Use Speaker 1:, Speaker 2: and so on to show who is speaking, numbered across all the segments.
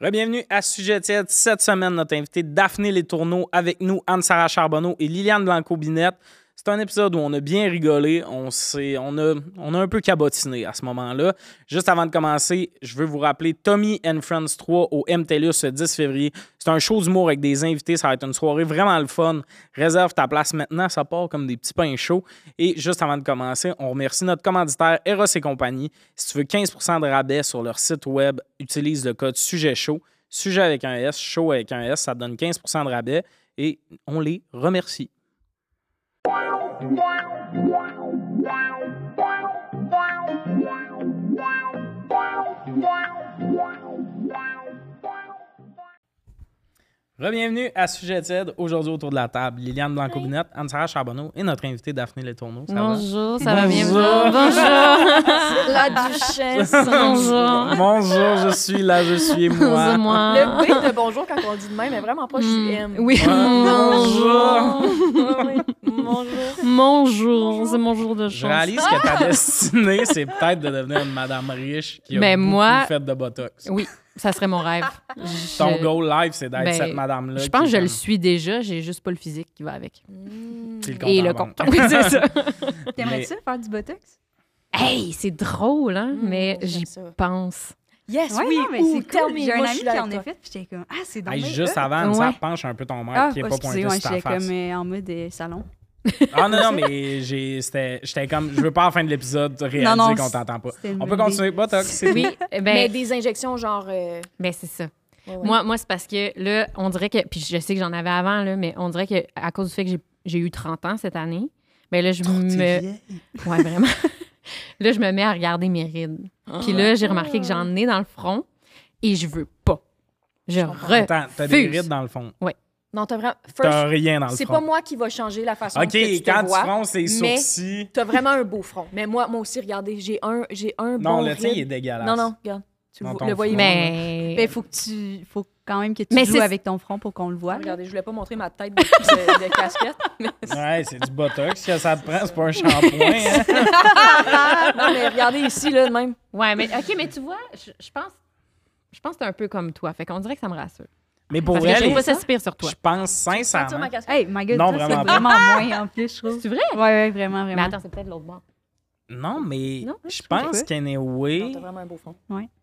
Speaker 1: Rebienvenue à Sujet Tiède. Cette semaine, notre invité Daphné Les Tourneaux avec nous, Anne-Sara Charbonneau et Liliane Blanco-Binette. C'est un épisode où on a bien rigolé, on, s'est- on, a, on a un peu cabotiné à ce moment-là. Juste avant de commencer, je veux vous rappeler Tommy and Friends 3 au MTLUS le 10 février. C'est un show d'humour avec des invités, ça va être une soirée vraiment le fun. Réserve ta place maintenant, ça part comme des petits pains chauds. Et juste avant de commencer, on remercie notre commanditaire Eros et compagnie. Si tu veux 15% de rabais sur leur site web, utilise le code sujet chaud. Sujet avec un S, chaud avec un S, ça te donne 15% de rabais et on les remercie. Bienvenue à Sujet TED. Aujourd'hui, autour de la table, Liliane Blanco-Binette, Anne-Sara Charbonneau et notre invitée Daphné Letourneau. Ça va?
Speaker 2: Bonjour, ça va bien vous?
Speaker 1: Bonjour.
Speaker 2: Bonjour.
Speaker 3: La duchesse.
Speaker 2: Bonjour.
Speaker 1: Bonjour, je suis là, je suis moi.
Speaker 2: Bonjour, moi. Hmm.
Speaker 3: Le bruit de bonjour quand on dit de même est vraiment pas JM.
Speaker 1: Ouais.
Speaker 2: Oui.
Speaker 1: Bonjour.
Speaker 3: Bonjour.
Speaker 2: Bonjour. C'est mon jour de
Speaker 1: Je
Speaker 2: chance.
Speaker 1: réalise que ta destinée, c'est peut-être de devenir une madame riche qui a
Speaker 2: Ben,
Speaker 1: beaucoup
Speaker 2: moi-
Speaker 1: fait de botox.
Speaker 2: Oui, ça serait mon rêve. Je-
Speaker 1: Ton goal life, c'est d'être
Speaker 2: Ben,
Speaker 1: cette madame-là.
Speaker 2: Je pense que
Speaker 1: qui
Speaker 2: je le
Speaker 1: comme-
Speaker 2: suis déjà, j'ai juste pas le physique qui va avec.
Speaker 3: Hmm.
Speaker 1: qui
Speaker 2: Et
Speaker 1: en
Speaker 2: le
Speaker 1: banque.
Speaker 2: compte. Oui, c'est ça.
Speaker 4: T'aimerais-tu faire du botox?
Speaker 2: hey, c'est drôle, hein? Mais
Speaker 3: Hmm. j'aime
Speaker 2: j'y
Speaker 3: ça.
Speaker 2: pense.
Speaker 3: Yes,
Speaker 4: Ouais,
Speaker 3: oui,
Speaker 4: non, mais
Speaker 3: ou
Speaker 4: c'est
Speaker 3: tell
Speaker 4: cool.
Speaker 3: me,
Speaker 4: J'ai un
Speaker 3: moi, je
Speaker 4: ami
Speaker 3: suis
Speaker 4: qui
Speaker 3: là
Speaker 4: en
Speaker 3: avec
Speaker 4: a
Speaker 3: toi.
Speaker 4: fait, puis j'étais comme Ah, c'est dans
Speaker 1: Hey, juste avant,
Speaker 2: Ouais.
Speaker 1: ça penche un peu ton mec
Speaker 4: Ah,
Speaker 1: qui est pas pointé
Speaker 4: excusez, moi,
Speaker 1: sur ta
Speaker 4: j'étais
Speaker 1: face.
Speaker 4: comme euh, en mode euh, salon.
Speaker 1: Ah non, non, mais j'ai- c'était- j'étais comme, je veux pas à la fin de l'épisode réaliser
Speaker 4: non,
Speaker 1: qu'on
Speaker 4: c'est-
Speaker 1: t'entend pas.
Speaker 4: c'était une
Speaker 1: On peut
Speaker 4: bonne
Speaker 1: continuer, botox. c'est-
Speaker 2: Oui,
Speaker 3: Mais
Speaker 2: ben,
Speaker 3: des injections genre. euh,
Speaker 2: ben c'est ça.
Speaker 3: ouais, ouais.
Speaker 2: Moi, moi c'est parce que là, on dirait que. Puis je sais que j'en avais avant, là, mais on dirait que à cause du fait que j'ai- j'ai eu 30 ans cette année, ben là, je me. Ouais, vraiment. là, je me mets à regarder mes rides.
Speaker 3: Ah.
Speaker 2: Puis là, j'ai remarqué que j'en ai dans le front et je veux pas. Je refuse.
Speaker 1: Attends, t'as des rides dans le fond.
Speaker 3: Non, t'as vraiment. first,
Speaker 1: T'as rien dans le
Speaker 3: c'est
Speaker 1: front.
Speaker 3: pas moi qui va changer la façon
Speaker 1: OK,
Speaker 3: que tu
Speaker 1: quand
Speaker 3: te
Speaker 1: tu
Speaker 3: vois.
Speaker 1: fronces tes
Speaker 3: mais-
Speaker 1: sourcils.
Speaker 3: T'as vraiment un beau front. Mais moi, moi aussi, regardez, j'ai un, j'ai un
Speaker 1: Non,
Speaker 3: bon.
Speaker 1: le tien,
Speaker 3: ride.
Speaker 1: il est dégueulasse.
Speaker 3: Non, non, regarde. Tu
Speaker 1: Dans
Speaker 3: le,
Speaker 1: ton
Speaker 3: le voyez
Speaker 1: front.
Speaker 3: bien.
Speaker 2: Mais.
Speaker 4: Mais Ben, faut que tu, faut quand même que tu
Speaker 2: Mais
Speaker 4: joues
Speaker 2: c'est-
Speaker 4: avec ton front pour qu'on le voit.
Speaker 3: Regardez, je voulais pas montrer ma tête de, de- de casquette.
Speaker 1: Ouais, c'est du botox que ça te prend, c'est pas un shampoing. hein.
Speaker 3: non, mais regardez ici, là, de même.
Speaker 2: Ouais, mais OK, mais tu vois, je, je pense. Je pense que c'est un peu comme toi. Fait qu'on dirait que ça me rassure.
Speaker 1: Mais pour
Speaker 2: Parce que je
Speaker 1: elle,
Speaker 2: trouve pas
Speaker 1: je
Speaker 2: ça si pire sur toi.
Speaker 1: pense
Speaker 3: Retire
Speaker 1: sincèrement.
Speaker 3: ma casquette.
Speaker 4: Hey, my god,
Speaker 1: Non,
Speaker 4: toi,
Speaker 1: vraiment
Speaker 4: c'est
Speaker 1: pas.
Speaker 4: vraiment moins en plus, je trouve.
Speaker 2: C'est vrai?
Speaker 4: Ouais, ouais, vraiment,
Speaker 2: Mais
Speaker 4: vraiment.
Speaker 2: attends, c'est peut-être l'autre bord.
Speaker 1: Non, mais
Speaker 2: Non,
Speaker 1: je
Speaker 2: je trouve
Speaker 1: pense
Speaker 4: que-
Speaker 3: Non,
Speaker 1: qu'anyway.
Speaker 3: t'as vraiment un beau front.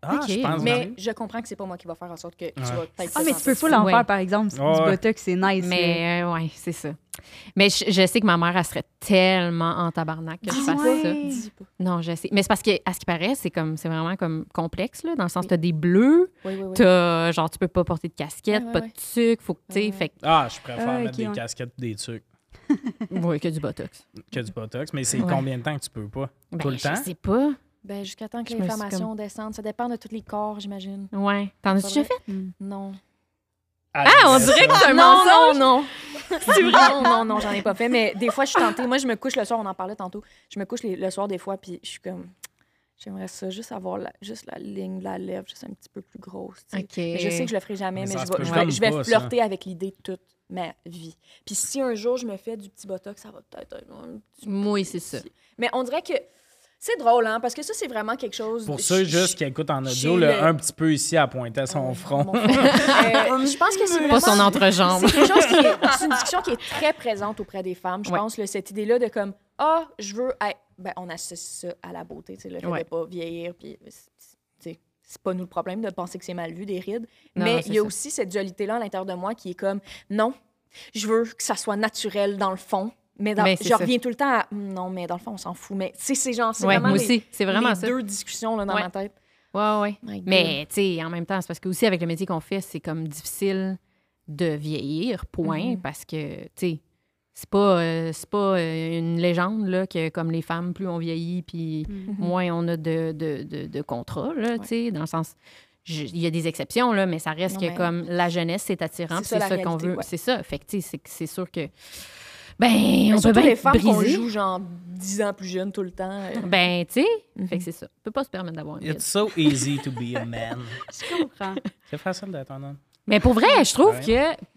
Speaker 1: Ah, je
Speaker 2: Ok,
Speaker 1: pense.
Speaker 3: Mais
Speaker 1: non.
Speaker 3: je comprends que c'est pas moi qui va faire en sorte que tu
Speaker 1: Ouais.
Speaker 3: vas peut-être. te
Speaker 4: ah, mais tu
Speaker 3: sentir
Speaker 4: peux
Speaker 3: ça.
Speaker 4: full en
Speaker 2: Ouais.
Speaker 4: faire, par exemple. si
Speaker 1: Ouais.
Speaker 4: Du botox, c'est nice. là.
Speaker 2: Mais euh, ouais, c'est ça. Mais je, je sais que ma mère, elle serait tellement en tabarnak que je
Speaker 4: Ah
Speaker 2: fasse
Speaker 4: ouais.
Speaker 2: ça.
Speaker 3: Dis pas.
Speaker 2: Non, je sais. Mais c'est parce que, à ce qui paraît, c'est comme, c'est vraiment comme complexe, là, dans le sens, t'as des bleus,
Speaker 3: Oui, oui, oui.
Speaker 2: t'as, euh, genre, tu peux pas porter de casquette,
Speaker 3: Ouais, ouais,
Speaker 2: pas de sucre, faut que, tu sais,
Speaker 3: Ouais, ouais.
Speaker 2: fait
Speaker 1: Ah, je préfère
Speaker 2: Euh,
Speaker 4: Ah,
Speaker 1: mettre
Speaker 4: ok,
Speaker 1: des
Speaker 4: ouais.
Speaker 1: casquettes des trucs
Speaker 2: que, ouais, que du botox.
Speaker 1: que du botox, mais c'est
Speaker 2: Ouais.
Speaker 1: combien de temps que tu peux pas?
Speaker 2: Ben,
Speaker 1: Tout le
Speaker 2: je
Speaker 1: temps?
Speaker 2: sais pas.
Speaker 3: Ben, jusqu'à temps que
Speaker 2: Je me suis
Speaker 3: l'inflammation descende. Ça dépend de tous les corps, j'imagine.
Speaker 2: Ouais. T'en as-tu déjà
Speaker 3: Faudrait-
Speaker 2: fait?
Speaker 3: Non.
Speaker 2: Ah, on dirait que c'est un mensonge!
Speaker 3: non. C'est vrai. Non, non, non, j'en ai pas fait. Mais des fois, je suis tentée. Moi, je me couche le soir, on en parlait tantôt. Je me couche les- le soir des fois, puis je suis comme. J'aimerais ça, juste avoir la, juste la ligne de la lèvre, juste un petit peu plus grosse. tu sais.
Speaker 2: OK.
Speaker 3: Mais Je sais que je le ferai jamais,
Speaker 1: Mais
Speaker 3: mais,
Speaker 1: ça se
Speaker 3: je vais,
Speaker 1: peut
Speaker 3: je
Speaker 2: comme
Speaker 3: vais, je vais
Speaker 1: pas, ça.
Speaker 3: flirter avec l'idée toute ma vie. Puis si un jour je me fais du petit botox, ça va peut-être être un petit
Speaker 2: Oui, c'est ça.
Speaker 3: Mais on dirait que c'est drôle, hein, parce que ça, c'est vraiment quelque chose.
Speaker 1: Pour
Speaker 3: Je-
Speaker 1: ceux
Speaker 3: je-
Speaker 1: juste qui écoutent en audio,
Speaker 3: j'ai
Speaker 1: le
Speaker 3: le-
Speaker 1: un petit peu ici à pointer à son
Speaker 3: Ah
Speaker 2: Oh,
Speaker 3: Ouais,
Speaker 1: front.
Speaker 3: mon front. Euh, je pense que c'est
Speaker 2: Pas son
Speaker 3: vraiment-
Speaker 2: entrejambe.
Speaker 3: C'est quelque chose qui est, c'est une discussion qui est très présente auprès des femmes, je
Speaker 2: Ouais.
Speaker 3: pense, là, cette idée-là de comme ah, je veux être- ben on associe ça à la beauté, tu sais, le fait
Speaker 2: Ouais.
Speaker 3: de pas vieillir puis c'est- tu sais, c'est pas nous le problème de penser que c'est mal vu des rides,
Speaker 2: Non,
Speaker 3: mais
Speaker 2: c'est
Speaker 3: il y a
Speaker 2: ça.
Speaker 3: aussi cette dualité là à l'intérieur de moi qui est comme non, je veux que ça soit naturel dans le fond. Mais, dans-
Speaker 2: Mais c'est
Speaker 3: je
Speaker 2: ça.
Speaker 3: reviens tout le temps à non, mais dans le fond, on s'en fout. Mais tu sais, c'est genre, c'est
Speaker 2: Ouais,
Speaker 3: vraiment
Speaker 2: moi
Speaker 3: les-
Speaker 2: aussi. C'est vraiment
Speaker 3: les
Speaker 2: ça.
Speaker 3: deux discussions là, dans
Speaker 2: Ouais.
Speaker 3: ma tête.
Speaker 2: Ouais, ouais.
Speaker 3: My God.
Speaker 2: Mais, tu sais, en même temps, c'est parce que aussi avec le métier qu'on fait, c'est comme difficile de vieillir, point,
Speaker 3: Mhm.
Speaker 2: parce que, tu sais, c'est pas, euh, c'est pas euh, une légende, là, que comme les femmes, plus on vieillit, puis
Speaker 4: Mhm.
Speaker 2: moins on a de, de, de, de contrôle, là,
Speaker 3: Mm-hmm. Ouais.
Speaker 2: tu sais, dans le sens. je- Il y a des exceptions, là, mais ça reste
Speaker 3: Non,
Speaker 2: que
Speaker 3: mais-
Speaker 2: comme la jeunesse, c'est attirant,
Speaker 3: C'est
Speaker 2: puis
Speaker 3: ça,
Speaker 2: c'est ça,
Speaker 3: la
Speaker 2: qu'on
Speaker 3: réalité,
Speaker 2: veut.
Speaker 3: ouais.
Speaker 2: C'est ça. Fait que, tu sais, c'est- c'est sûr que. Ben, on peut
Speaker 3: surtout
Speaker 2: bien
Speaker 3: les
Speaker 2: être
Speaker 3: femmes qu'on
Speaker 2: brisé.
Speaker 3: joue genre 10 ans plus jeune tout le temps. euh,
Speaker 2: Ben, tu sais, fait
Speaker 3: Mhm.
Speaker 2: que c'est ça. On peut pas se permettre d'avoir une vie.
Speaker 1: It's so easy to be a man.
Speaker 4: Je comprends.
Speaker 1: C'est facile d'être un homme.
Speaker 2: Mais pour vrai, je trouve
Speaker 1: Ouais.
Speaker 2: que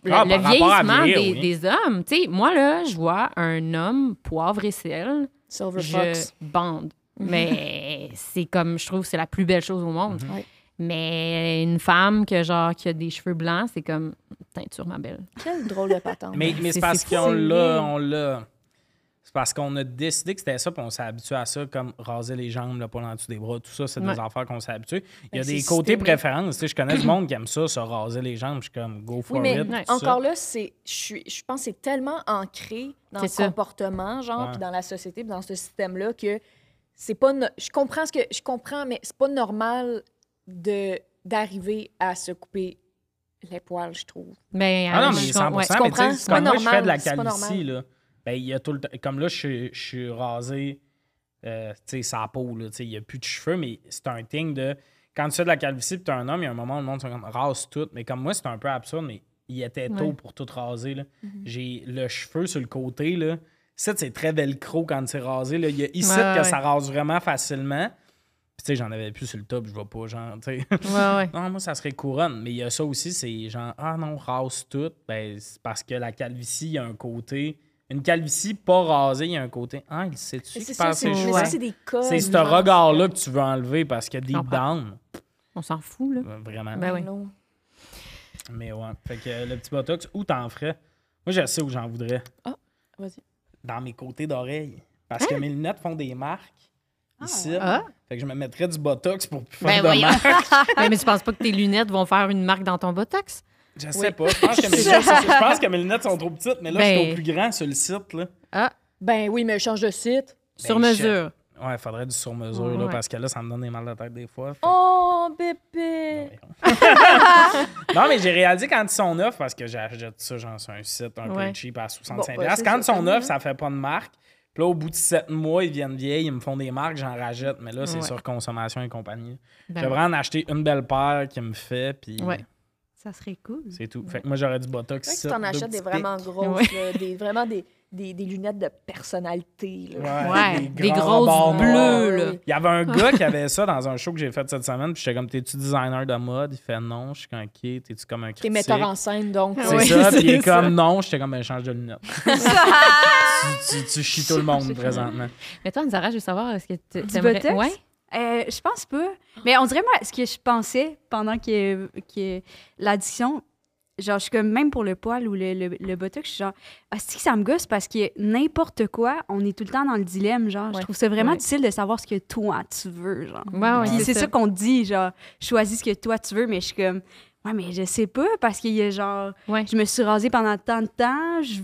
Speaker 2: le,
Speaker 1: Ah, par
Speaker 2: le
Speaker 1: rapport à
Speaker 2: vieillissement
Speaker 1: vieillir, oui.
Speaker 2: des, des hommes, tu sais, moi là, je vois un homme poivre et sel,
Speaker 3: Silver
Speaker 2: je
Speaker 3: Fox.
Speaker 2: Mhm.
Speaker 1: Mhm.
Speaker 2: bande. Mais c'est comme, je trouve, que c'est la plus belle chose au monde.
Speaker 3: Ouais.
Speaker 2: Mais une femme que genre qui a des cheveux blancs, c'est comme teinture ma belle.
Speaker 3: Quelle drôle de patente.
Speaker 1: Mais, mais
Speaker 2: c'est-
Speaker 1: c'est parce
Speaker 2: c'est fou.
Speaker 1: qu'on l'a, on l'a. C'est parce qu'on a décidé que c'était ça, puis on s'est habitué à ça, comme raser les jambes, le poil en dessous des bras, tout ça, c'est
Speaker 2: Ouais.
Speaker 1: des affaires qu'on s'est habitué. Il y a
Speaker 3: Ben,
Speaker 1: des
Speaker 3: c'est
Speaker 1: côtés
Speaker 3: systémique.
Speaker 1: préférences. Tu sais, je connais du monde qui aime ça, se raser les jambes, je suis comme go for
Speaker 3: Oui, mais
Speaker 1: it. tout ça.
Speaker 3: encore là, c'est, je, suis- je pense que c'est tellement ancré dans
Speaker 2: C'est
Speaker 3: le
Speaker 2: ça.
Speaker 3: comportement, genre,
Speaker 1: Ouais.
Speaker 3: puis dans la société, puis dans ce système-là, que c'est pas. no- Je comprends ce que. Je comprends, mais c'est pas normal de, d'arriver à se couper les poils, je trouve.
Speaker 2: Mais
Speaker 1: Ah non,
Speaker 2: euh,
Speaker 1: mais
Speaker 2: je
Speaker 1: 100
Speaker 2: com- ouais.
Speaker 1: mais tu sais,
Speaker 3: comprends,
Speaker 1: c'est
Speaker 3: c'est pas
Speaker 1: comme moi, je fais de la
Speaker 3: normal, c'est pas
Speaker 1: calvitie,
Speaker 3: normal.
Speaker 1: là. Ben, il y a tout le temps- Comme là, je, suis- je suis rasé, euh, tu sais, sa peau, là, tu sais, il n'y a plus de cheveux, mais c'est un thing de... Quand tu fais de la calvitie puis t'es un homme, il y a un moment où le monde sont comme « rase tout », mais comme moi, c'est un peu absurde, mais il était tôt
Speaker 2: Ouais. Mhm.
Speaker 1: pour tout raser, là. J'ai le cheveu sur le côté, là. Ça, c'est très velcro quand c'est rasé, là. Il y a ici
Speaker 2: Ouais,
Speaker 1: que
Speaker 2: ouais.
Speaker 1: ça rase vraiment facilement. Puis, tu sais, j'en avais plus sur le top, je vois pas, genre, tu sais...
Speaker 2: Ouais, ouais.
Speaker 1: Non, moi, ça serait couronne. Mais il y a ça aussi, c'est genre, ah non, rase tout. Ben, c'est parce que la calvitie, il y a un côté. Une calvitie pas rasée, il y a un côté. Ah, il sait-tu
Speaker 3: Mais
Speaker 1: qui
Speaker 3: c'est
Speaker 1: perd
Speaker 3: ça,
Speaker 1: ses
Speaker 3: c'est,
Speaker 1: cheveux?
Speaker 3: mais ça, c'est des cas.
Speaker 1: C'est ce regard-là que tu veux enlever parce que deep
Speaker 2: comprends.
Speaker 1: down,
Speaker 2: On s'en fout là.
Speaker 1: euh, vraiment.
Speaker 2: Ben oui.
Speaker 3: Non.
Speaker 1: Mais ouais. Fait que euh, le petit botox, où t'en ferais? Moi, je sais où j'en voudrais.
Speaker 3: Ah, Vas-y. Hein?
Speaker 1: Dans mes côtés d'oreille. Parce que mes lunettes font des marques. Ici.
Speaker 2: Ah.
Speaker 1: Fait que je me mettrais du botox pour plus
Speaker 2: Ben
Speaker 1: faire de
Speaker 2: voyons.
Speaker 1: marques.
Speaker 2: mais, mais tu penses pas que tes lunettes vont faire une marque dans ton botox?
Speaker 1: Je sais pas. Je pense, que mes, je pense que mes lunettes sont trop petites, mais là, je suis
Speaker 2: Ben.
Speaker 1: au plus grand sur le site. Là.
Speaker 2: Ah,
Speaker 3: Ben oui, mais change de site.
Speaker 2: sur
Speaker 1: Ben,
Speaker 2: mesure.
Speaker 1: Ouais, faudrait du sur mesure, là,
Speaker 2: Ouais.
Speaker 1: parce que là, ça me donne des mal de tête des fois. fait que-
Speaker 3: Oh, bébé!
Speaker 1: non, mais j'ai réalisé quand ils sont neufs, parce que j'achète ça, genre, sur un site un
Speaker 2: Ouais. ben,
Speaker 1: peu cheap à 65$.
Speaker 3: Bon, bah, c'est
Speaker 1: quand ils
Speaker 3: ça,
Speaker 1: sont
Speaker 3: t'as
Speaker 1: neufs,
Speaker 3: mis,
Speaker 1: ça fait pas de marque. Puis là, au bout de 7 mois, ils viennent vieilles, ils me font des marques, j'en rajoute. Mais là, c'est
Speaker 2: Ouais.
Speaker 1: sur consommation et compagnie.
Speaker 2: Ben
Speaker 1: je devrais en acheter une belle paire qui me fait, puis
Speaker 2: Ouais.
Speaker 4: Ça serait cool.
Speaker 1: c'est tout. Fait que moi, j'aurais du botox.
Speaker 3: C'est vrai que
Speaker 1: ici,
Speaker 3: tu t'en
Speaker 1: deux
Speaker 3: achètes des
Speaker 1: petits
Speaker 3: vraiment grosses, là, des, vraiment des, des, des lunettes de personnalité.
Speaker 1: pics.
Speaker 3: Là. Ah
Speaker 2: Ouais, des
Speaker 1: grands
Speaker 2: grosses
Speaker 1: rebords noirs.
Speaker 2: bleues, là.
Speaker 3: Oui.
Speaker 1: Il y avait un gars qui avait ça dans un show que j'ai fait cette semaine. Puis j'étais comme, t'es-tu designer de mode? Il fait non. Je suis comme, ok, t'es-tu comme un
Speaker 3: T'es
Speaker 1: critique?
Speaker 3: metteur en scène, donc.
Speaker 1: C'est
Speaker 2: Oui,
Speaker 1: ça.
Speaker 2: c'est
Speaker 1: Puis il est
Speaker 2: ça. Ah!
Speaker 1: comme non. J'étais comme, ben, change de lunettes. tu, tu- tu chies tout le monde présentement.
Speaker 2: Mais toi, Anzara, je veux savoir, est-ce que tu
Speaker 4: Du
Speaker 2: t'aimerais-
Speaker 4: botox?
Speaker 2: Ouais?
Speaker 4: Euh, je pense pas. Mais on dirait, moi, ce que je pensais pendant que, que l'addiction, genre, je suis comme, même pour le poil ou le, le, le botox, je suis genre, ah, c'est que ça me gosse parce que n'importe quoi, on est tout le temps dans le dilemme, genre. Je
Speaker 2: Ouais.
Speaker 4: trouve ça vraiment
Speaker 2: Ouais.
Speaker 4: difficile de savoir ce que toi, tu veux, genre.
Speaker 2: Ouais, ouais,
Speaker 4: Puis c'est ça qu'on te dit, genre, choisis ce que toi, tu veux, mais je suis comme, ouais, mais je sais pas parce qu'il y a genre,
Speaker 2: Ouais.
Speaker 4: je me suis rasée pendant tant de temps, je,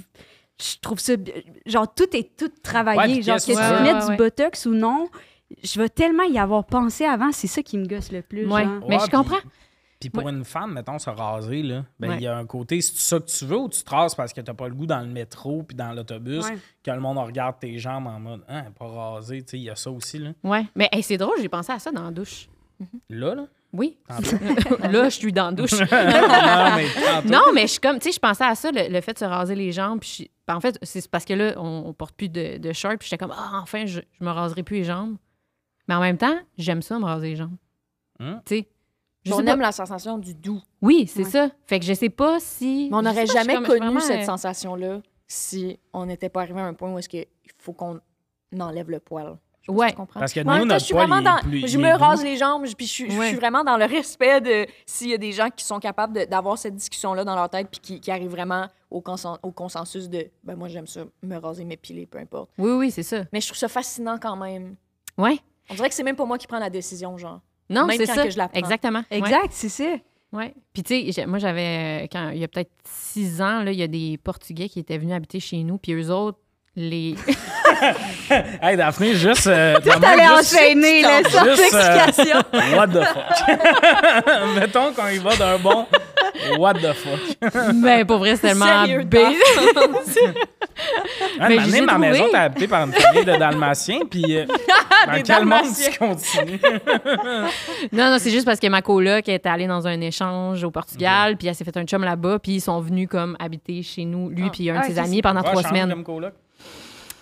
Speaker 4: je trouve ça. bi- Genre, tout est tout travaillé.
Speaker 1: Ouais, puis
Speaker 4: genre, que
Speaker 1: qu'est-ce
Speaker 4: tu
Speaker 1: que tu
Speaker 4: te
Speaker 1: veux?
Speaker 4: mettes
Speaker 2: Ouais, ouais.
Speaker 4: du botox ou non, je vais tellement y avoir pensé avant, c'est ça qui me gosse le plus.
Speaker 2: Ouais.
Speaker 4: genre.
Speaker 2: Mais
Speaker 1: Ouais,
Speaker 2: je comprends.
Speaker 1: puis- Puis pour une femme, mettons, se raser, là, ben, il
Speaker 2: Ouais.
Speaker 1: y a un côté, c'est ça que tu veux ou tu te rases parce que t'as pas le goût dans le métro puis dans l'autobus,
Speaker 4: Ouais.
Speaker 1: que le monde regarde tes jambes en mode, hein, elle est pas rasée, tu sais, il y a ça aussi, là.
Speaker 2: Ouais. Mais hey, c'est drôle, j'ai pensé à ça dans la douche.
Speaker 1: Là, là.
Speaker 2: Oui.
Speaker 1: En tout.
Speaker 2: là, je suis dans la douche.
Speaker 1: non, mais en tout.
Speaker 2: Non, mais je suis comme, tu sais, je pensais à ça, le, le fait de se raser les jambes. Puis je suis- ben, en fait, c'est parce que là, on, on porte plus de, de shirt. Puis j'étais comme, ah, enfin, je, je me raserai plus les jambes. Mais en même temps, j'aime ça, me raser les jambes.
Speaker 1: Hum.
Speaker 2: Tu sais. Je
Speaker 3: Puis
Speaker 2: sais
Speaker 3: On
Speaker 2: pas-
Speaker 3: aime la sensation du doux.
Speaker 2: Oui, c'est
Speaker 4: Ouais.
Speaker 2: ça. Fait que je sais pas si.
Speaker 3: Mais on
Speaker 2: je sais
Speaker 3: n'aurait
Speaker 2: pas, je suis
Speaker 3: jamais
Speaker 2: comme- je suis
Speaker 3: connu
Speaker 2: vraiment,
Speaker 3: cette
Speaker 2: euh,
Speaker 3: sensation-là si on n'était pas arrivé à un point où est-ce qu'il faut qu'on enlève le poil. Je sais pas
Speaker 2: Ouais.
Speaker 3: si tu comprends.
Speaker 1: Parce que
Speaker 3: Mais en
Speaker 1: nous,
Speaker 3: même temps, je
Speaker 1: notre
Speaker 3: suis
Speaker 1: poil,
Speaker 3: vraiment
Speaker 1: il est
Speaker 3: dans.
Speaker 1: plus.
Speaker 3: Je
Speaker 1: il
Speaker 3: me
Speaker 1: est
Speaker 3: rase
Speaker 1: doux.
Speaker 3: les jambes, puis je, suis- je
Speaker 2: Ouais.
Speaker 3: suis vraiment dans le respect de s'il y a des gens qui sont capables de- d'avoir cette discussion-là dans leur tête, puis qui, qui arrivent vraiment au, consen- au consensus de ben moi, j'aime ça, me raser, m'épiler, peu importe.
Speaker 2: Oui, oui, c'est ça.
Speaker 3: Mais je trouve ça fascinant quand même.
Speaker 2: Ouais.
Speaker 3: On dirait que c'est même pas moi qui prends la décision, genre.
Speaker 2: Non,
Speaker 3: Même
Speaker 2: c'est
Speaker 3: quand
Speaker 2: ça.
Speaker 3: que je la prends.
Speaker 2: Exactement. Ouais.
Speaker 4: Exact, c'est ça.
Speaker 2: Oui. Puis tu sais, j'ai- moi j'avais euh, quand il y a peut-être six ans, là, il y a des Portugais qui étaient venus habiter chez nous, puis eux autres, les.
Speaker 1: Hey, Daphné, juste. euh, Daphné,
Speaker 4: T'allais
Speaker 1: juste-
Speaker 4: enchaîner, là, sans
Speaker 1: Juste, euh,
Speaker 4: explication.
Speaker 1: What the fuck? Mettons qu'on y va d'un bon What the fuck.
Speaker 2: Mais Ben, pour vrai, c'est tellement
Speaker 3: Sérieux,
Speaker 2: B.
Speaker 1: Hein,
Speaker 2: Mais
Speaker 1: une
Speaker 2: je
Speaker 1: année,
Speaker 2: l'ai
Speaker 1: ma
Speaker 2: trouvé.
Speaker 1: maison était habitée par une famille de Dalmatiens, puis euh, dans quel monde
Speaker 3: Dalmatiens.
Speaker 1: tu continues?
Speaker 2: Non, non, c'est juste parce que ma coloc est allée dans un échange au Portugal, puis elle s'est fait un chum là-bas, puis ils sont venus comme habiter chez nous, lui
Speaker 3: Ah.
Speaker 2: puis un de
Speaker 4: Ah,
Speaker 2: ses
Speaker 4: c'est-
Speaker 2: amis pendant
Speaker 1: Ouais,
Speaker 2: trois
Speaker 1: change
Speaker 2: semaines.
Speaker 1: Comme coloc.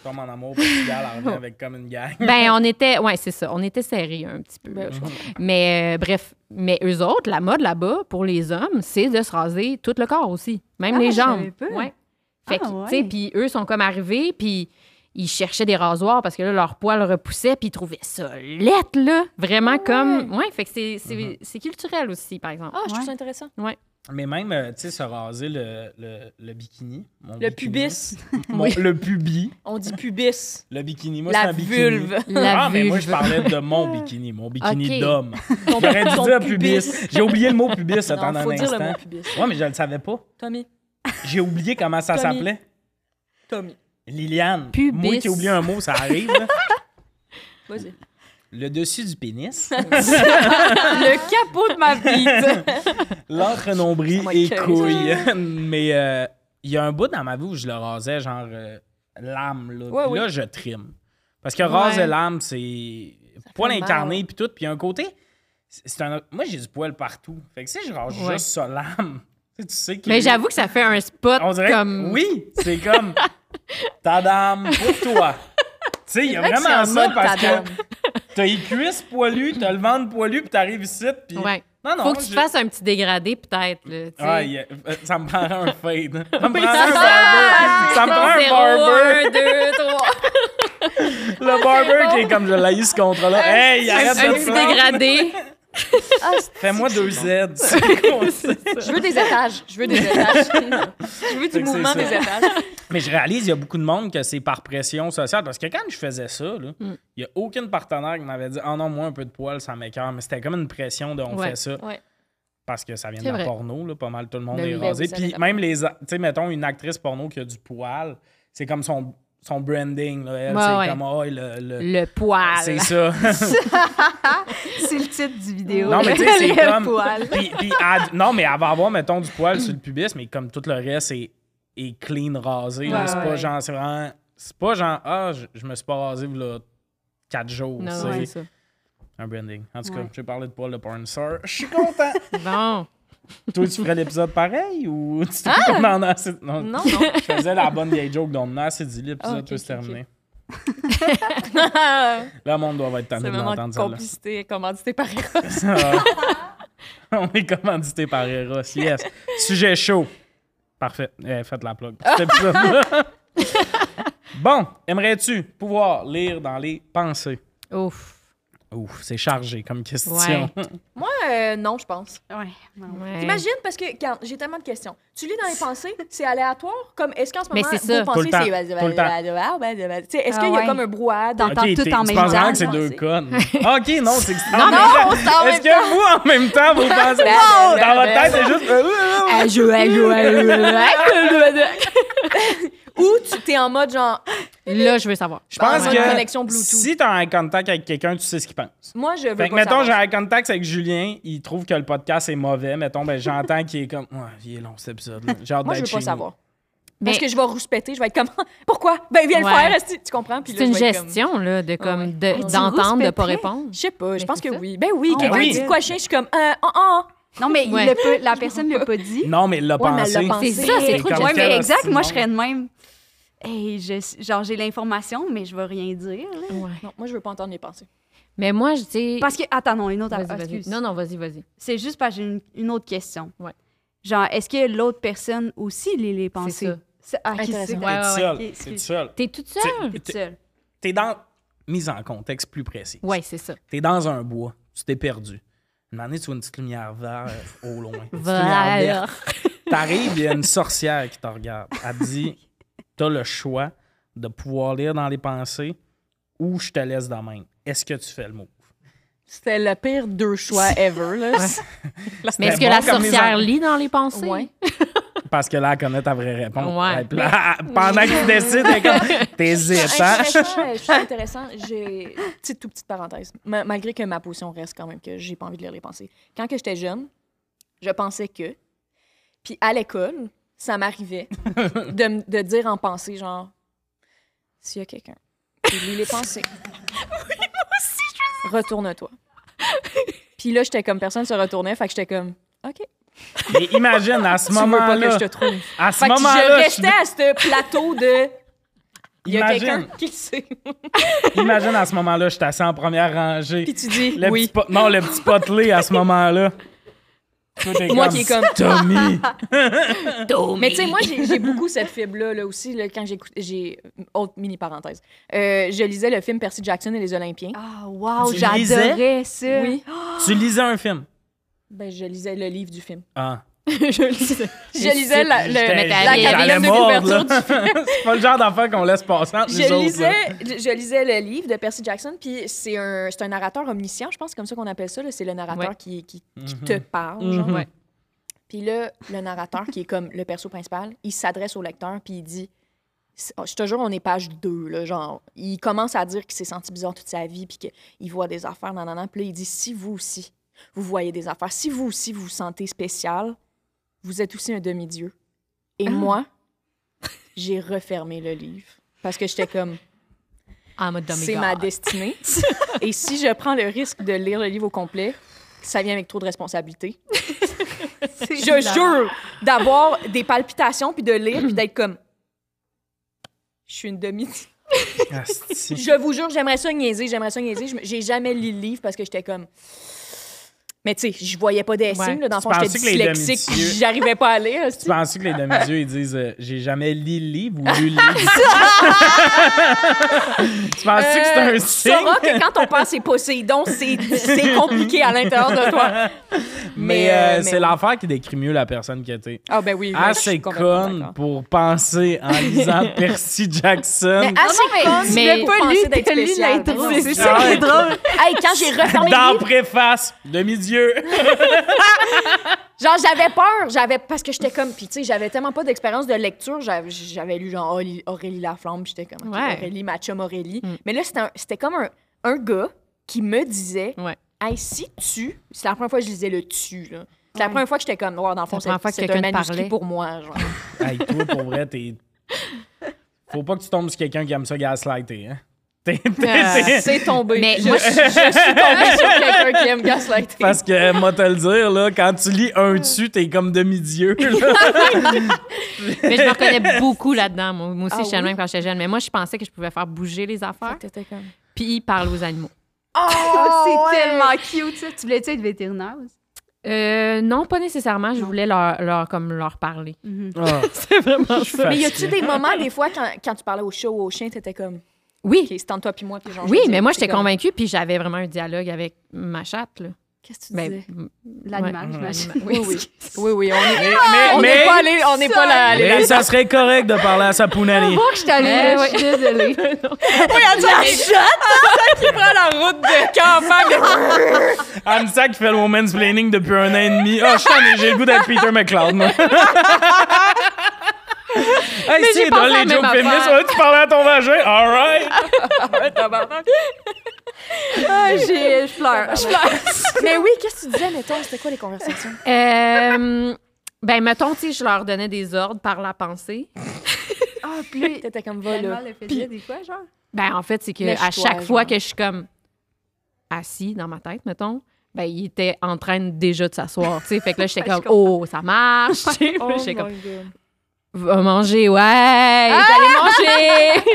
Speaker 1: Tombe en amour, Portugal, elle revient avec comme une gang.
Speaker 2: Ben on était, ouais, c'est ça, on était serrés un petit peu. là.
Speaker 3: Ben, je comprends.
Speaker 2: Mais euh, bref, mais eux autres, la mode là-bas pour les hommes, c'est de se raser tout le corps aussi, même
Speaker 4: Ah,
Speaker 2: les
Speaker 4: je
Speaker 2: jambes.
Speaker 4: savais pas.
Speaker 2: Ouais. Fait
Speaker 4: Ah,
Speaker 2: que, tu sais,
Speaker 4: ouais.
Speaker 2: puis eux sont comme arrivés, puis ils cherchaient des rasoirs parce que là, leur poil repoussait, puis ils trouvaient ça lettre, là. Vraiment
Speaker 4: Ah,
Speaker 2: comme. Ouais, fait que c'est, c'est,
Speaker 1: Mhm.
Speaker 2: c'est culturel aussi, par exemple.
Speaker 3: Ah, je trouve
Speaker 4: Ouais.
Speaker 3: ça intéressant.
Speaker 1: Mais même, euh, tu sais, se raser le, le, le bikini. mon
Speaker 3: Le
Speaker 1: bikini.
Speaker 3: pubis.
Speaker 1: Mon- Le pubis.
Speaker 3: On dit pubis.
Speaker 1: Le bikini. Moi, c'est
Speaker 3: la
Speaker 1: un bikini.
Speaker 3: vulve.
Speaker 2: La
Speaker 1: ah, mais moi, je
Speaker 2: vulve.
Speaker 1: parlais de mon bikini, mon bikini
Speaker 2: Ok.
Speaker 1: d'homme.
Speaker 3: Ton,
Speaker 1: J'aurais dû
Speaker 3: ton
Speaker 1: dire pubis. J'ai oublié le mot pubis,
Speaker 3: Non,
Speaker 1: attends un
Speaker 3: faut dire le
Speaker 1: instant.
Speaker 3: mot pubis.
Speaker 1: Ouais, mais je le savais pas.
Speaker 3: Tommy.
Speaker 1: J'ai oublié comment ça
Speaker 3: Tommy.
Speaker 1: s'appelait.
Speaker 3: Tommy.
Speaker 1: Liliane.
Speaker 2: Pubis.
Speaker 1: Moi qui oublie un mot, ça arrive. là.
Speaker 3: Vas-y.
Speaker 1: Le dessus du pénis,
Speaker 4: Le capot de ma vie.
Speaker 1: l'entre-nombril
Speaker 3: Oh my
Speaker 1: et
Speaker 3: God.
Speaker 1: couille. mais euh, il y a un bout dans ma vie où je le rasais, genre euh, l'âme. Là.
Speaker 3: Ouais,
Speaker 1: Puis là,
Speaker 3: oui.
Speaker 1: je trime. Parce que raser
Speaker 2: Ouais.
Speaker 1: l'âme, c'est poil
Speaker 3: mal.
Speaker 1: incarné, puis tout. Puis il y a un côté, c'est c'est un... moi, j'ai du poil partout. Fait que si je rase
Speaker 2: Ouais.
Speaker 1: juste ça, l'âme, tu sais, tu sais qu'il
Speaker 2: Mais j'avoue que ça fait un spot
Speaker 1: On dirait
Speaker 2: comme.
Speaker 1: que oui, c'est comme Tadam pour toi. tu sais, il y a
Speaker 3: C'est vrai que
Speaker 1: vraiment
Speaker 3: c'est en
Speaker 1: ça
Speaker 3: mode
Speaker 1: parce que
Speaker 3: tadam.
Speaker 1: t'as les cuisses poilues, t'as le ventre poilu, puis t'arrives ici, puis
Speaker 2: Ouais.
Speaker 1: non non,
Speaker 2: Faut que tu
Speaker 1: je-
Speaker 2: fasses un petit dégradé, peut-être. là, tu sais.
Speaker 1: Ah, il y a- euh, ça me prend un fade. Ah, Ça me prend
Speaker 2: ça
Speaker 1: un barber.
Speaker 2: va!
Speaker 1: Ça me
Speaker 2: Zéro,
Speaker 1: prend un barber.
Speaker 2: un, deux, trois.
Speaker 1: Le barber qui est comme je l'ai eu ce contrat-là. Hey,
Speaker 2: Un,
Speaker 1: arrête
Speaker 2: un
Speaker 1: de
Speaker 2: petit
Speaker 1: ça.
Speaker 2: dégradé.
Speaker 1: Fais-moi deux Z. C'est con, ça.
Speaker 3: Je veux des étages. Je veux des étages. je
Speaker 1: Fait que
Speaker 3: veux du
Speaker 1: c'est
Speaker 3: mouvement
Speaker 1: ça.
Speaker 3: des étages.
Speaker 1: Mais je réalise, il y a beaucoup de monde que c'est par pression sociale. Parce que quand je faisais ça, là,
Speaker 2: Mm.
Speaker 1: il n'y a aucun partenaire qui m'avait dit Ah non, moi, un peu de poil, ça m'écœure. Mais c'était comme une pression de on
Speaker 2: Ouais,
Speaker 1: fait ça.
Speaker 3: ouais.
Speaker 1: Parce que ça vient de
Speaker 2: C'est
Speaker 1: la
Speaker 2: vrai.
Speaker 1: porno, là, pas mal tout le monde
Speaker 2: Ben
Speaker 1: est
Speaker 2: oui, ben
Speaker 1: rasé.
Speaker 3: oui, ça
Speaker 1: Puis
Speaker 3: fait
Speaker 1: même les. a- Tu sais, mettons une actrice porno qui a du poil, c'est comme son, son branding. là. Elle,
Speaker 2: Ouais,
Speaker 1: c'est
Speaker 2: ouais.
Speaker 1: comme Ah, le- le-
Speaker 2: Le poil.
Speaker 1: C'est ça.
Speaker 4: C'est le titre du vidéo.
Speaker 1: Non, mais tu sais, c'est
Speaker 4: Le
Speaker 1: comme-
Speaker 4: poil.
Speaker 1: Puis- puis elle- non, mais elle va avoir, mettons, du poil sur le pubis, mais comme tout le reste est, est clean, rasé. là.
Speaker 2: Ouais,
Speaker 1: c'est pas
Speaker 2: ouais.
Speaker 1: genre, c'est vraiment. C'est pas genre, ah, je, je me suis pas rasé, là, 4 jours.
Speaker 2: Non,
Speaker 1: c'est
Speaker 2: c'est ça.
Speaker 1: un branding. En tout cas,
Speaker 4: Ouais.
Speaker 1: j'ai parlé de poil de porn star. Je suis content.
Speaker 2: Bon.
Speaker 1: Toi, tu ferais l'épisode pareil ou tu trouves qu'on en a assez. Non,
Speaker 3: Ah! Non, non.
Speaker 1: je faisais la bonne vieille joke dont on a assez dit, l'épisode
Speaker 3: Ah, ok,
Speaker 1: peut se
Speaker 3: ok, ok.
Speaker 1: terminer. Là, le monde doit être
Speaker 3: C'est
Speaker 1: tanné de
Speaker 3: vraiment
Speaker 1: l'entendre, celle-là.
Speaker 3: complicité, commandité par
Speaker 1: Ah. On est commandité par Eros. Yes. Sujet chaud. Parfait. Eh, faites la plug. Cet épisode-là. bon, aimerais-tu pouvoir lire dans les pensées?
Speaker 2: Ouf.
Speaker 1: Ouf, c'est chargé comme question.
Speaker 2: Ouais.
Speaker 3: Moi, euh, non, je pense.
Speaker 4: Ouais, non.
Speaker 2: Ouais.
Speaker 3: T'imagines, parce que quand j'ai tellement de questions. Tu lis dans les pensées, c'est aléatoire? Comme, est-ce qu'en ce
Speaker 2: Mais
Speaker 3: moment,
Speaker 2: c'est ça.
Speaker 3: vos
Speaker 1: Tout
Speaker 3: pensées,
Speaker 1: le temps.
Speaker 3: c'est...
Speaker 1: Tout le temps.
Speaker 3: Tu sais, Est-ce
Speaker 4: Ah
Speaker 3: qu'il y a
Speaker 4: ouais.
Speaker 3: comme un brouhaha dans...
Speaker 4: T'entends tout
Speaker 1: t'es-
Speaker 4: en
Speaker 1: tu
Speaker 4: même
Speaker 1: penses vraiment
Speaker 4: temps.
Speaker 1: que c'est deux
Speaker 3: Pensée.
Speaker 1: connes. Ah, OK, non, c'est que c'est en
Speaker 2: Non,
Speaker 1: même
Speaker 2: non,
Speaker 1: temps.
Speaker 3: c'est en
Speaker 1: Est-ce
Speaker 3: même
Speaker 1: que vous, en même temps, vous pensez...
Speaker 3: Non!
Speaker 1: dans votre tête, c'est juste... euh,
Speaker 4: Elle joue, elle joue, elle joue, elle joue.
Speaker 3: Ou tu t'es en mode genre...
Speaker 2: Là, je veux savoir.
Speaker 1: Je
Speaker 3: Ah,
Speaker 1: pense
Speaker 3: ouais. Une connexion
Speaker 1: que
Speaker 3: Bluetooth.
Speaker 1: si t'as un contact avec quelqu'un, tu sais ce qu'il pense.
Speaker 3: Moi, je veux
Speaker 1: Fait que,
Speaker 3: pas
Speaker 1: mettons,
Speaker 3: savoir.
Speaker 1: j'ai un contact avec Julien, il trouve que le podcast est mauvais. Mettons, ben, j'entends qu'il est comme. Ouais, il est long cet épisode-là. J'ai hâte
Speaker 3: Moi, je
Speaker 1: d'être
Speaker 3: veux
Speaker 1: chez
Speaker 3: pas
Speaker 1: nous.
Speaker 3: savoir.
Speaker 2: Mais
Speaker 3: Parce que je vais rouspéter, je vais être comme pourquoi Ben viens
Speaker 2: Ouais.
Speaker 3: le faire, esti. tu comprends Puis là,
Speaker 2: c'est une
Speaker 3: je vais être comme,
Speaker 2: gestion, là, de comme
Speaker 3: ouais.
Speaker 2: de-
Speaker 4: Ah, tu
Speaker 2: d'entendre, de pas
Speaker 4: respecterais?
Speaker 2: répondre.
Speaker 3: Je sais pas, je
Speaker 2: Mais
Speaker 3: pense
Speaker 2: c'est
Speaker 3: que
Speaker 2: ça.
Speaker 3: oui. Ben oui,
Speaker 4: Ah,
Speaker 3: quelqu'un
Speaker 1: oui.
Speaker 3: dit de quoi chien, je suis comme euh, oh, oh.
Speaker 4: Non, mais il
Speaker 2: Ouais.
Speaker 4: l'a pas- la personne ne l'a pas dit.
Speaker 1: Non, mais il l'a
Speaker 3: Ouais, mais
Speaker 1: pensé.
Speaker 3: elle l'a pensé.
Speaker 2: C'est ça, c'est
Speaker 1: Mais
Speaker 2: trop
Speaker 1: comme
Speaker 2: de
Speaker 4: Oui,
Speaker 1: quel
Speaker 4: mais exact,
Speaker 1: hostie de
Speaker 4: moi,
Speaker 1: monde.
Speaker 4: je serais de même. Hey, je- genre, j'ai l'information, mais je vais rien dire. là.
Speaker 2: Ouais.
Speaker 3: Non, moi je veux pas entendre mes pensées.
Speaker 2: Mais moi, je dis.
Speaker 4: Parce que, attends, non, une autre
Speaker 2: Vas-y,
Speaker 4: ah,
Speaker 2: vas-y.
Speaker 4: excuse.
Speaker 2: Non, non, vas-y, vas-y.
Speaker 4: C'est juste parce que j'ai une, une autre question.
Speaker 2: Ouais.
Speaker 4: Genre, est-ce que l'autre personne aussi lit les pensées?
Speaker 2: ça.
Speaker 4: C'est ah, ok,
Speaker 3: Intéressant.
Speaker 4: c'est-
Speaker 2: Ouais, ouais,
Speaker 1: T'es
Speaker 2: ouais.
Speaker 1: seul.
Speaker 4: Ok,
Speaker 1: T'es
Speaker 4: excuse.
Speaker 1: seul.
Speaker 2: T'es toute
Speaker 1: T'es-
Speaker 2: seule?
Speaker 4: Toute
Speaker 1: t'es-
Speaker 4: seule.
Speaker 1: T'es dans. Mise en contexte plus précis.
Speaker 2: Ouais, c'est ça.
Speaker 1: T'es dans un bois, tu t'es perdu. Une année, tu vois une petite lumière verte au loin. Une petite lumière verte.
Speaker 2: Voilà.
Speaker 1: T'arrives, il y a une sorcière qui te regarde. Elle te dit T'as le choix de pouvoir lire dans les pensées ou je te laisse dans la main. Est-ce que tu fais le move?
Speaker 3: C'était le pire deux choix ever là.
Speaker 2: Mais est-ce que
Speaker 1: bon
Speaker 2: la
Speaker 1: comme les
Speaker 2: sorcière
Speaker 1: en-
Speaker 2: lit dans les pensées?
Speaker 3: Ouais.
Speaker 1: Parce que là, elle connaît ta vraie réponse.
Speaker 2: Ouais.
Speaker 1: Et puis là, pendant que tu décides, elle est comme t'hésites, hein?
Speaker 3: Intéressant, euh, je suis intéressant. J'ai petite toute petite parenthèse. Ma- malgré que ma position reste quand même que j'ai pas envie de lire les pensées. Quand que j'étais jeune, je pensais que puis à l'école, ça m'arrivait de, m- de dire en pensée genre s'il y a quelqu'un qui lit les pensées. Retourne-toi. Puis là, j'étais comme personne se retournait, fait que j'étais comme OK.
Speaker 1: Mais imagine, à ce
Speaker 3: Tu veux pas que
Speaker 1: moment-là,
Speaker 3: je te trouve.
Speaker 1: à ce
Speaker 3: Fait que je
Speaker 1: moment-là, je-
Speaker 3: restais à ce plateau de il y a quelqu'un
Speaker 1: imagine,
Speaker 3: qui le sait.
Speaker 1: imagine à ce moment-là, je suis assis en première rangée.
Speaker 3: Puis tu dis
Speaker 1: Le
Speaker 3: oui.
Speaker 1: petit pot- non, le petit potelé à ce moment-là. Toi, t'es
Speaker 3: Moi qui est comme-
Speaker 1: Tommy!
Speaker 3: Mais tu sais, moi, j'ai j'ai beaucoup cette fibre-là là, aussi, là, quand j'écoute. J'ai. Autre mini-parenthèse. Euh, je lisais le film Percy Jackson et les Olympiens.
Speaker 4: Ah, wow,
Speaker 1: Tu
Speaker 4: j'adorais ça.
Speaker 3: Oui.
Speaker 1: tu lisais un film.
Speaker 3: Ben, je lisais le livre du film.
Speaker 1: Ah.
Speaker 2: je lisais.
Speaker 3: Je lisais la, le,
Speaker 2: J'étais-
Speaker 3: la
Speaker 2: j'allais
Speaker 3: quatrième de
Speaker 1: mordre,
Speaker 3: couverture du
Speaker 1: là. C'est pas le genre d'affaire qu'on laisse passer entre les
Speaker 3: je
Speaker 1: autres.
Speaker 3: lisais,
Speaker 1: là.
Speaker 3: je, je lisais le livre de Percy Jackson, puis c'est un, c'est un narrateur omniscient, je pense, c'est comme ça qu'on appelle ça. là. C'est le narrateur
Speaker 2: Ouais.
Speaker 3: qui, qui, qui
Speaker 1: Mhm.
Speaker 3: te parle.
Speaker 1: Mhm.
Speaker 3: genre.
Speaker 2: Ouais.
Speaker 3: Puis là, le narrateur, qui est comme le perso principal, il s'adresse au lecteur, puis il dit c'est- oh, Je te jure, on est page 2, là, genre. Il commence à dire qu'il s'est senti bizarre toute sa vie, puis qu'il voit des affaires, nan, nan, nan. Puis là, il dit Si vous aussi, vous voyez des affaires, si vous aussi, vous vous sentez spécial, vous êtes aussi un demi-dieu. Et moi, j'ai refermé le livre. Parce que j'étais comme,
Speaker 2: En mode
Speaker 3: c'est ma destinée. Et si je prends le risque de lire le livre au complet, ça vient avec trop de responsabilité.
Speaker 4: C'est
Speaker 3: Je jure d'avoir des palpitations, puis de lire, puis d'être comme, je suis une demi
Speaker 1: Asti.
Speaker 3: je vous jure, j'aimerais ça niaiser, j'aimerais ça niaiser. Je me- J'ai jamais lu le livre parce que j'étais comme. Mais tu sais, je voyais pas des
Speaker 2: Ouais.
Speaker 3: signes, là, dans le
Speaker 1: Tu
Speaker 3: fond, j'étais
Speaker 1: pensais que les
Speaker 3: dyslexique,
Speaker 1: demi-dieux-
Speaker 3: puis j'arrivais pas à lire.
Speaker 1: Tu penses que les demi-dieux, ils disent euh, J'ai jamais lu le livre ou lu le livre? tu penses que c'est un signe?
Speaker 3: Saura que quand on pense c'est Poséidon, c'est c'est compliqué à l'intérieur de toi.
Speaker 1: Mais, euh,
Speaker 3: mais
Speaker 1: c'est
Speaker 3: oui.
Speaker 1: l'enfer qui décrit mieux la personne que t'es.
Speaker 3: Ah ben oui. oui, je suis
Speaker 1: Assez
Speaker 3: complètement
Speaker 1: conne
Speaker 3: d'accord.
Speaker 1: pour penser en lisant Percy Jackson.
Speaker 3: Mais assez conne,
Speaker 2: mais-
Speaker 3: mais
Speaker 2: Pas
Speaker 3: pas
Speaker 4: lu,
Speaker 3: lui d'être
Speaker 4: t'as lu
Speaker 3: spécial.
Speaker 4: l'intro,
Speaker 3: Non,
Speaker 4: c'est
Speaker 1: ça qui est
Speaker 3: drôle. Hey, quand j'ai refermé le
Speaker 1: Dans
Speaker 3: livre,
Speaker 1: préface, demi-dieu.
Speaker 3: Genre, j'avais peur, j'avais parce que j'étais comme, puis tu sais, j'avais tellement pas d'expérience de lecture, j'avais- j'avais lu genre Oli- Aurélie Laflamme, puis j'étais comme, OK,
Speaker 2: Ouais.
Speaker 3: Aurélie, ma chum Aurélie.
Speaker 2: Mm.
Speaker 3: Mais là, c'était un- c'était comme un, un gars qui me disait,
Speaker 2: Ouais.
Speaker 3: hey, si tu, c'est la première fois que je lisais le tu, là. C'est la
Speaker 4: Ouais.
Speaker 3: première fois que j'étais comme, ouais, dans le fond,
Speaker 2: C'est la première fois
Speaker 3: c'est
Speaker 2: que
Speaker 3: c'est un
Speaker 2: quelqu'un te
Speaker 3: manuscrit
Speaker 2: parlait.
Speaker 3: pour moi, genre.
Speaker 1: hey, toi, pour vrai, t'es. Faut pas que tu tombes sur quelqu'un qui aime ça gaslighter, hein? T'es- t'es-
Speaker 2: Euh,
Speaker 1: t'es-
Speaker 3: c'est tombé.
Speaker 2: Mais
Speaker 3: je,
Speaker 2: moi,
Speaker 3: je suis tombée sur quelqu'un qui aime gaslighter.
Speaker 1: Parce que, moi, te le dire, là, quand tu lis un tu, t'es comme demi-dieu. là.
Speaker 2: Mais je me reconnais beaucoup là-dedans. Moi, moi aussi,
Speaker 3: Ah
Speaker 2: je suis le
Speaker 3: oui?
Speaker 2: même quand j'étais jeune. Mais moi, je pensais que je pouvais faire bouger les affaires.
Speaker 3: Fait que t'étais comme...
Speaker 2: Puis parler aux animaux.
Speaker 4: Ah, c'est
Speaker 3: ouais.
Speaker 4: tellement cute, ça. Tu voulais-tu être vétérinaire? aussi?
Speaker 2: Euh, non, pas nécessairement. Je
Speaker 4: Non.
Speaker 2: voulais leur, leur, comme leur parler.
Speaker 4: Mhm.
Speaker 1: Ah,
Speaker 2: C'est vraiment
Speaker 1: je suis
Speaker 3: Mais y a-tu
Speaker 1: fatigué.
Speaker 3: des moments, des fois, quand, quand tu parlais au chat ou au chien, t'étais comme,
Speaker 2: Oui.
Speaker 3: OK, c'est entre toi puis moi, puis genre. je
Speaker 2: Oui,
Speaker 3: dis-
Speaker 2: mais moi,
Speaker 3: c'est
Speaker 2: j'étais
Speaker 3: comme,
Speaker 2: convaincue. Puis j'avais vraiment un dialogue avec ma chatte. Là.
Speaker 3: Qu'est-ce que tu
Speaker 2: Ben,
Speaker 3: disais?
Speaker 2: m-
Speaker 4: L'animal,
Speaker 1: Ouais.
Speaker 4: j'imagine.
Speaker 3: Oui, oui. Oui, oui, on est.
Speaker 1: Mais,
Speaker 3: on
Speaker 1: mais,
Speaker 2: Ah!
Speaker 3: n'est
Speaker 1: mais,
Speaker 3: pas allé, on n'est pas là.
Speaker 1: mais ça serait correct de parler à sa pounani.
Speaker 4: que je t'allais,
Speaker 2: Eh, ouais.
Speaker 4: je suis désolée.
Speaker 3: la chatte, qui prend la route de campagne.
Speaker 1: Anne Sack fait le woman's planning depuis un an et demi. Oh, je suis tanné, j'ai le goût d'être Peter McLeod, moi. hey,
Speaker 2: Mais
Speaker 1: c'est
Speaker 2: j'ai pensé
Speaker 1: drôle,
Speaker 2: à
Speaker 1: les
Speaker 2: la même
Speaker 1: jokes
Speaker 2: affaire.
Speaker 1: féministes. Ouais, tu parlais à ton vagin. All right.
Speaker 4: Ah, j'ai- je pleure. Je pleure.
Speaker 3: mais oui, qu'est-ce que tu disais, mettons, c'était quoi les conversations?
Speaker 2: Euh, ben, mettons, tu sais, je leur donnais des ordres par la pensée.
Speaker 4: Ah, plus.
Speaker 3: T'étais comme va
Speaker 4: L'animal
Speaker 3: là.
Speaker 4: le faisait des fois, genre?
Speaker 2: Ben, en fait, c'est que
Speaker 3: Lèche-toi,
Speaker 2: à chaque fois
Speaker 3: genre.
Speaker 2: que je suis comme assis dans ma tête, mettons, ben, il était en train de- déjà de s'asseoir, tu sais. Fait que là, j'étais
Speaker 4: Je
Speaker 2: comme, oh, ça marche, tu sais.
Speaker 3: Oh
Speaker 2: j'étais comme,
Speaker 3: my God.
Speaker 2: va manger, ouais, t'allais manger.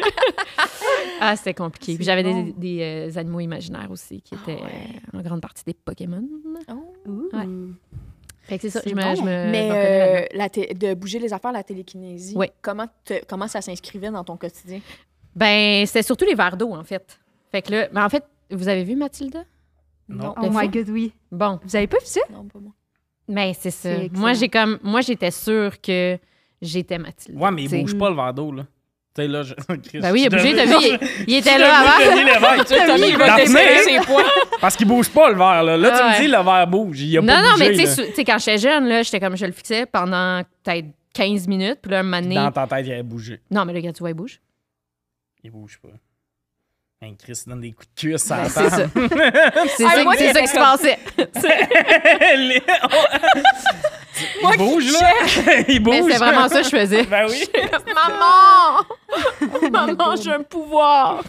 Speaker 2: ah, c'était compliqué. Puis j'avais des,
Speaker 4: bon.
Speaker 2: des, euh, animaux imaginaires aussi qui étaient euh, en grande partie des Pokémon.
Speaker 3: Oh.
Speaker 2: Fait que c'est ça,
Speaker 4: C'est
Speaker 2: je me.
Speaker 4: bon.
Speaker 2: je me- je me reconnais là-dedans.
Speaker 3: Mais euh, la té- de bouger les affaires, la télékinésie,
Speaker 2: Oui.
Speaker 3: comment, te- comment ça s'inscrivait dans ton quotidien?
Speaker 2: Ben, c'était surtout les verres d'eau, en fait. Fait que là, mais en fait, vous avez vu Mathilda?
Speaker 1: Non.
Speaker 4: Oh my god, oui.
Speaker 2: Bon,
Speaker 4: Vous avez pas vu ça?
Speaker 3: Non, pas moi.
Speaker 2: mais Ben, c'est ça.
Speaker 4: C'est excellent.
Speaker 2: Moi, j'ai comme, moi, j'étais sûre que j'étais Mathilda.
Speaker 1: Ouais, mais il
Speaker 2: t'sais.
Speaker 1: bouge pas le verre d'eau, là. Tu sais, là, je.
Speaker 2: Ben oui, il est obligé, t'as
Speaker 1: de
Speaker 2: vu, il, il était là avant.
Speaker 3: Tommy, il
Speaker 1: La
Speaker 3: va t'essayer
Speaker 1: fenêtre.
Speaker 3: ses points.
Speaker 1: Parce qu'il bouge pas le verre, là. Là, tu
Speaker 2: Ah
Speaker 1: me
Speaker 2: ouais.
Speaker 1: dis, le verre bouge. Il a
Speaker 2: Non,
Speaker 1: pas
Speaker 2: non, mais
Speaker 1: bougé,
Speaker 2: tu
Speaker 1: là.
Speaker 2: sais, tu sais, quand j'étais jeune, là, j'étais comme, je le fixais pendant peut-être 15 minutes, puis là, un moment donné-
Speaker 1: Dans ta tête, il a bougé.
Speaker 2: Non, mais le gars, tu vois, il bouge.
Speaker 1: Il bouge pas. Hein, Chris donne des coups de cuisse à
Speaker 2: Ben,
Speaker 1: la
Speaker 2: c'est
Speaker 1: table.
Speaker 2: ça. C'est
Speaker 3: Ah,
Speaker 2: ça,
Speaker 3: moi,
Speaker 2: c'est
Speaker 3: j'étais
Speaker 2: ça qui se passait.
Speaker 1: Les- il
Speaker 3: Moi qui
Speaker 1: bouge, là. il bouge.
Speaker 2: Mais Ben, c'est vraiment ça que je faisais.
Speaker 1: Ben oui.
Speaker 2: Maman! Maman, j'ai un pouvoir!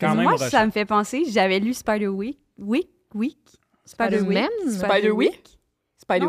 Speaker 1: Quand même,
Speaker 4: Moi,
Speaker 1: Rochelle.
Speaker 4: ça me fait penser, j'avais lu Spider Week. Week? Week? Spider Week.
Speaker 2: Spider-Man?
Speaker 3: Spider Week?
Speaker 4: Non,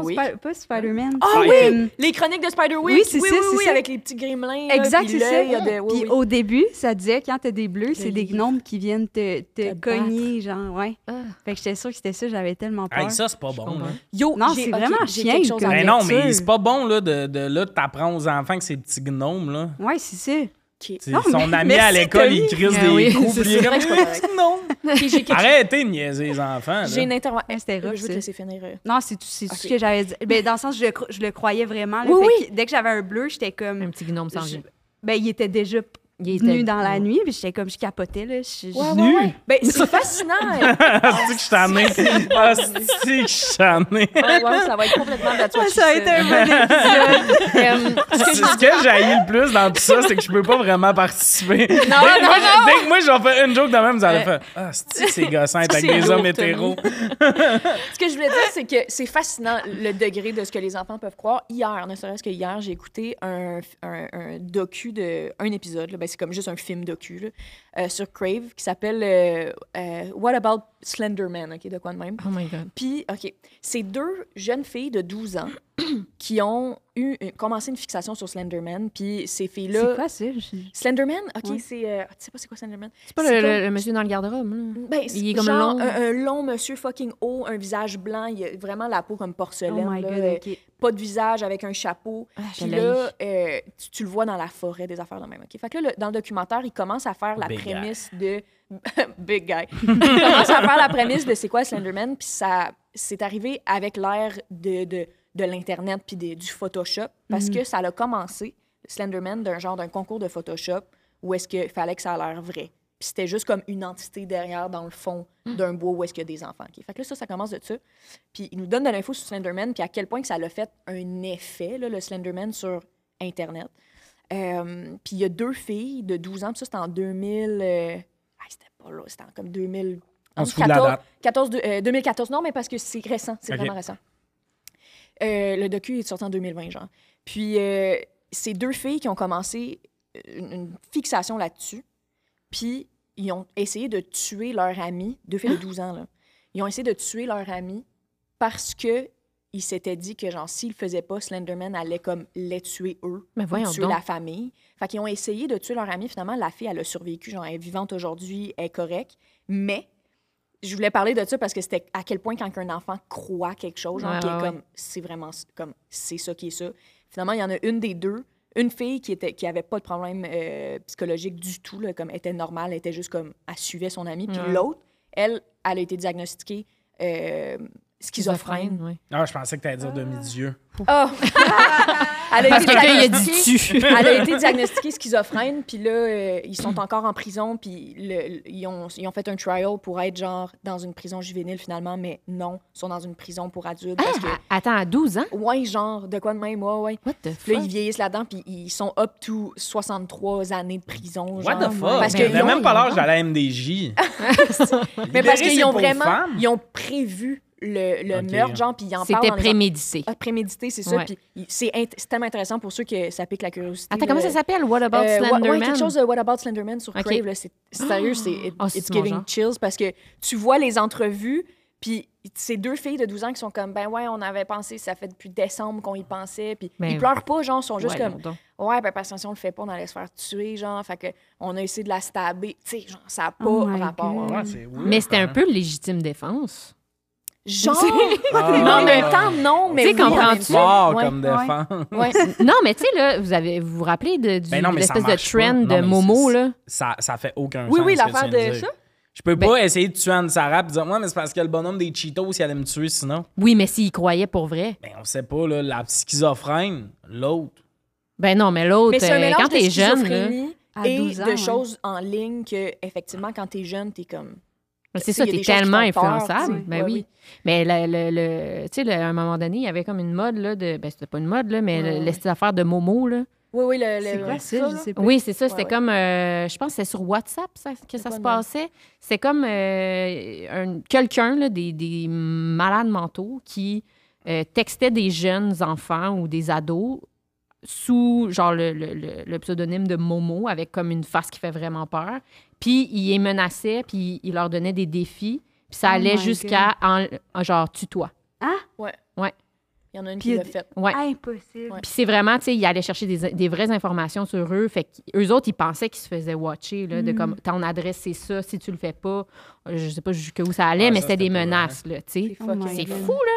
Speaker 3: Spider-Week.
Speaker 4: Spi- pas Spider-Man.
Speaker 3: Ah
Speaker 1: oui!
Speaker 4: Hum,
Speaker 3: Les chroniques de Spider-Week.
Speaker 4: Oui, c'est
Speaker 3: oui,
Speaker 4: ça,
Speaker 3: oui,
Speaker 4: c'est
Speaker 3: oui,
Speaker 4: ça.
Speaker 3: avec les petits gremlins. là,
Speaker 4: Exact,
Speaker 3: puis
Speaker 4: c'est
Speaker 3: l'œil,
Speaker 4: ça.
Speaker 3: il y a des- oui,
Speaker 4: Puis oh,
Speaker 3: oui.
Speaker 4: au début, ça disait quand t'as des bleus, c'est des
Speaker 3: livre.
Speaker 4: gnomes qui viennent te, te
Speaker 3: Te
Speaker 4: cogner, genre, ouais.
Speaker 2: Ah.
Speaker 4: Fait que j'étais sûre que c'était ça, j'avais tellement peur.
Speaker 1: Hey, ça, c'est pas bon.
Speaker 2: comprends.
Speaker 1: là.
Speaker 3: Yo,
Speaker 4: Non,
Speaker 3: j'ai-
Speaker 4: c'est
Speaker 3: ok,
Speaker 4: vraiment
Speaker 3: j'ai
Speaker 4: chien,
Speaker 3: quelque chose à
Speaker 4: le
Speaker 1: Ben
Speaker 4: gars.
Speaker 3: dire.
Speaker 1: non, mais
Speaker 4: lecture.
Speaker 1: c'est pas bon là, de, de là, de t'apprendre aux enfants que c'est des petits gnomes. Là.
Speaker 4: Ouais, c'est ça.
Speaker 3: Ok.
Speaker 1: T'sais,
Speaker 4: Non,
Speaker 1: son
Speaker 4: mais-
Speaker 1: ami à
Speaker 4: merci,
Speaker 1: l'école, il
Speaker 4: Tommy.
Speaker 1: crisse
Speaker 2: Ah
Speaker 1: des
Speaker 2: oui,
Speaker 1: coups.
Speaker 2: c'est
Speaker 1: puis il est
Speaker 3: ça. Ben,
Speaker 1: comme, Eh, non.
Speaker 3: Ok, j'ai quelque-
Speaker 1: Arrêtez de niaiser les enfants. là.
Speaker 3: J'ai une intervention.
Speaker 4: Ouais, c'était rough,
Speaker 3: Je vais te
Speaker 4: ça.
Speaker 3: laisser finir. euh.
Speaker 4: Non, c'est tout, c'est tout
Speaker 3: Ok.
Speaker 4: ce que j'avais dit. Ben, dans le sens, je, le cro- je le croyais vraiment. là.
Speaker 3: Oui,
Speaker 4: Fait que dès que j'avais un bleu, j'étais
Speaker 2: Un
Speaker 4: comme.
Speaker 2: petit gnome sans
Speaker 4: je-
Speaker 2: vie.
Speaker 4: ben, il était déjà p-
Speaker 2: Il était-
Speaker 4: venu dans la nuit, puis j'étais comme, je capotais, là. Je- je-
Speaker 3: Ouais,
Speaker 1: Nu.
Speaker 3: ouais, ouais. Ben, c'est fascinant. hein.
Speaker 1: Asti Ah, que je suis tanné. Asti que je suis tanné.
Speaker 3: Ouais, ouais, ça va être complètement de la
Speaker 4: Ah, ça a été un bon épisode.
Speaker 1: C'est ce que j'ai le plus dans tout ça, c'est que je peux pas vraiment participer. Dès que moi, je- dès que moi, je vais faire une joke de même, vous allez faire Ah, c'est que c'est gossant être avec
Speaker 3: C'est
Speaker 1: des
Speaker 3: lourd,
Speaker 1: hommes
Speaker 3: Tommy.
Speaker 1: hétéros.
Speaker 3: Ce que je voulais dire, c'est que c'est fascinant le degré de ce que les enfants peuvent croire. Hier, ne serait-ce que hier, j'ai écouté un, un- un docu de un épisode, là, ben, c'est comme juste un film docu là, euh, sur Crave qui s'appelle euh, euh, What About Slenderman, ok, de quoi de même.
Speaker 2: Oh my God.
Speaker 3: Puis, OK, c'est deux jeunes filles de 12 ans qui ont eu euh, commencé une fixation sur Slenderman. Puis ces
Speaker 4: C'est
Speaker 3: filles-là.
Speaker 4: quoi ça? Je- C'est
Speaker 3: Slenderman? OK,
Speaker 4: Ouais.
Speaker 3: c'est. euh, tu sais pas c'est quoi Slenderman?
Speaker 2: C'est pas le,
Speaker 3: C'est
Speaker 2: le- le monsieur dans le garde-robe. là.
Speaker 3: Ben, c'est
Speaker 2: Il est comme
Speaker 3: genre
Speaker 2: long.
Speaker 3: Un, un long monsieur fucking haut, un visage blanc, il a vraiment la peau comme
Speaker 4: Oh
Speaker 3: porcelaine.
Speaker 4: my
Speaker 3: là,
Speaker 4: god,
Speaker 3: euh,
Speaker 4: ok.
Speaker 3: Pas de visage, avec un chapeau.
Speaker 2: je
Speaker 3: Puis là, euh, tu, tu le vois dans la forêt, des affaires de même. OK? Fait que là, le- dans le documentaire, il commence à faire la
Speaker 1: Big guy.
Speaker 3: prémisse de... Big guy. il commence à faire la prémisse de c'est quoi Slenderman, puis ça c'est arrivé avec l'ère de, de, de l'Internet puis des- du Photoshop, parce que ça a commencé, Slenderman, d'un genre d'un concours de Photoshop où est-ce qu'il fallait que ça a l'air vrai. Puis c'était juste comme une entité derrière, dans le fond d'un bois où est-ce qu'il y a des enfants. OK? Fait que là, ça, ça commence de ça. Puis il nous donne de l'info sur Slenderman, puis à quel point que ça l'a fait un effet, là, le Slenderman, sur Internet. Euh, puis il y a deux filles de 12 ans, puis ça, c'était en 2000... euh, ah, c'était pas là, c'était en comme 2000...
Speaker 1: On se fout de la date.
Speaker 3: 14 de- euh, 2014, non, mais parce que c'est récent, c'est
Speaker 1: Ok.
Speaker 3: vraiment récent. Euh, le docu est sorti en 2020, genre. Puis, euh, c'est deux filles qui ont commencé euh, une, une fixation là-dessus. Puis, ils ont essayé de tuer leur ami, deux filles de
Speaker 2: Ah!
Speaker 3: 12 ans, là. Ils ont essayé de tuer leur ami parce que ils s'étaient dit que, genre, s'ils le faisaient pas, Slenderman allait comme les tuer eux
Speaker 2: Mais voyons
Speaker 3: tuer
Speaker 2: donc.
Speaker 3: la famille. Fait qu'ils ont essayé de tuer leur ami. Finalement, la fille, elle a survécu. Genre, elle est vivante aujourd'hui, elle est correcte. Mais je voulais parler de ça parce que c'était à quel point quand un enfant croit quelque chose, genre,
Speaker 2: Ouais,
Speaker 3: qui est
Speaker 2: ouais, ouais.
Speaker 3: comme, c'est vraiment s- comme, c'est ça qui est ça. Finalement, il y en a une des deux, une fille qui était qui avait pas de problème euh, psychologique du tout, là, comme elle était normale, elle était juste comme, elle suivait son ami. Puis
Speaker 2: Ouais.
Speaker 3: l'autre, elle, elle a été diagnostiquée euh, schizophrène.
Speaker 2: ouais.
Speaker 1: Ah, je pensais que t'allais dire demi-dieu.
Speaker 3: Ah! Elle a
Speaker 2: Parce que
Speaker 3: été
Speaker 2: quelqu'un, il a dit
Speaker 3: diagnostiquée-
Speaker 2: tu.
Speaker 3: elle a été diagnostiquée schizophrène, puis là, euh, ils sont encore en prison, puis le- le- ils, ont, ils ont fait un trial pour être genre dans une prison juvénile finalement, mais non, ils sont dans une prison pour adultes parce que,
Speaker 2: Ah, Attends, à 12 ans?
Speaker 3: ouais, genre, de quoi de même, ouais, ouais.
Speaker 2: What the
Speaker 3: Puis là,
Speaker 2: fuck?
Speaker 3: ils vieillissent là-dedans, puis ils sont up to 63 années de prison.
Speaker 1: What
Speaker 3: genre.
Speaker 1: the fuck?
Speaker 3: Parce
Speaker 1: Mais
Speaker 3: que
Speaker 1: il a
Speaker 3: ils ont-
Speaker 1: même
Speaker 2: ont-
Speaker 1: pas l'âge à la MDJ.
Speaker 3: mais parce qu'ils ont vraiment,
Speaker 1: Femmes.
Speaker 3: ils ont prévu le, le
Speaker 1: Ok.
Speaker 3: meurtre, genre, puis ils en parlent
Speaker 2: C'était
Speaker 3: dans les-
Speaker 2: prémédité.
Speaker 3: Ah, prémédité, c'est ça,
Speaker 2: Ouais.
Speaker 3: puis ils- c'est int- c'est tellement intéressant pour ceux que ça pique la curiosité.
Speaker 2: Attends,
Speaker 3: là.
Speaker 2: comment ça s'appelle? What about
Speaker 3: Euh, ouais, ouais,
Speaker 2: Slenderman?
Speaker 3: quelque chose de What About Slenderman sur
Speaker 2: Ok.
Speaker 3: Crave. là, c'est sérieux, c'est it-
Speaker 2: Ah, c'est
Speaker 3: it's
Speaker 2: mon
Speaker 3: giving
Speaker 2: genre.
Speaker 3: chills parce que tu vois les entrevues, puis ces deux filles de 12 ans qui sont comme, ben ouais, on avait pensé, ça fait depuis décembre qu'on y pensait, puis
Speaker 2: Ben,
Speaker 3: ils pleurent pas, genre, ils sont juste
Speaker 2: Voyons
Speaker 3: comme,
Speaker 2: donc.
Speaker 3: ouais, ben parce que si on le fait pas, on allait se faire tuer, genre, fait que on a essayé de la stabber, tu sais, genre, ça n'a pas
Speaker 4: Oh my
Speaker 3: rapport. hein.
Speaker 4: God.
Speaker 1: Ouais, c'est weird,
Speaker 2: Mais c'était un
Speaker 1: quand
Speaker 2: peu légitime défense.
Speaker 3: Genre,
Speaker 1: même.
Speaker 3: non, en
Speaker 1: mais
Speaker 3: même temps, non, mais.
Speaker 2: Tu sais,
Speaker 3: oui, en même
Speaker 2: comprends-tu?
Speaker 3: temps.
Speaker 1: Mort
Speaker 3: Ouais,
Speaker 1: comme
Speaker 4: ouais.
Speaker 1: défense.
Speaker 3: ouais.
Speaker 2: non, mais tu sais, là, vous, avez, vous vous rappelez de, du-
Speaker 1: Ben non,
Speaker 2: de
Speaker 1: mais ça
Speaker 2: l'espèce de
Speaker 1: marche pas.
Speaker 2: trend
Speaker 1: Non,
Speaker 2: de
Speaker 1: mais
Speaker 2: Momo,
Speaker 1: c'est-
Speaker 2: là?
Speaker 1: Ça, ça fait aucun sens.
Speaker 3: Oui, oui,
Speaker 1: ce que tu
Speaker 3: l'affaire
Speaker 1: viens
Speaker 3: de
Speaker 1: dire.
Speaker 3: ça.
Speaker 1: Je peux
Speaker 2: Ben-
Speaker 1: pas essayer de tuer Anne-Sarah et dire, moi, mais c'est parce que le bonhomme des Cheetos, il allait me tuer sinon.
Speaker 2: Oui, mais s'il croyait pour vrai.
Speaker 1: Ben, on sait pas, là, la schizophrène, l'autre.
Speaker 2: Ben non, mais l'autre,
Speaker 3: Mais c'est un
Speaker 2: euh,
Speaker 3: mélange
Speaker 2: quand
Speaker 3: de
Speaker 2: t'es jeune, là,
Speaker 3: schizophrénie
Speaker 4: À
Speaker 3: et
Speaker 4: 12 ans,
Speaker 3: de
Speaker 4: ouais.
Speaker 3: choses en ligne que, effectivement, quand t'es jeune, t'es comme...
Speaker 2: ben c'est
Speaker 3: Tu sais,
Speaker 2: ça,
Speaker 3: il y a
Speaker 2: t'es
Speaker 3: des choses qui
Speaker 2: tellement
Speaker 3: font peur,
Speaker 2: influençable.
Speaker 3: tu sais.
Speaker 2: ben
Speaker 3: Ouais,
Speaker 2: oui.
Speaker 3: oui.
Speaker 2: Mais le, le- le- tu sais, le- à un moment donné, il y avait comme une mode, là, de. Ben, c'était pas une mode, là, mais
Speaker 3: Ouais,
Speaker 2: le-
Speaker 3: ouais.
Speaker 2: l'espèce d'affaire de Momo, là.
Speaker 3: Oui, oui, le...
Speaker 4: C'est
Speaker 3: le-
Speaker 4: quoi
Speaker 3: ça,
Speaker 4: ça? Je
Speaker 3: là.
Speaker 4: sais pas.
Speaker 2: Oui, c'est ça.
Speaker 3: Ouais,
Speaker 2: C'était
Speaker 3: ouais.
Speaker 2: comme, euh, je pense que c'est sur WhatsApp ça, que ça
Speaker 3: quoi
Speaker 2: se
Speaker 3: de même?
Speaker 2: passait. C'est comme euh, un- quelqu'un, là, des, des malades mentaux qui euh, textait des jeunes enfants ou des ados sous genre le, le- le- le pseudonyme de Momo avec comme une face qui fait vraiment peur. Puis il les menaçait, puis il leur donnait des défis. Puis ça
Speaker 4: Oh
Speaker 2: allait
Speaker 4: my
Speaker 2: jusqu'à en- en genre tue-toi.
Speaker 4: Ah!
Speaker 3: Ouais.
Speaker 2: Ouais.
Speaker 3: Il y en a une qui
Speaker 4: Puis il y a
Speaker 3: l'a
Speaker 4: des-
Speaker 3: fait.
Speaker 2: Ouais.
Speaker 4: Ah, Impossible.
Speaker 3: Ouais.
Speaker 2: Puis c'est vraiment, tu sais, ils allaient chercher des, des vraies informations sur eux. Fait qu'eux autres, ils pensaient qu'ils se faisaient watcher, là, de
Speaker 4: Mm.
Speaker 2: comme, ton adresse, c'est ça, si tu le fais pas, euh, je sais pas jusqu'où ça allait,
Speaker 1: Ouais,
Speaker 2: mais
Speaker 1: ça,
Speaker 2: c'était des
Speaker 1: c'était pas
Speaker 2: menaces, là, tu sais.
Speaker 3: C'est fucking
Speaker 4: my
Speaker 2: C'est
Speaker 4: God.
Speaker 2: fou, là.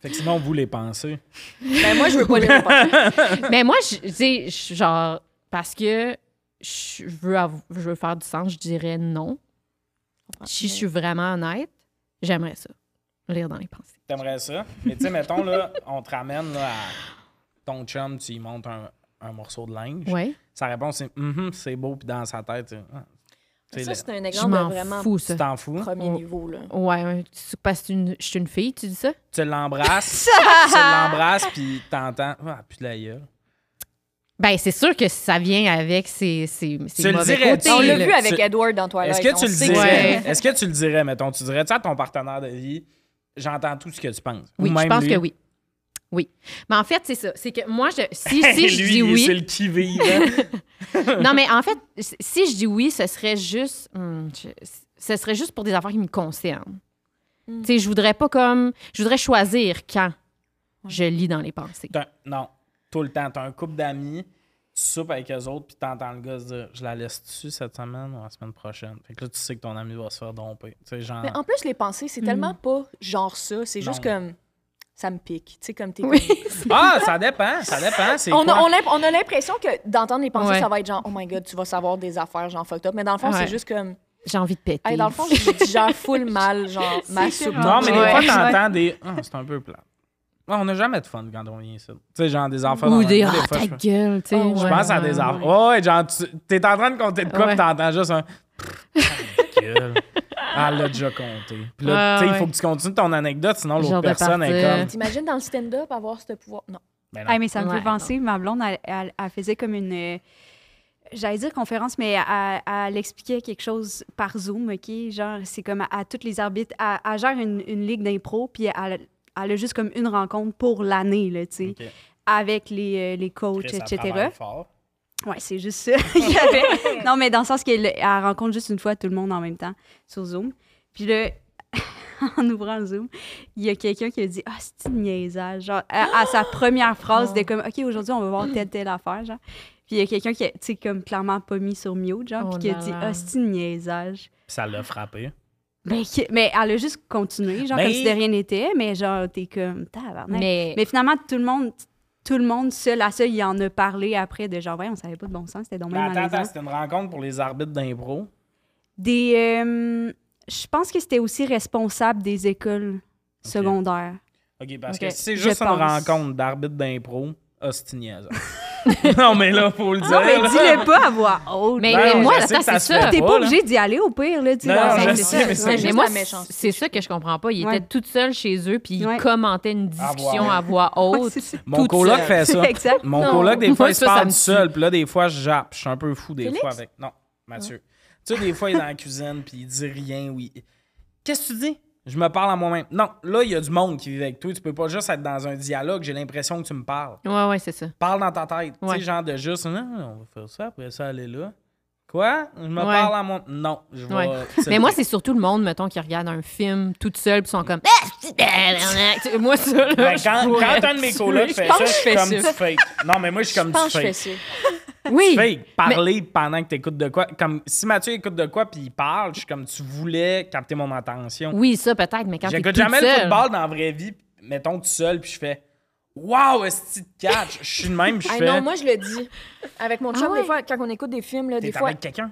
Speaker 1: Fait que sinon, vous les pensez.
Speaker 3: Ben, moi, je veux pas les reporter.
Speaker 2: mais moi, je- tu sais, je- genre, parce que je veux, avou- je veux faire du sens, je dirais non. Si je suis vraiment honnête, j'aimerais ça. Lire dans les pensées.
Speaker 1: T'aimerais ça? Mais tu sais, mettons, là, on te ramène là, à ton chum, tu lui montes un, un morceau de linge.
Speaker 2: Ouais.
Speaker 1: Sa réponse, c'est Mhm, c'est beau, puis dans sa tête, c'est, Ah, tu sais,
Speaker 3: Ça,
Speaker 1: le-
Speaker 3: c'est un
Speaker 2: Je
Speaker 3: exemple de
Speaker 2: m'en
Speaker 3: vraiment
Speaker 2: fous,
Speaker 1: tu
Speaker 2: ça.
Speaker 1: t'en fous.
Speaker 3: premier
Speaker 2: On-
Speaker 3: niveau. Là.
Speaker 2: Ouais, ouais. Tu- parce que tu es une- je suis une fille, tu dis ça?
Speaker 1: Tu l'embrasses, tu l'embrasses, puis t'entends, ah, puis la gueule.
Speaker 2: Ben, c'est sûr que ça vient avec ses, ses, ses
Speaker 1: Tu le
Speaker 2: mauvais
Speaker 1: dirais-tu?
Speaker 2: côtés,
Speaker 3: On l'a
Speaker 2: là.
Speaker 3: vu avec
Speaker 1: tu-
Speaker 3: Edward dans Twilight.
Speaker 1: Est-ce que
Speaker 3: on
Speaker 1: tu le
Speaker 3: sait
Speaker 1: dirais?
Speaker 2: Ouais.
Speaker 1: Est-ce que tu le dirais, mettons, tu dirais ça à ton partenaire de vie, j'entends tout ce que tu penses.
Speaker 2: Oui,
Speaker 1: Ou
Speaker 2: je
Speaker 1: même
Speaker 2: pense
Speaker 1: lui.
Speaker 2: que oui. Oui. Mais en fait, c'est ça. C'est que moi, je, si,
Speaker 1: Hey,
Speaker 2: si je
Speaker 1: lui,
Speaker 2: dis
Speaker 1: il-
Speaker 2: oui.
Speaker 1: C'est le qui vive. hein.
Speaker 2: Non, mais en fait, si je dis oui, ce serait juste. hum, je- ce serait juste pour des affaires qui me concernent.
Speaker 3: Mm.
Speaker 2: Tu sais, je voudrais pas comme. Je voudrais choisir quand je lis dans les pensées.
Speaker 1: T'as- non, tout le temps. T'as un couple d'amis, tu soupes avec eux autres, puis t'entends le gars se dire Je la laisse dessus cette semaine ou la semaine prochaine. Fait que là, tu sais que ton ami va se faire domper. Tu sais, genre.
Speaker 3: Mais en plus, les pensées, c'est tellement pas genre ça. C'est juste
Speaker 1: Non.
Speaker 3: comme ça me pique. Tu sais, comme t'es.
Speaker 2: Oui.
Speaker 3: comme-
Speaker 1: Ah, ça dépend, ça dépend. C'est
Speaker 3: On
Speaker 1: quoi?
Speaker 3: a, on l'imp- on a l'impression que d'entendre les pensées,
Speaker 2: Ouais.
Speaker 3: ça va être genre, oh my god, tu vas savoir des affaires, genre fucked up. Mais dans le fond,
Speaker 2: Ouais.
Speaker 3: c'est juste comme,
Speaker 2: J'ai envie de péter.
Speaker 3: hey, dans le fond, je digère full mal, genre, ma
Speaker 4: C'est
Speaker 3: soupe.
Speaker 1: Non, mais des
Speaker 2: Ah, Ouais.
Speaker 1: fois, t'entends des. Ah, c'est un peu plat. on n'a jamais de fun quand on vient ici. Tu sais, genre des enfants.
Speaker 2: Ou des. Ah,
Speaker 1: fois,
Speaker 2: ta
Speaker 1: je,
Speaker 2: gueule, tu sais.
Speaker 3: Ah, ouais.
Speaker 1: je
Speaker 2: ouais,
Speaker 1: pense à
Speaker 2: ouais,
Speaker 1: des
Speaker 2: ouais.
Speaker 1: enfants. Ouais, ouais, genre, tu- t'es en train de compter de quoi,
Speaker 2: Ouais.
Speaker 1: puis t'entends juste un. Ta gueule. Ah, elle l'a déjà compté. Puis là,
Speaker 2: Ouais,
Speaker 1: tu sais, il faut
Speaker 2: ouais.
Speaker 1: que tu continues ton anecdote, sinon
Speaker 2: Genre
Speaker 1: l'autre
Speaker 2: de
Speaker 1: personne est
Speaker 2: partir.
Speaker 1: comme. euh,
Speaker 3: T'imagines dans le stand-up avoir ce pouvoir. Non.
Speaker 1: Ben non.
Speaker 4: Ah, mais ça me
Speaker 2: Ouais,
Speaker 4: fait penser, ma blonde, elle, elle- elle faisait comme une. euh, J'allais dire conférence, mais elle, elle expliquait quelque chose par Zoom, OK? Genre, c'est comme à, à tous les arbitres. Elle, elle gère une, une ligue d'impro, puis elle, elle a juste comme une rencontre pour l'année, là, tu sais,
Speaker 1: Ok.
Speaker 4: avec les, euh, les coachs,
Speaker 1: Chris, elle
Speaker 4: etc.
Speaker 1: travaille fort.
Speaker 4: Ouais, c'est juste ça qu'il y avait. Non, mais dans le sens qu'elle elle rencontre juste une fois tout le monde en même temps sur Zoom. Puis là, en ouvrant le Zoom, il y a quelqu'un qui a dit Ah, c'est une niaisage. Genre, à, à sa première phrase,
Speaker 2: Oh.
Speaker 4: de comme OK, aujourd'hui, on va voir telle, telle affaire. Genre. Puis il y a quelqu'un qui a, tu sais, comme clairement pas mis sur mute, genre,
Speaker 2: Oh
Speaker 4: puis qui a
Speaker 2: là
Speaker 4: dit
Speaker 2: là.
Speaker 4: Ah, c'est une niaisage.
Speaker 1: Puis ça l'a frappé.
Speaker 4: Ben, qui- mais elle a juste continué, genre,
Speaker 1: Ben-
Speaker 4: comme si de rien n'était, mais genre, t'es comme Tabarnak.
Speaker 2: Mais.
Speaker 4: Mais finalement, tout le monde. Tout le monde, seul à seul, il en a parlé après de genre, ouais, on savait pas de bon sens, c'était donc
Speaker 1: Mais
Speaker 4: même
Speaker 1: attends, attends, c'était une rencontre pour les arbitres d'impro.
Speaker 4: Des, euh, je pense que c'était aussi responsable des écoles
Speaker 1: Ok.
Speaker 4: secondaires.
Speaker 1: OK, parce
Speaker 2: Ok,
Speaker 1: que si c'est
Speaker 4: je
Speaker 1: juste une
Speaker 4: pense.
Speaker 1: rencontre d'arbitre d'impro, hostiniaise. non, mais là, faut le dire.
Speaker 4: Non, mais
Speaker 1: là.
Speaker 4: dis-le pas à voix haute.
Speaker 2: Mais,
Speaker 1: Non,
Speaker 2: mais
Speaker 1: Ben non,
Speaker 2: moi,
Speaker 1: je
Speaker 2: attends,
Speaker 1: sais que
Speaker 2: c'est
Speaker 1: ça se fait
Speaker 2: ça.
Speaker 4: T'es
Speaker 1: pas,
Speaker 4: pas
Speaker 1: là.
Speaker 4: obligé d'y aller au pire, là, tu sais,
Speaker 1: Non,
Speaker 4: dans
Speaker 1: non,
Speaker 4: le
Speaker 1: je
Speaker 4: sens-
Speaker 1: sais, mais c'est
Speaker 2: Ouais,
Speaker 1: juste
Speaker 2: mais moi,
Speaker 3: la méchanceté.
Speaker 2: c'est ça que je comprends pas. Ils
Speaker 4: Ouais.
Speaker 2: étaient toutes seules chez eux, puis ils
Speaker 4: Ouais.
Speaker 2: commentaient une
Speaker 1: À voix
Speaker 2: discussion
Speaker 1: haute.
Speaker 2: à voix
Speaker 4: Ouais,
Speaker 2: haute.
Speaker 4: c'est ça.
Speaker 1: Mon
Speaker 2: toute
Speaker 1: coloc
Speaker 2: seule.
Speaker 1: fait ça.
Speaker 4: Exact.
Speaker 1: Mon
Speaker 2: Non.
Speaker 1: coloc, des fois,
Speaker 2: Moi,
Speaker 1: il se
Speaker 2: ça, ça
Speaker 1: parle
Speaker 2: me
Speaker 1: tout seul. Puis là, des fois, je jappe. Je suis un peu fou des fois avec. Non, Mathieu. Tu sais, des fois, il est dans la cuisine, puis il dit rien. Oui. Qu'est-ce que tu dis? Je me parle à moi-même. Non, là, il y a du monde qui vit avec toi. Tu peux pas juste être dans un dialogue. J'ai l'impression que tu me parles.
Speaker 2: Ouais, ouais, c'est ça.
Speaker 1: Parle dans ta tête. Tu
Speaker 2: Ouais.
Speaker 1: sais, genre de juste, Non, non, on va faire ça, après ça, aller là. Quoi? Je me
Speaker 2: Ouais.
Speaker 1: parle à moi. Non, je vais.
Speaker 2: Ouais. Mais moi, c'est surtout le monde, mettons, qui regarde un film toute seule, puis sont comme. Ah, c'est tabarnak. Tu sais, moi, ça, là,
Speaker 1: Ben,
Speaker 2: je
Speaker 1: quand,
Speaker 2: pourrais
Speaker 1: quand un de
Speaker 2: le
Speaker 1: mes
Speaker 2: tuer.
Speaker 1: colocs fait ça,
Speaker 3: pense que
Speaker 1: je
Speaker 3: je
Speaker 1: suis
Speaker 3: fais
Speaker 1: comme
Speaker 3: ça.
Speaker 1: du fake. Non, mais moi, je suis
Speaker 3: Je
Speaker 1: comme du
Speaker 3: pense que je fais
Speaker 1: fake.
Speaker 3: ça.
Speaker 2: Oui.
Speaker 1: Fake, parler pendant que tu écoutes de quoi. Comme si Mathieu écoute de quoi puis il parle, je suis comme tu voulais capter mon attention.
Speaker 2: Oui, ça, peut-être, mais quand t'es
Speaker 1: J'écoute
Speaker 2: toute
Speaker 1: jamais le
Speaker 2: seule-
Speaker 1: football dans la vraie vie, pis mettons tout seul, puis je fais Waouh, est-ce que catch? Je suis de même, je
Speaker 3: Ah
Speaker 1: fais.
Speaker 3: non, moi, je le dis. Avec mon chum,
Speaker 2: Ah ouais?
Speaker 3: des fois, quand on écoute des films, là,
Speaker 1: T'es
Speaker 3: des fois.
Speaker 1: avec quelqu'un?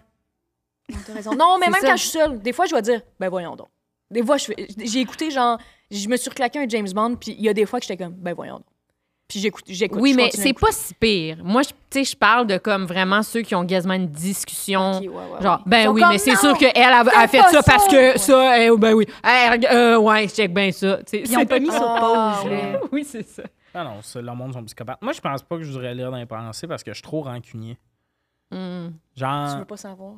Speaker 3: T'as raison. Non, mais
Speaker 2: C'est
Speaker 3: même
Speaker 2: ça.
Speaker 3: quand je suis seule, des fois, je vais dire, ben voyons donc. Des fois, je fais- j'ai écouté, genre, je me suis reclaqué un James Bond, puis il y a des fois que j'étais comme, ben voyons donc. Puis j'écoute, j'écoute.
Speaker 2: Oui,
Speaker 3: je
Speaker 2: mais
Speaker 3: continue
Speaker 2: c'est pas si pire. Moi, je- tu sais, je parle de comme vraiment ceux qui ont quasiment une discussion.
Speaker 3: d'écouter. Ok, ouais, ouais, ouais.
Speaker 2: Genre,
Speaker 3: Ils
Speaker 2: ben
Speaker 3: sont
Speaker 2: oui,
Speaker 3: comme,
Speaker 2: mais c'est
Speaker 3: non!
Speaker 2: sûr qu'elle a,
Speaker 3: fais
Speaker 2: a fait
Speaker 3: pas
Speaker 2: ça parce
Speaker 3: ça!
Speaker 2: que
Speaker 3: Ouais.
Speaker 2: ça, eh, ben oui. Eh, reg- euh, ouais, je check bien ça. tu sais,
Speaker 4: Ils ont
Speaker 2: c'est-
Speaker 4: pas mis sur
Speaker 3: Ah,
Speaker 4: pause, là.
Speaker 2: Oui, c'est ça.
Speaker 1: Non, non, c'est- le monde sont psychopathes. Moi, je pense pas que je voudrais lire dans les pensées parce que je suis trop rancunier.
Speaker 3: Hmm. Tu
Speaker 1: Genre,
Speaker 3: veux pas savoir.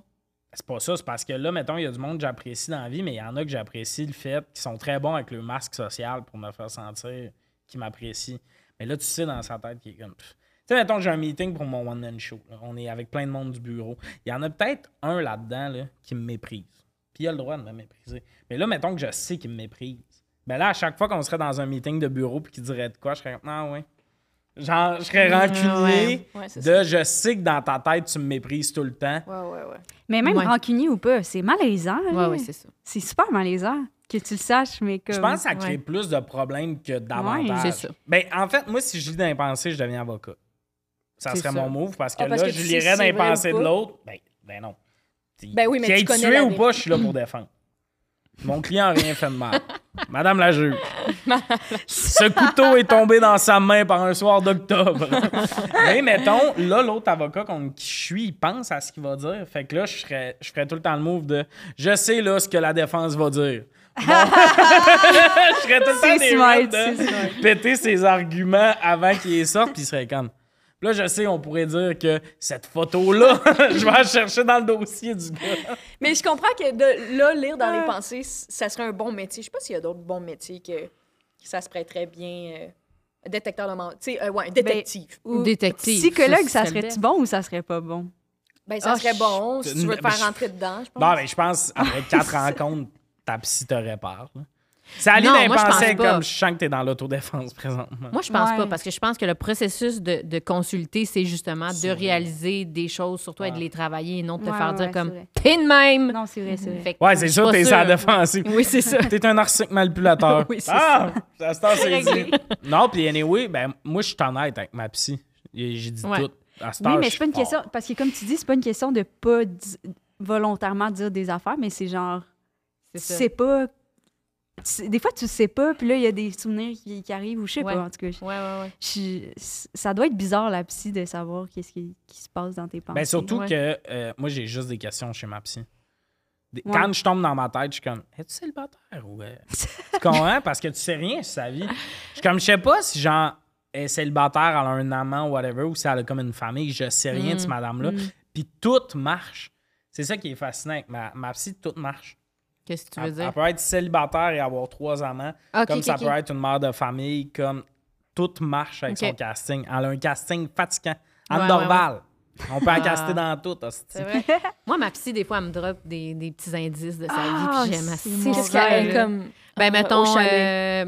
Speaker 1: c'est pas ça, c'est parce que là, mettons, il y a du monde que j'apprécie dans la vie, mais il y en a que j'apprécie le fait qu'ils sont très bons avec le masque social pour me faire sentir qu'ils m'apprécient. Mais là, tu sais dans sa tête qu'il est comme. pff. Tu sais, mettons, j'ai un meeting pour mon one-man show. là. On est avec plein de monde du bureau. Il y en a peut-être un là-dedans là, qui me méprise. Puis il a le droit de me mépriser. Mais là, mettons que je sais qu'il me méprise. Ben là, à chaque fois qu'on serait dans un meeting de bureau puis qu'il dirait de quoi, je serais comme, ah ouais. Genre, je serais rancunier
Speaker 3: Ah Ouais, c'est
Speaker 1: de je sais que dans ta tête, tu me méprises tout le temps.
Speaker 3: Ouais, ouais, ouais.
Speaker 4: Mais même
Speaker 2: Ouais.
Speaker 4: rancunier ou pas, c'est malaisant.
Speaker 2: Ouais,
Speaker 4: là.
Speaker 2: ouais, c'est ça.
Speaker 4: c'est super malaisant que tu le saches, mais comme.
Speaker 1: Je pense que ça crée
Speaker 2: ouais.
Speaker 1: plus de problèmes que d'avantages.
Speaker 4: Ouais,
Speaker 2: c'est ça.
Speaker 1: Ben, en fait, moi, si je lis dans les pensées, je deviens avocat. Ça
Speaker 2: C'est
Speaker 1: serait
Speaker 2: ça.
Speaker 1: mon move parce que
Speaker 3: Ah, parce
Speaker 1: là,
Speaker 3: que
Speaker 1: je
Speaker 3: tu sais
Speaker 1: lirais
Speaker 3: si
Speaker 1: dans les
Speaker 3: c'est vrai ou
Speaker 1: pensées de
Speaker 3: pas.
Speaker 1: l'autre. Ben, ben non.
Speaker 3: Ben oui, mais
Speaker 1: Qu'il
Speaker 3: tu
Speaker 1: ait
Speaker 3: connais
Speaker 1: tué
Speaker 3: la
Speaker 1: ou
Speaker 3: vérité.
Speaker 1: pas, je suis là pour défendre. Mon client n'a rien fait de mal. Madame la juge, ce couteau est tombé dans sa main par un soir d'octobre. Mais mettons, là, l'autre avocat contre qui je suis, il pense à ce qu'il va dire. Fait que là, je ferais, je ferais tout le temps le move de « Je sais, là, ce que la défense va dire. » Bon. Je ferais tout le temps
Speaker 4: C'est
Speaker 1: des
Speaker 4: smart,
Speaker 1: runs de-
Speaker 4: c'est smart.
Speaker 1: péter ses arguments avant qu'ils sortent, puis il serait comme. Là, je sais, on pourrait dire que cette photo-là, je vais la chercher dans le dossier du gars.
Speaker 3: Mais je comprends que de là, lire dans les pensées, c- ça serait un bon métier. Je sais pas s'il y a d'autres bons métiers que, que ça se prêterait bien. euh, un détecteur de mensonges. Tu sais, euh, ouais, un
Speaker 2: Ben,
Speaker 3: détective.
Speaker 4: Ou
Speaker 2: Détective,
Speaker 4: Psychologue,
Speaker 2: ça,
Speaker 4: ça,
Speaker 2: c'est le
Speaker 4: serait-tu bon ou ça serait pas bon?
Speaker 3: Ben, ça
Speaker 2: Ah,
Speaker 3: serait
Speaker 2: je-
Speaker 3: bon si tu veux te
Speaker 1: Ben, je-
Speaker 3: faire rentrer dedans, je pense.
Speaker 1: Bon, ben, je pense, après
Speaker 2: Ah,
Speaker 1: quatre rencontres, ta psy te répare. là. Ça allait
Speaker 2: Non,
Speaker 1: dans les
Speaker 2: moi, je pense
Speaker 1: pensées
Speaker 2: pas.
Speaker 1: comme je sens que t'es dans l'autodéfense présentement.
Speaker 2: Moi, je pense
Speaker 4: Ouais.
Speaker 2: pas, parce que je pense que le processus de, de consulter, c'est justement de réaliser des choses sur toi et de les travailler et non de te
Speaker 4: Ouais,
Speaker 2: faire
Speaker 4: ouais,
Speaker 2: dire
Speaker 4: ouais,
Speaker 2: comme
Speaker 4: c'est
Speaker 2: T'es
Speaker 4: vrai.
Speaker 2: de même!
Speaker 4: Non, c'est vrai, c'est vrai.
Speaker 2: Fait que
Speaker 1: ouais,
Speaker 2: je
Speaker 1: c'est
Speaker 2: suis
Speaker 1: sûr,
Speaker 2: pas
Speaker 1: t'es
Speaker 2: sûre.
Speaker 1: sur la défensive.
Speaker 2: Oui, c'est ça.
Speaker 1: T'es un narcissique manipulateur.
Speaker 2: Oui, c'est
Speaker 1: ah, ça. se tend, c'est
Speaker 4: Réglé.
Speaker 1: dit. Non, puis anyway, ben, moi, je suis honnête avec ma psy. J'ai j'ai dit
Speaker 2: Ouais.
Speaker 1: tout. À cette
Speaker 4: Oui,
Speaker 1: heure,
Speaker 4: mais
Speaker 1: je
Speaker 4: c'est pas une
Speaker 1: suis fort.
Speaker 4: question. Parce que comme tu dis, c'est pas une question de pas di- volontairement dire des affaires, mais c'est genre.
Speaker 2: C'est
Speaker 4: Tu
Speaker 2: ça.
Speaker 4: sais pas. tu sais- Des fois, tu sais pas, puis là, il y a des souvenirs qui, qui arrivent, ou je sais
Speaker 2: Ouais.
Speaker 4: pas, en tout cas. je-
Speaker 2: Ouais, ouais, ouais.
Speaker 4: je- ça doit être bizarre, la psy, de savoir qu'est-ce qui, qui se passe dans tes pensées.
Speaker 1: Ben surtout
Speaker 2: ouais.
Speaker 1: que euh, moi, j'ai juste des questions chez ma psy. Des-
Speaker 4: Ouais.
Speaker 1: Quand je tombe dans ma tête, je suis comme Es-tu célibataire ou. euh, tu comprends? Parce que tu sais rien sur sa vie. Je suis comme, je sais pas si genre est célibataire, elle a un amant ou whatever, ou si elle a comme une famille, je sais rien de
Speaker 2: Mm,
Speaker 1: cette madame-là. Puis tout marche. C'est ça qui est fascinant avec ma, ma psy, tout marche.
Speaker 2: Qu'est-ce que tu veux
Speaker 1: Elle, elle
Speaker 2: dire?
Speaker 1: peut être célibataire et avoir trois amants,
Speaker 2: Ok,
Speaker 1: Ah, comme
Speaker 2: ok,
Speaker 1: ça
Speaker 2: ok.
Speaker 1: peut être une mère de famille, comme tout marche avec
Speaker 2: Ok.
Speaker 1: son casting. Elle a un casting fatigant.
Speaker 2: Ouais,
Speaker 1: Anne
Speaker 2: ouais,
Speaker 1: Dorval. On peut la
Speaker 2: Ah.
Speaker 1: caster dans tout, hostie.
Speaker 2: Moi, ma psy, des fois, elle me drop des, des petits indices de sa
Speaker 4: Ah,
Speaker 2: vie, puis j'aime
Speaker 4: c'est
Speaker 2: assez.
Speaker 4: mon
Speaker 3: Qu'est-ce
Speaker 4: Ouais,
Speaker 3: qu'elle
Speaker 2: là.
Speaker 3: comme.
Speaker 2: Ben,
Speaker 3: euh, au
Speaker 2: mettons,
Speaker 3: chalet?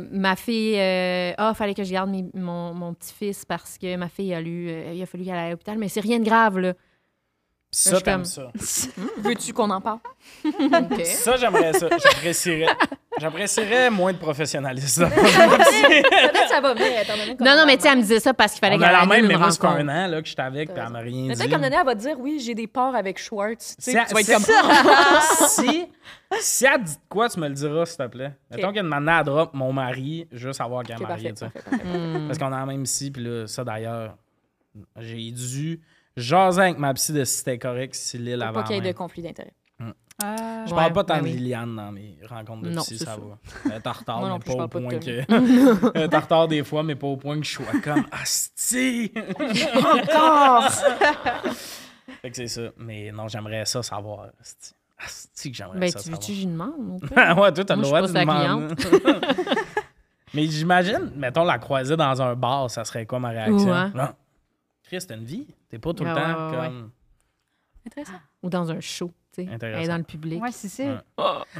Speaker 2: euh, ma fille, euh, ah, fallait que je garde mes- mon, mon petit-fils parce que ma fille a lu, euh, il a fallu qu'elle aille à l'hôpital, mais c'est rien de grave, là.
Speaker 1: Pis
Speaker 2: Je
Speaker 1: ça,
Speaker 2: suis
Speaker 1: t'aimes
Speaker 2: comme-
Speaker 1: ça.
Speaker 3: Veux-tu qu'on en parle?
Speaker 2: OK.
Speaker 1: Ça, j'aimerais ça. J'apprécierais. J'apprécierais moins de professionnalisme.
Speaker 3: Peut-être que ça va venir, étant donné qu'on
Speaker 2: Non,
Speaker 3: en
Speaker 2: non, mais
Speaker 3: parle.
Speaker 2: tu sais, elle me disait ça parce qu'il fallait
Speaker 1: On
Speaker 2: qu'elle
Speaker 1: a la
Speaker 2: aille
Speaker 1: même,
Speaker 2: une
Speaker 1: mais moi, c'est pas
Speaker 2: rencontre.
Speaker 1: un an là, que j'étais avec, puis elle m'a rien
Speaker 3: Mais
Speaker 1: dit.
Speaker 3: peut-être qu'à un moment donné, elle va te dire Oui, j'ai des parts avec Schwartz. Tu sais,
Speaker 1: Si-
Speaker 3: tu vas être
Speaker 1: si-
Speaker 3: comme.
Speaker 1: si, si elle dit de quoi, tu me le diras, s'il te plaît. Mettons qu'elle demande à drop mon mari, juste savoir qu'elle est
Speaker 3: Ok,
Speaker 1: mariée,
Speaker 3: parfait,
Speaker 1: tu sais.
Speaker 3: parfait, parfait.
Speaker 1: Parce qu'on a la même psy, puis là, ça d'ailleurs, j'ai dû jaser avec ma psy de si c'était correct, si Lille
Speaker 3: Faut
Speaker 1: avait
Speaker 3: Pas qu'il y ait
Speaker 1: la main.
Speaker 3: de conflit d'intérêt.
Speaker 1: Je parle
Speaker 2: Ouais,
Speaker 1: pas tant
Speaker 2: ben
Speaker 1: de
Speaker 2: oui.
Speaker 1: Liliane dans mes rencontres de
Speaker 2: Non,
Speaker 1: psy,
Speaker 2: c'est
Speaker 1: ça
Speaker 2: ça.
Speaker 1: va. Elle est en retard,
Speaker 3: Moi non
Speaker 1: mais
Speaker 3: plus, je
Speaker 1: pas au
Speaker 3: parle pas de
Speaker 1: point
Speaker 3: Tommy.
Speaker 1: que. Elle est en retard des fois, mais pas au point que je sois comme Asti!
Speaker 4: Encore!
Speaker 1: fait que c'est ça. Mais non, j'aimerais ça savoir. Asti, Asti que j'aimerais
Speaker 2: Ben,
Speaker 1: ça
Speaker 2: tu
Speaker 1: savoir.
Speaker 2: veux-tu que je lui demande? ou pas?
Speaker 1: Ah ouais, toi, t'as le
Speaker 2: Moi, je
Speaker 1: droit de
Speaker 2: suis pas sa
Speaker 1: demander. mais j'imagine, mettons, la croiser dans un bar, ça serait quoi ma réaction?
Speaker 2: Ouais.
Speaker 1: Non. Chris, t'as une vie. T'es pas tout le
Speaker 2: Ouais,
Speaker 1: temps
Speaker 2: ouais, ouais,
Speaker 1: comme.
Speaker 3: Intéressant.
Speaker 2: Ou dans un show, tu sais. Elle est
Speaker 1: Intéressant.
Speaker 2: dans le public.
Speaker 4: Ouais, c'est ça.
Speaker 1: Ouais.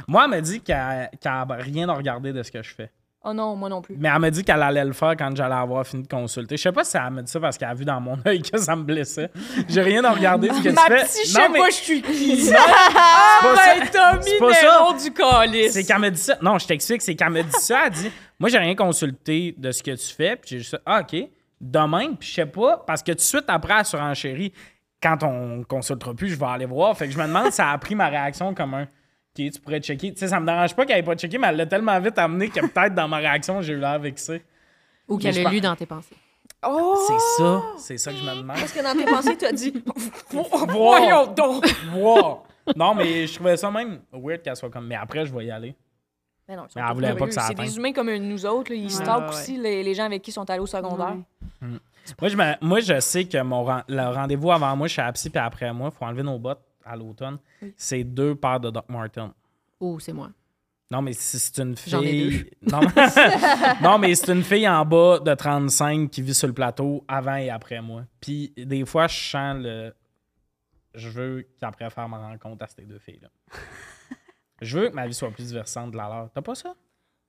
Speaker 1: Moi, elle m'a dit qu'elle qu'elle a rien à regarder de ce que je fais.
Speaker 3: Oh non, moi non plus.
Speaker 1: Mais elle m'a dit qu'elle allait le faire quand j'allais avoir fini de consulter. Je sais pas si elle m'a dit ça parce qu'elle a vu dans mon œil que ça me blessait. J'ai rien à regarder ce que tu
Speaker 3: Ma
Speaker 1: fais.
Speaker 3: petite, je
Speaker 1: Non,
Speaker 3: sais
Speaker 1: mais
Speaker 3: pas, je suis qui.
Speaker 1: c'est pas ça.
Speaker 3: Tommy
Speaker 1: c'est pas ça.
Speaker 3: Néron du calice.
Speaker 1: C'est qu'elle me dit ça. Non, je t'explique. C'est qu'elle me dit ça. Elle dit Moi, j'ai rien consulté de ce que tu fais. Puis j'ai juste fait, Ah, OK. Demain, puis je sais pas. Parce que tout de suite après, elle surenchérit. Quand on consultera plus, je vais aller voir. Fait que je me demande si elle a pris ma réaction comme un. OK, tu pourrais checker. Tu sais, ça me dérange pas qu'elle ait pas checké, mais elle l'a tellement vite amené que peut-être dans ma réaction, j'ai eu l'air vexé.
Speaker 2: Ou qu'elle
Speaker 1: Mais
Speaker 2: a
Speaker 1: je
Speaker 2: lu dans tes pensées.
Speaker 3: Oh!
Speaker 1: C'est ça. C'est ça que je me demande.
Speaker 3: Parce que dans tes pensées, tu as dit
Speaker 1: Voyons
Speaker 3: Voyons donc!
Speaker 1: Wow! Non, mais je trouvais ça même weird qu'elle soit comme. Mais après, je vais y aller.
Speaker 3: Mais non, ils sont
Speaker 1: Mais elle
Speaker 3: tous
Speaker 1: voulait pas que ça
Speaker 3: curieux. C'est
Speaker 1: atteigne.
Speaker 3: des humains comme nous autres, là, ils
Speaker 2: Ouais,
Speaker 3: se
Speaker 2: ouais,
Speaker 3: stalkent
Speaker 2: ouais.
Speaker 3: aussi les, les gens avec qui ils sont allés au secondaire.
Speaker 1: Moi, je, me- moi, je sais que mon ren- le rendez-vous avant moi chez la psy puis après moi, il faut enlever nos bottes à l'automne. C'est deux paires de Doc Martens.
Speaker 2: Oh, c'est moi.
Speaker 1: Non, mais si c'est une
Speaker 2: J'en ai
Speaker 1: fille. Non, non, mais c'est une fille en bas de 35 qui vit sur le plateau avant et après moi. Puis des fois, je sens le. Je veux qu'elle préfère ma rencontre à ces deux filles-là. Je veux que ma vie soit plus versante de la leur. T'as pas ça?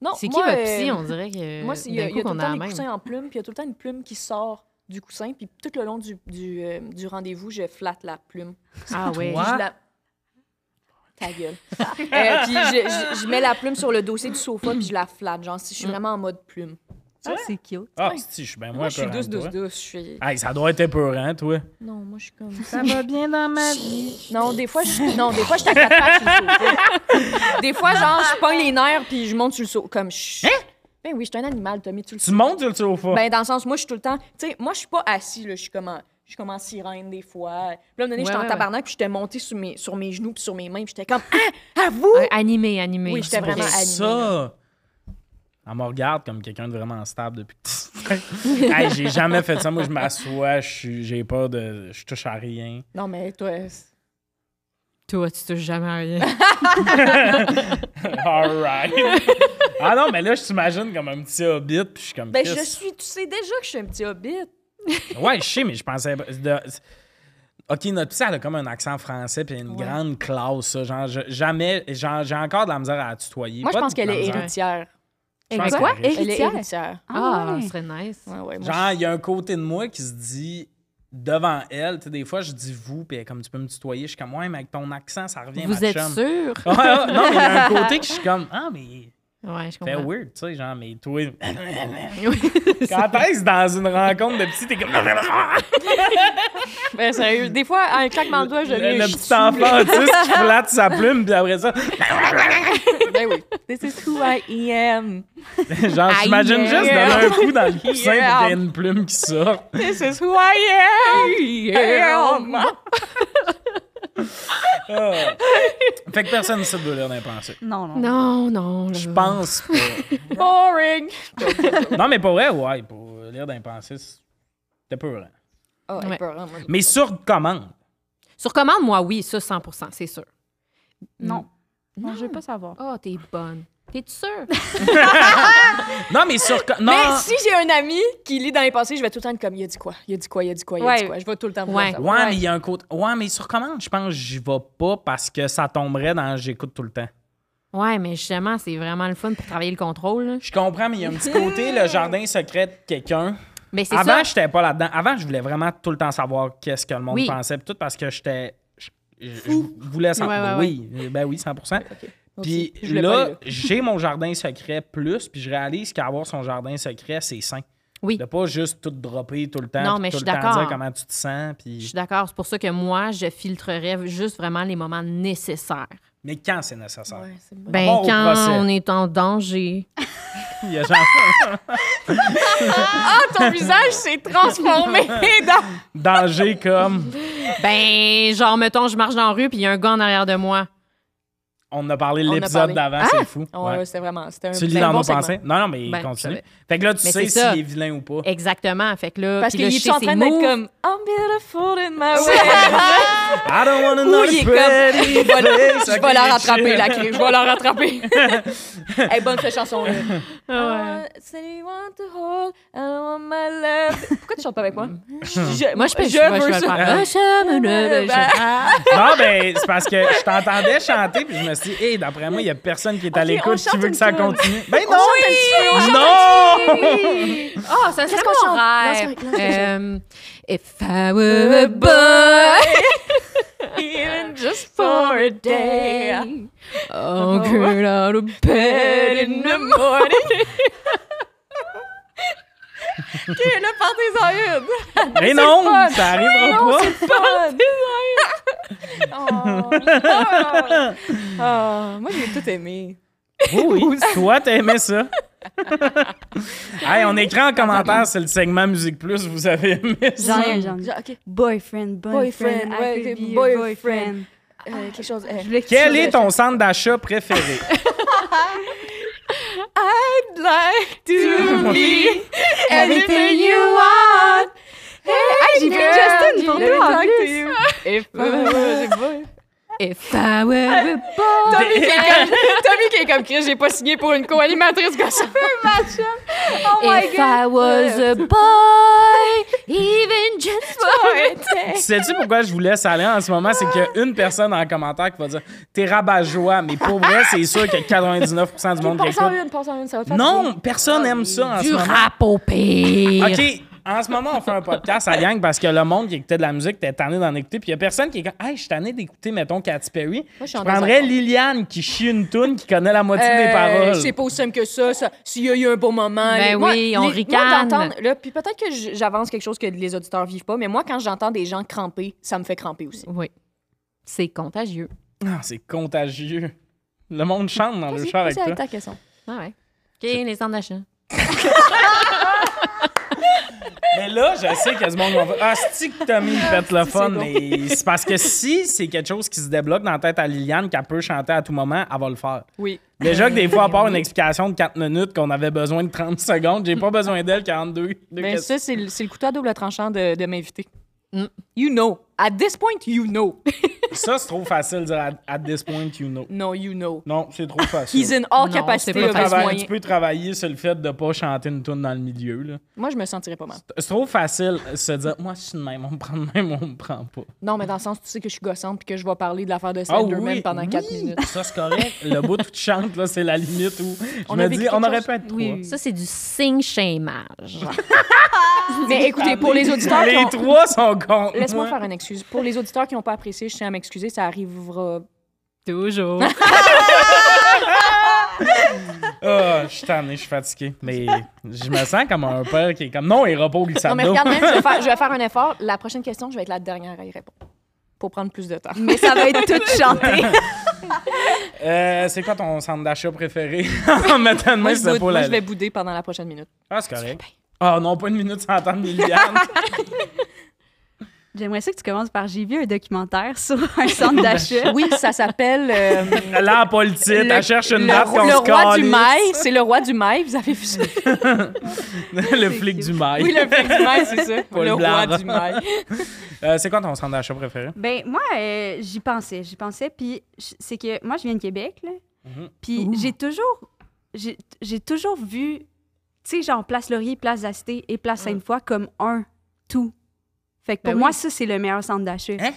Speaker 3: Non,
Speaker 2: C'est qui
Speaker 3: moi,
Speaker 2: votre
Speaker 3: euh,
Speaker 2: psy? On dirait que.
Speaker 3: Moi, c'est- il y a,
Speaker 2: d'un
Speaker 3: il
Speaker 2: coup
Speaker 3: y a tout
Speaker 2: qu'on
Speaker 3: le
Speaker 2: a
Speaker 3: temps
Speaker 2: la
Speaker 3: des
Speaker 2: même.
Speaker 3: coussins en plume, puis il y a tout le temps une plume qui sort du coussin, puis tout le long du, du, euh, du rendez-vous, je flatte la plume.
Speaker 2: Ah ouais.
Speaker 1: What?
Speaker 3: Puis je la- Ta gueule. Euh, puis je, je- je mets la plume sur le dossier du sofa, puis je la flatte, genre si je suis vraiment en mode plume.
Speaker 4: Ah, c'est cute.
Speaker 1: Ah, si, je suis bien moins
Speaker 3: Moi, je suis
Speaker 1: peurant
Speaker 3: douce,
Speaker 1: que toi.
Speaker 3: douce, douce. Je suis...
Speaker 1: Hey, ça doit être épeurant, toi.
Speaker 3: Non, moi, je suis comme...
Speaker 1: Ça va bien dans ma vie.
Speaker 3: Non, des fois, je, non, des fois, je suis à quatre pattes sur le sofa. Des fois, genre, je pogne les nerfs, puis je monte sur le sofa, comme... je- Ben oui, je suis un animal, Tommy, tu le
Speaker 1: Tu montes sur le sofa.
Speaker 3: Ben, dans le sens, moi, je suis tout le temps. Tu sais, moi, je suis pas assis, là. Je suis comme en, je suis comme en sirène, des fois. Puis là, à un moment donné,
Speaker 2: Ouais,
Speaker 3: j'étais en
Speaker 2: ouais,
Speaker 3: tabarnak, puis j'étais montée sur mes, sur mes genoux, puis sur mes mains, puis j'étais comme, ah, à vous!
Speaker 2: Ouais, Animé, animé.
Speaker 3: Oui, j'étais
Speaker 1: C'est pour
Speaker 3: vraiment animée,
Speaker 1: ça. Elle me regarde comme quelqu'un de vraiment stable depuis que Hey, J'ai jamais fait ça. Moi, je m'assois, je suis- j'ai peur de. Je touche à rien.
Speaker 3: Non, mais toi. c'est-
Speaker 2: Toi, tu touches jamais à rien.
Speaker 1: Alright. ah non, mais là, je t'imagine comme un petit hobbit, puis je suis comme.
Speaker 3: Ben,
Speaker 1: Chris.
Speaker 3: je suis. Tu sais déjà que je suis un petit hobbit.
Speaker 1: Ouais, je sais, mais je pensais. pas- de- Ok, notre psy, elle a comme un accent français puis une grande classe, ça. Genre, je- jamais. genre, J'ai encore de la misère à la tutoyer.
Speaker 3: Moi, je
Speaker 1: Pas
Speaker 3: pense
Speaker 1: de la
Speaker 3: qu'elle est
Speaker 1: misère.
Speaker 3: héritière.
Speaker 1: Je
Speaker 2: Elle
Speaker 1: pense
Speaker 2: est quoi?
Speaker 1: qu'elle est riche.
Speaker 3: Elle est
Speaker 4: Héritière?
Speaker 3: héritière.
Speaker 2: Ah, ce serait nice.
Speaker 3: Ouais, ouais. moi,
Speaker 1: Genre, il y a un côté de moi qui se dit devant elle, tu sais, des fois, je dis vous, puis elle est comme tu peux me tutoyer, je suis comme, ouais, mais avec ton accent, ça revient
Speaker 2: Vous
Speaker 1: ma
Speaker 2: êtes
Speaker 1: chum.
Speaker 2: sûr?
Speaker 1: Ouais, ouais, non, mais il y a un côté que je suis comme, ah, mais
Speaker 2: Ouais,
Speaker 1: fait
Speaker 2: je comprends.
Speaker 1: weird, tu sais, genre, mais toi.
Speaker 2: Oui.
Speaker 1: Quand est-ce dans une rencontre de petit, t'es comme. le,
Speaker 3: je- Ben, sérieux. Des fois, à un claquement de doigts, je l'ai.
Speaker 1: le
Speaker 3: je
Speaker 1: petit
Speaker 3: suis-
Speaker 1: enfant autiste qui flatte sa plume, puis après ça,
Speaker 3: Ben oui. This is who I am.
Speaker 1: genre, j'imagine
Speaker 2: yeah.
Speaker 1: juste donner un coup dans le coussin, puis qu'il y
Speaker 3: Yeah.
Speaker 1: a une plume qui sort.
Speaker 3: This is who I am. I am.
Speaker 1: Ah. Fait que personne ne sait de l'heure d'en penser.
Speaker 4: Non, non.
Speaker 2: Non, non. là.
Speaker 1: Je pense pas.
Speaker 3: Boring.
Speaker 1: Non, mais pour vrai, ouais, pour lire d'impensé, c'était peu vrai.
Speaker 3: Oh, elle est
Speaker 2: Ouais.
Speaker 3: peurante, moi.
Speaker 1: Mais sur commande.
Speaker 2: Sur commande, moi, oui, ça, 100 c'est sûr.
Speaker 4: Non. Non, je veux pas savoir.
Speaker 2: Oh, t'es bonne. T'es-tu sûre?
Speaker 1: Non, mais sur co- non.
Speaker 3: Mais si j'ai un ami qui lit dans les passés, je vais tout le temps être comme il a dit quoi, il a dit quoi, il a dit quoi, il a dit
Speaker 4: Ouais.
Speaker 3: quoi. Je vais tout le temps vouloir
Speaker 2: Ouais.
Speaker 1: Ouais,
Speaker 3: savoir.
Speaker 1: mais il y a un côté. Ouais, mais sur commande, je pense que j'y vais pas parce que ça tomberait dans j'écoute tout le temps.
Speaker 2: Ouais, mais justement, c'est vraiment le fun pour travailler le contrôle. là.
Speaker 1: Je comprends, mais il y a un petit côté, le jardin secret de quelqu'un.
Speaker 2: Mais c'est
Speaker 1: Avant,
Speaker 2: ça.
Speaker 1: j'étais pas là-dedans. Avant, je voulais vraiment tout le temps savoir qu'est-ce que le monde
Speaker 2: Oui.
Speaker 1: pensait, pis tout parce que j'étais. je- Je je voulais savoir.
Speaker 2: Ouais, ouais,
Speaker 1: Oui, ben oui, 100
Speaker 3: Ok,
Speaker 1: Puis
Speaker 3: je l'ai pas
Speaker 1: là,
Speaker 3: lu.
Speaker 1: j'ai mon jardin secret plus, puis je réalise qu'avoir son jardin secret, c'est sain.
Speaker 2: Oui.
Speaker 1: De pas juste tout dropper tout le temps.
Speaker 2: Non,
Speaker 1: puis
Speaker 2: mais
Speaker 1: tout
Speaker 2: je suis
Speaker 1: le temps
Speaker 2: d'accord.
Speaker 1: dire comment tu te sens.
Speaker 2: Je suis
Speaker 1: Puis...
Speaker 2: d'accord. C'est pour ça que moi, je filtrerais juste vraiment les moments nécessaires.
Speaker 1: Mais quand c'est nécessaire?
Speaker 3: Ouais, c'est bon.
Speaker 2: Ben,
Speaker 1: Bon, au
Speaker 2: quand
Speaker 1: procès.
Speaker 2: on est en danger.
Speaker 1: Il y a genre-
Speaker 3: Ah, ton visage s'est transformé dans.
Speaker 1: danger comme.
Speaker 2: ben, genre, mettons, je marche dans la rue, puis il y a un gars en arrière de moi.
Speaker 1: On en a parlé
Speaker 3: On
Speaker 1: de
Speaker 3: en a
Speaker 1: l'épisode
Speaker 3: parlé.
Speaker 1: d'avant, c'est fou.
Speaker 3: Oh,
Speaker 1: Ouais.
Speaker 3: C'était vraiment, c'était un,
Speaker 1: Tu lis
Speaker 3: c'était un
Speaker 1: dans
Speaker 3: bon
Speaker 1: nos
Speaker 3: segment.
Speaker 1: pensées? Non, non, mais
Speaker 2: Ben, je
Speaker 1: continue.
Speaker 2: savais.
Speaker 1: Fait que là, tu
Speaker 2: Mais
Speaker 1: sais
Speaker 2: c'est ça.
Speaker 1: s'il est vilain ou pas.
Speaker 2: Exactement. Fait que là,
Speaker 3: Parce
Speaker 2: puis là,
Speaker 3: qu'il
Speaker 2: je
Speaker 3: est
Speaker 2: sais
Speaker 3: en
Speaker 2: ses
Speaker 3: train d'être
Speaker 2: moves.
Speaker 3: comme I'm beautiful in my way.
Speaker 1: I don't wanna
Speaker 3: Ou
Speaker 1: know
Speaker 3: il est
Speaker 1: the
Speaker 3: comme
Speaker 1: pretty face,
Speaker 3: je vais
Speaker 1: okay,
Speaker 3: la
Speaker 1: shit.
Speaker 3: rattraper, la clé. Je vais la rattraper. hey, bonne cette chanson. là
Speaker 2: Ah ouais.
Speaker 3: want to hold, I want my love. Pourquoi tu chantes pas avec moi?
Speaker 2: Moi, je peux
Speaker 3: je
Speaker 2: je, Ah,
Speaker 3: veux
Speaker 2: vais le
Speaker 3: ça.
Speaker 2: faire.
Speaker 3: Ben,
Speaker 2: Je me lève, je-
Speaker 1: Non, ben, c'est parce que je t'entendais chanter, puis je me suis dit, hé, d'après moi, il y a personne qui est à
Speaker 3: Ok, on
Speaker 1: l'écoute qui
Speaker 3: chante
Speaker 1: veut
Speaker 3: une
Speaker 1: que ça
Speaker 3: tune.
Speaker 1: continue. Ben
Speaker 3: On
Speaker 1: non!
Speaker 3: chante un petit peu, on chante
Speaker 1: Non!
Speaker 2: Oh, ça serait
Speaker 3: qu'on
Speaker 2: mon
Speaker 3: chante?
Speaker 2: rêve.
Speaker 3: Lance- lance- lance-
Speaker 2: Euh, if I were a boy,
Speaker 3: Even just for a day.
Speaker 2: oh, girl out of bed in the morning.
Speaker 3: OK, là, partez-en une.
Speaker 1: Mais Ben non! Ça arrivera pas!
Speaker 3: oh. Oh, moi, j'ai tout aimé.
Speaker 1: Oui, oui, toi, t'aimais ça. hey, on écrit en commentaire, c'est le segment Musique Plus, vous avez aimé ça.
Speaker 4: J'en ai, j'en ai.
Speaker 3: Genre, OK,
Speaker 4: Boyfriend, boyfriend,
Speaker 3: Boyfriend,
Speaker 4: I
Speaker 3: ouais,
Speaker 4: could be your
Speaker 3: boyfriend.
Speaker 4: boyfriend.
Speaker 3: euh, quelque chose. euh,
Speaker 4: Je voulais que tu
Speaker 1: Quel
Speaker 4: le-
Speaker 1: est ton centre d'achat préféré?
Speaker 3: I'd like to be everything you want.
Speaker 4: Hey, j'ai fait Justin pour
Speaker 3: Let me
Speaker 4: toi en
Speaker 3: talk to
Speaker 4: plus.
Speaker 3: you. If I were-
Speaker 2: If I were a boy.
Speaker 3: Oh, Tommy qui est comme- Tommy qui est comme Chris, j'ai pas signé pour une co-animatrice comme ça.
Speaker 4: Oh my
Speaker 2: If I was a
Speaker 4: God.
Speaker 2: boy, Even just for a day.
Speaker 1: Sais-tu pourquoi je vous laisse aller en ce moment? C'est qu'il y a une personne en commentaire qui va dire T'es rabat-joie, mais pour vrai, c'est sûr que 99 du monde qui
Speaker 3: Pense en
Speaker 1: écoute.
Speaker 3: une, pense en une, ça va te faire
Speaker 1: Non,
Speaker 3: plaisir.
Speaker 1: personne n'aime ça en ce
Speaker 2: Du
Speaker 1: moment.
Speaker 2: rap au pire.
Speaker 1: OK. En ce moment, on fait un podcast à gang parce que le monde qui écoutait de la musique était tanné d'en écouter. Puis il y a personne qui est comme Hey, je suis tanné d'écouter, mettons, Katy Perry.
Speaker 3: je
Speaker 1: je
Speaker 3: suis en
Speaker 1: prendrais
Speaker 3: désaccord.
Speaker 1: Liliane qui chie une toune qui connaît la moitié
Speaker 3: Euh,
Speaker 1: des paroles.
Speaker 3: C'est pas aussi simple que ça. ça. S'il y a eu un beau moment.
Speaker 2: Ben
Speaker 3: les-
Speaker 2: oui, on
Speaker 3: les-
Speaker 2: ricane.
Speaker 3: Moi, d'entendre, là, puis peut-être que j- j'avance quelque chose que les auditeurs vivent pas, mais moi, quand j'entends des gens cramper, ça me fait cramper aussi.
Speaker 2: Oui. C'est contagieux.
Speaker 1: Ah, c'est contagieux. Le monde chante dans le
Speaker 3: Vas-y,
Speaker 1: char avec
Speaker 3: vas-y
Speaker 1: toi.
Speaker 3: avec ta question.
Speaker 2: Ah ouais. OK, les centres d'achat.
Speaker 1: Mais là, je sais que ce monde va Ah, c'est que Tommy il pète le fun,
Speaker 3: c'est bon.
Speaker 1: mais c'est parce que si c'est quelque chose qui se débloque dans la tête à Liliane, qu'elle peut chanter à tout moment, elle va le faire.
Speaker 3: Oui.
Speaker 1: Déjà que des fois, à part une explication de 4 minutes qu'on avait besoin de 30 secondes, j'ai pas besoin d'elle 42 deux
Speaker 3: Mais
Speaker 1: questions.
Speaker 3: ça, Ben, c'est le, c'est le couteau à double tranchant de, de m'inviter.
Speaker 2: Mm.
Speaker 3: You know. At this point, you know.
Speaker 1: Ça, c'est trop facile de dire at, at this point, you know.
Speaker 3: Non, you know.
Speaker 1: Non, c'est
Speaker 3: Ah,
Speaker 1: trop facile.
Speaker 3: He's in all
Speaker 2: Non,
Speaker 3: capacity
Speaker 2: c'est pas
Speaker 1: Tu
Speaker 3: of his
Speaker 1: travailles-
Speaker 3: moyen.
Speaker 1: tu peux travailler sur le fait de pas chanter une tune dans le milieu. là.
Speaker 3: Moi, je me sentirais pas mal.
Speaker 1: C'est trop facile de se dire, moi, je suis de même, on me prend de même, on me prend pas.
Speaker 3: Non, mais dans le sens, tu sais que je suis gossante puis que je vais parler de l'affaire de
Speaker 1: Ah
Speaker 3: Slenderman pendant
Speaker 1: oui,
Speaker 3: 4 minutes.
Speaker 1: Ça, c'est correct. Le bout où tu chantes, là, c'est la limite où je
Speaker 3: On
Speaker 1: me
Speaker 3: a vécu
Speaker 1: dis,
Speaker 3: quelque
Speaker 1: on aurait
Speaker 3: chose.
Speaker 1: pu être trois.
Speaker 4: Oui, oui.
Speaker 2: Ça, c'est du signe-shamage.
Speaker 3: Mais écoutez, pour les auditeurs qui
Speaker 1: Les
Speaker 3: ont...
Speaker 1: trois sont contre.
Speaker 3: Laisse-moi
Speaker 1: moi.
Speaker 3: faire une excuse. Pour les auditeurs qui n'ont pas apprécié, je tiens à m'excuser, ça arrivera.
Speaker 2: Toujours.
Speaker 1: Ah, je suis tanné, je suis fatigué. Mais je me sens comme un père qui est comme, non, il repose, il
Speaker 3: Non, mais
Speaker 1: s'adonne.
Speaker 3: regarde, même, je, vais faire, je vais faire un effort. La prochaine question, je vais être la dernière à y répondre. Pour prendre plus de temps.
Speaker 4: Mais ça va être tout chanté.
Speaker 1: Euh, c'est quoi ton centre d'achat préféré? en mettant de
Speaker 3: Moi,
Speaker 1: main,
Speaker 3: je,
Speaker 1: c'est
Speaker 3: boude.
Speaker 1: pas
Speaker 3: Moi,
Speaker 1: la
Speaker 3: je vais bouder pendant la prochaine minute.
Speaker 1: Ah, c'est correct. Ah non, pas une minute sans entendre Liliane.
Speaker 4: J'aimerais ça que tu commences par j'ai vu un documentaire sur un centre d'achat.
Speaker 3: Oui, ça s'appelle. euh,
Speaker 1: Là, pas le titre.
Speaker 3: le-
Speaker 1: Elle cherche une
Speaker 3: le,
Speaker 1: date qu'on
Speaker 3: le
Speaker 1: se
Speaker 3: roi du
Speaker 1: calisse.
Speaker 3: mail. C'est le roi du mail, vous avez vu ça?
Speaker 1: le flic du mail.
Speaker 3: Oui, le roi du mail, c'est ça.
Speaker 1: Paul
Speaker 3: le roi
Speaker 1: Blart.
Speaker 3: du mail.
Speaker 1: Euh, c'est quoi ton centre d'achat préféré?
Speaker 4: Ben moi, euh, j'y pensais, j'y pensais. Puis je- c'est que moi, je viens de Québec, là.
Speaker 1: Mhm.
Speaker 4: Puis j'ai toujours, j'ai j'ai toujours vu, tu sais, genre Place Laurier, Place Asté et Place Sainte-Foy comme un tout. Fait que pour
Speaker 2: Ben oui.
Speaker 4: moi, ça, c'est le meilleur centre d'achat.
Speaker 1: Hein?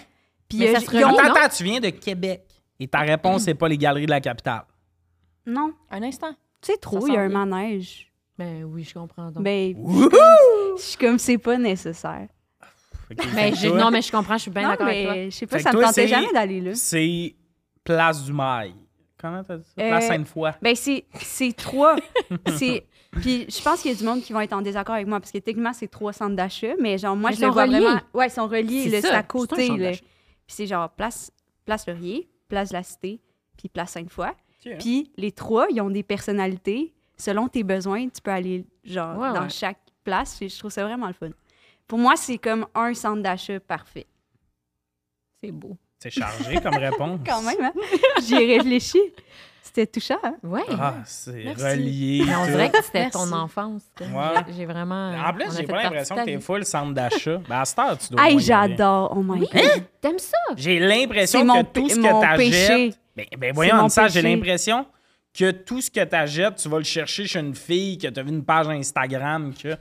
Speaker 4: Puis
Speaker 2: Mais
Speaker 4: euh,
Speaker 2: ça
Speaker 4: j-
Speaker 2: se
Speaker 4: ils ont-
Speaker 2: relie.
Speaker 1: Attends,
Speaker 2: non?
Speaker 1: attends, tu viens de Québec. Et ta réponse, c'est pas les galeries de la capitale.
Speaker 4: Non,
Speaker 3: Un instant.
Speaker 4: tu sais trop,
Speaker 2: Ça
Speaker 4: il y a
Speaker 2: sent bien.
Speaker 4: un manège.
Speaker 2: ben oui, je comprends donc.
Speaker 4: Ben,
Speaker 1: Wouhou!
Speaker 4: je suis comme, c'est pas nécessaire.
Speaker 1: Fait que- fait
Speaker 2: Ben,
Speaker 1: que
Speaker 2: j'ai-
Speaker 1: toi,
Speaker 2: non, mais je comprends, je suis bien
Speaker 4: non,
Speaker 2: Ben d'accord avec toi.
Speaker 4: mais je sais pas,
Speaker 1: Fait
Speaker 4: ça
Speaker 1: que
Speaker 4: me
Speaker 1: toi,
Speaker 4: tentait
Speaker 1: c'est-
Speaker 4: jamais d'aller là.
Speaker 1: C'est Place du Mail. Comment t'as dit ça? Place
Speaker 4: Euh,
Speaker 1: Sainte-Foy.
Speaker 4: Ben, c'est c'est trois. c'est... Puis je pense qu'il y a du monde qui vont être en désaccord avec moi parce que techniquement, c'est trois centres d'achat, mais genre, moi,
Speaker 2: Mais ils
Speaker 4: je les
Speaker 2: sont
Speaker 4: vois
Speaker 2: reliés.
Speaker 4: vraiment. Ouais, ils sont reliés,
Speaker 2: C'est
Speaker 4: là,
Speaker 2: ça,
Speaker 4: c'est
Speaker 2: c'est
Speaker 4: à
Speaker 2: un
Speaker 4: côté.
Speaker 2: centre
Speaker 4: là.
Speaker 2: d'achat.
Speaker 4: Puis c'est genre place, place Laurier, place de la Cité, puis place Sainte-Foy.
Speaker 1: Ok.
Speaker 4: Puis les trois, ils ont des personnalités. Selon tes besoins, tu peux aller genre
Speaker 2: Ouais,
Speaker 4: dans
Speaker 2: ouais.
Speaker 4: chaque place. Puis Je trouve ça vraiment le fun. Pour moi, c'est comme un centre d'achat parfait.
Speaker 2: C'est beau.
Speaker 1: C'est chargé comme réponse.
Speaker 4: Quand même, hein? j'y ai réfléchi. C'était touchant. hein?
Speaker 2: Ouais.
Speaker 1: Ah, c'est
Speaker 3: Merci.
Speaker 1: relié.
Speaker 2: Mais on
Speaker 1: tout.
Speaker 2: dirait que c'était
Speaker 3: Merci.
Speaker 2: ton enfance. toi.
Speaker 1: Ouais.
Speaker 2: J'ai j'ai vraiment.
Speaker 1: En plus,
Speaker 2: on a
Speaker 1: j'ai
Speaker 2: fait
Speaker 1: pas
Speaker 2: partie
Speaker 1: l'impression
Speaker 2: de ta
Speaker 1: que t'es
Speaker 2: vie.
Speaker 1: full centre d'achat. Ben, à cette heure, tu dois. au
Speaker 4: Hey,
Speaker 1: moins y aller.
Speaker 4: j'adore. Oh my
Speaker 2: Oui.
Speaker 4: God.
Speaker 2: T'aimes ça?
Speaker 1: J'ai
Speaker 4: C'est
Speaker 1: l'impression
Speaker 4: mon
Speaker 1: que
Speaker 4: pé-
Speaker 1: tout ce
Speaker 4: mon
Speaker 1: que t'achètes...
Speaker 4: péché.
Speaker 1: Ben, ben voyons,
Speaker 4: mon
Speaker 1: ça, j'ai
Speaker 4: péché.
Speaker 1: l'impression que tout ce que t'achètes, tu vas le chercher chez une fille que t'as vu une page Instagram que...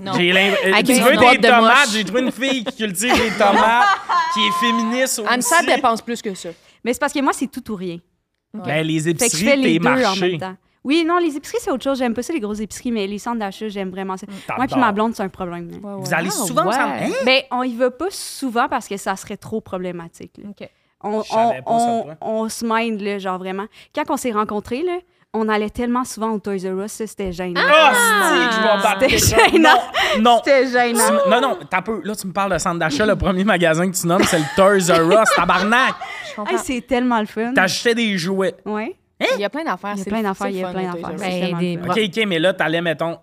Speaker 3: Non.
Speaker 1: J'ai l'impression...
Speaker 2: Avec
Speaker 1: Tu
Speaker 2: une
Speaker 1: veux
Speaker 2: boîte
Speaker 1: des
Speaker 2: de
Speaker 1: tomates?
Speaker 2: moche.
Speaker 1: J'ai trouvé une fille qui cultive des tomates, qui est féministe aussi.
Speaker 4: Ah,
Speaker 3: Anne, ça dépense plus que ça.
Speaker 4: Mais c'est parce que moi, c'est tout ou rien.
Speaker 1: Ben, les
Speaker 4: Fait que je fais
Speaker 1: épiceries,
Speaker 4: les
Speaker 1: tes
Speaker 4: deux en même
Speaker 1: marchés.
Speaker 4: temps. Oui, non, les épiceries, c'est autre chose. J'aime pas ça, les grosses épiceries, mais les centres d'achat, j'aime vraiment
Speaker 1: Mm.
Speaker 4: ça. Moi, puis ma blonde, c'est un problème. là.
Speaker 1: Vous allez
Speaker 2: Ah,
Speaker 1: souvent au centre-
Speaker 2: ouais.
Speaker 1: Hein?
Speaker 4: Ben, on y va pas souvent parce que ça serait trop problématique. là.
Speaker 2: OK.
Speaker 4: On,
Speaker 1: Je savais
Speaker 4: on-
Speaker 1: pas ça,
Speaker 4: on-
Speaker 1: toi.
Speaker 4: on se mène, là, genre vraiment. Quand on s'est rencontrés, là, on allait tellement souvent au Toys R Us, ça, c'était gênant.
Speaker 1: Ah, c'est que je vais embarquer
Speaker 4: C'était
Speaker 1: ça.
Speaker 4: gênant.
Speaker 1: Non, non.
Speaker 4: C'était gênant.
Speaker 1: Tu- Non, non, t'as peu. Là, tu me parles de centre d'achat. Le premier magasin que tu nommes, c'est le Toys R Us. Tabarnak!
Speaker 3: Je comprends.
Speaker 4: Hey, c'est tellement le fun.
Speaker 1: T'achetais des jouets.
Speaker 4: Ouais.
Speaker 3: Il y a plein d'affaires.
Speaker 4: Il y a
Speaker 3: c'est
Speaker 4: plein
Speaker 3: le-
Speaker 4: d'affaires,
Speaker 3: c'est le
Speaker 4: il y a
Speaker 3: fun,
Speaker 4: plein
Speaker 3: le Toys R
Speaker 4: d'affaires.
Speaker 3: Us.
Speaker 4: C'est
Speaker 2: Ben,
Speaker 4: tellement le
Speaker 2: des
Speaker 4: fun.
Speaker 1: OK, OK, mais là, t'allais, mettons.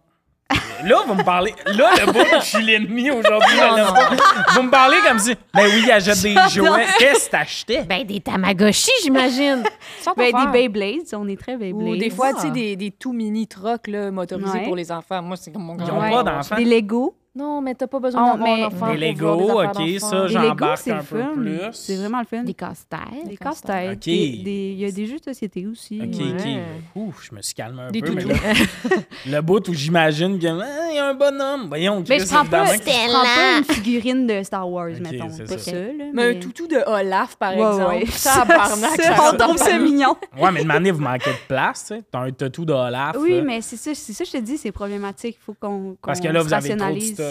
Speaker 1: Là, vous me parlez. Là, le bout, je suis l'ennemi aujourd'hui. je l'aime pas. Vous me parlez comme si. Ben oui, il achète des jouets. Qu'est-ce que t'achetais?
Speaker 2: Ben, des Tamagotchi, j'imagine.
Speaker 3: Sorte
Speaker 4: Ben,
Speaker 3: d'affaires.
Speaker 4: des Beyblades, on est très Beyblades.
Speaker 3: Ou des fois,
Speaker 2: Ah.
Speaker 3: tu sais, des, des tout mini trucks là, motorisés
Speaker 4: Ouais.
Speaker 3: pour les enfants. Moi, c'est comme mon
Speaker 1: Ils
Speaker 3: grand
Speaker 1: ont
Speaker 4: Ouais.
Speaker 1: pas d'enfants.
Speaker 4: Des Legos.
Speaker 3: Non, mais t'as pas besoin
Speaker 4: On-
Speaker 3: d'avoir
Speaker 4: mais-
Speaker 3: un enfant.
Speaker 1: Ah, Des
Speaker 3: pour voir des
Speaker 1: Legos,
Speaker 3: affaires
Speaker 1: ok,
Speaker 3: d'enfants.
Speaker 1: ça,
Speaker 4: Les Legos,
Speaker 1: j'embarque
Speaker 4: c'est le
Speaker 1: un peu
Speaker 4: fun.
Speaker 1: plus.
Speaker 4: C'est vraiment le fun.
Speaker 2: Des
Speaker 4: Des,
Speaker 2: casse-têtes.
Speaker 4: casse-têtes.
Speaker 1: Ok.
Speaker 4: des- des- Il y a des jeux de société aussi.
Speaker 1: Ok,
Speaker 2: Ouais.
Speaker 1: ok. Ouf, je me suis calmé un
Speaker 2: Des
Speaker 1: peu. mais
Speaker 2: toutous.
Speaker 1: là, le bout où j'imagine qu'il y a un bonhomme. Voyons,
Speaker 4: Mais je
Speaker 1: Chris,
Speaker 4: prends pas,
Speaker 1: évidemment
Speaker 4: je
Speaker 1: que-
Speaker 4: prends pas une figurine de Star Wars,
Speaker 1: Ok,
Speaker 4: mettons.
Speaker 1: c'est
Speaker 4: Pas
Speaker 1: ça.
Speaker 4: ça, là.
Speaker 3: Mais un toutou de Olaf, par
Speaker 4: Ouais,
Speaker 3: exemple.
Speaker 4: ouais.
Speaker 3: Ça, barnac,
Speaker 4: Ça,
Speaker 3: ça
Speaker 4: on trouve ça mignon.
Speaker 1: Ouais, mais demandez, vous manquez de place, tu sais. T'as un tatou de Olaf.
Speaker 4: Oui,
Speaker 1: là.
Speaker 4: mais c'est ça, c'est ça, je te dis, c'est problématique. Il faut qu'on qu'on
Speaker 1: Parce que là,
Speaker 4: se
Speaker 1: vous avez trop de
Speaker 4: rationalise.
Speaker 1: stock.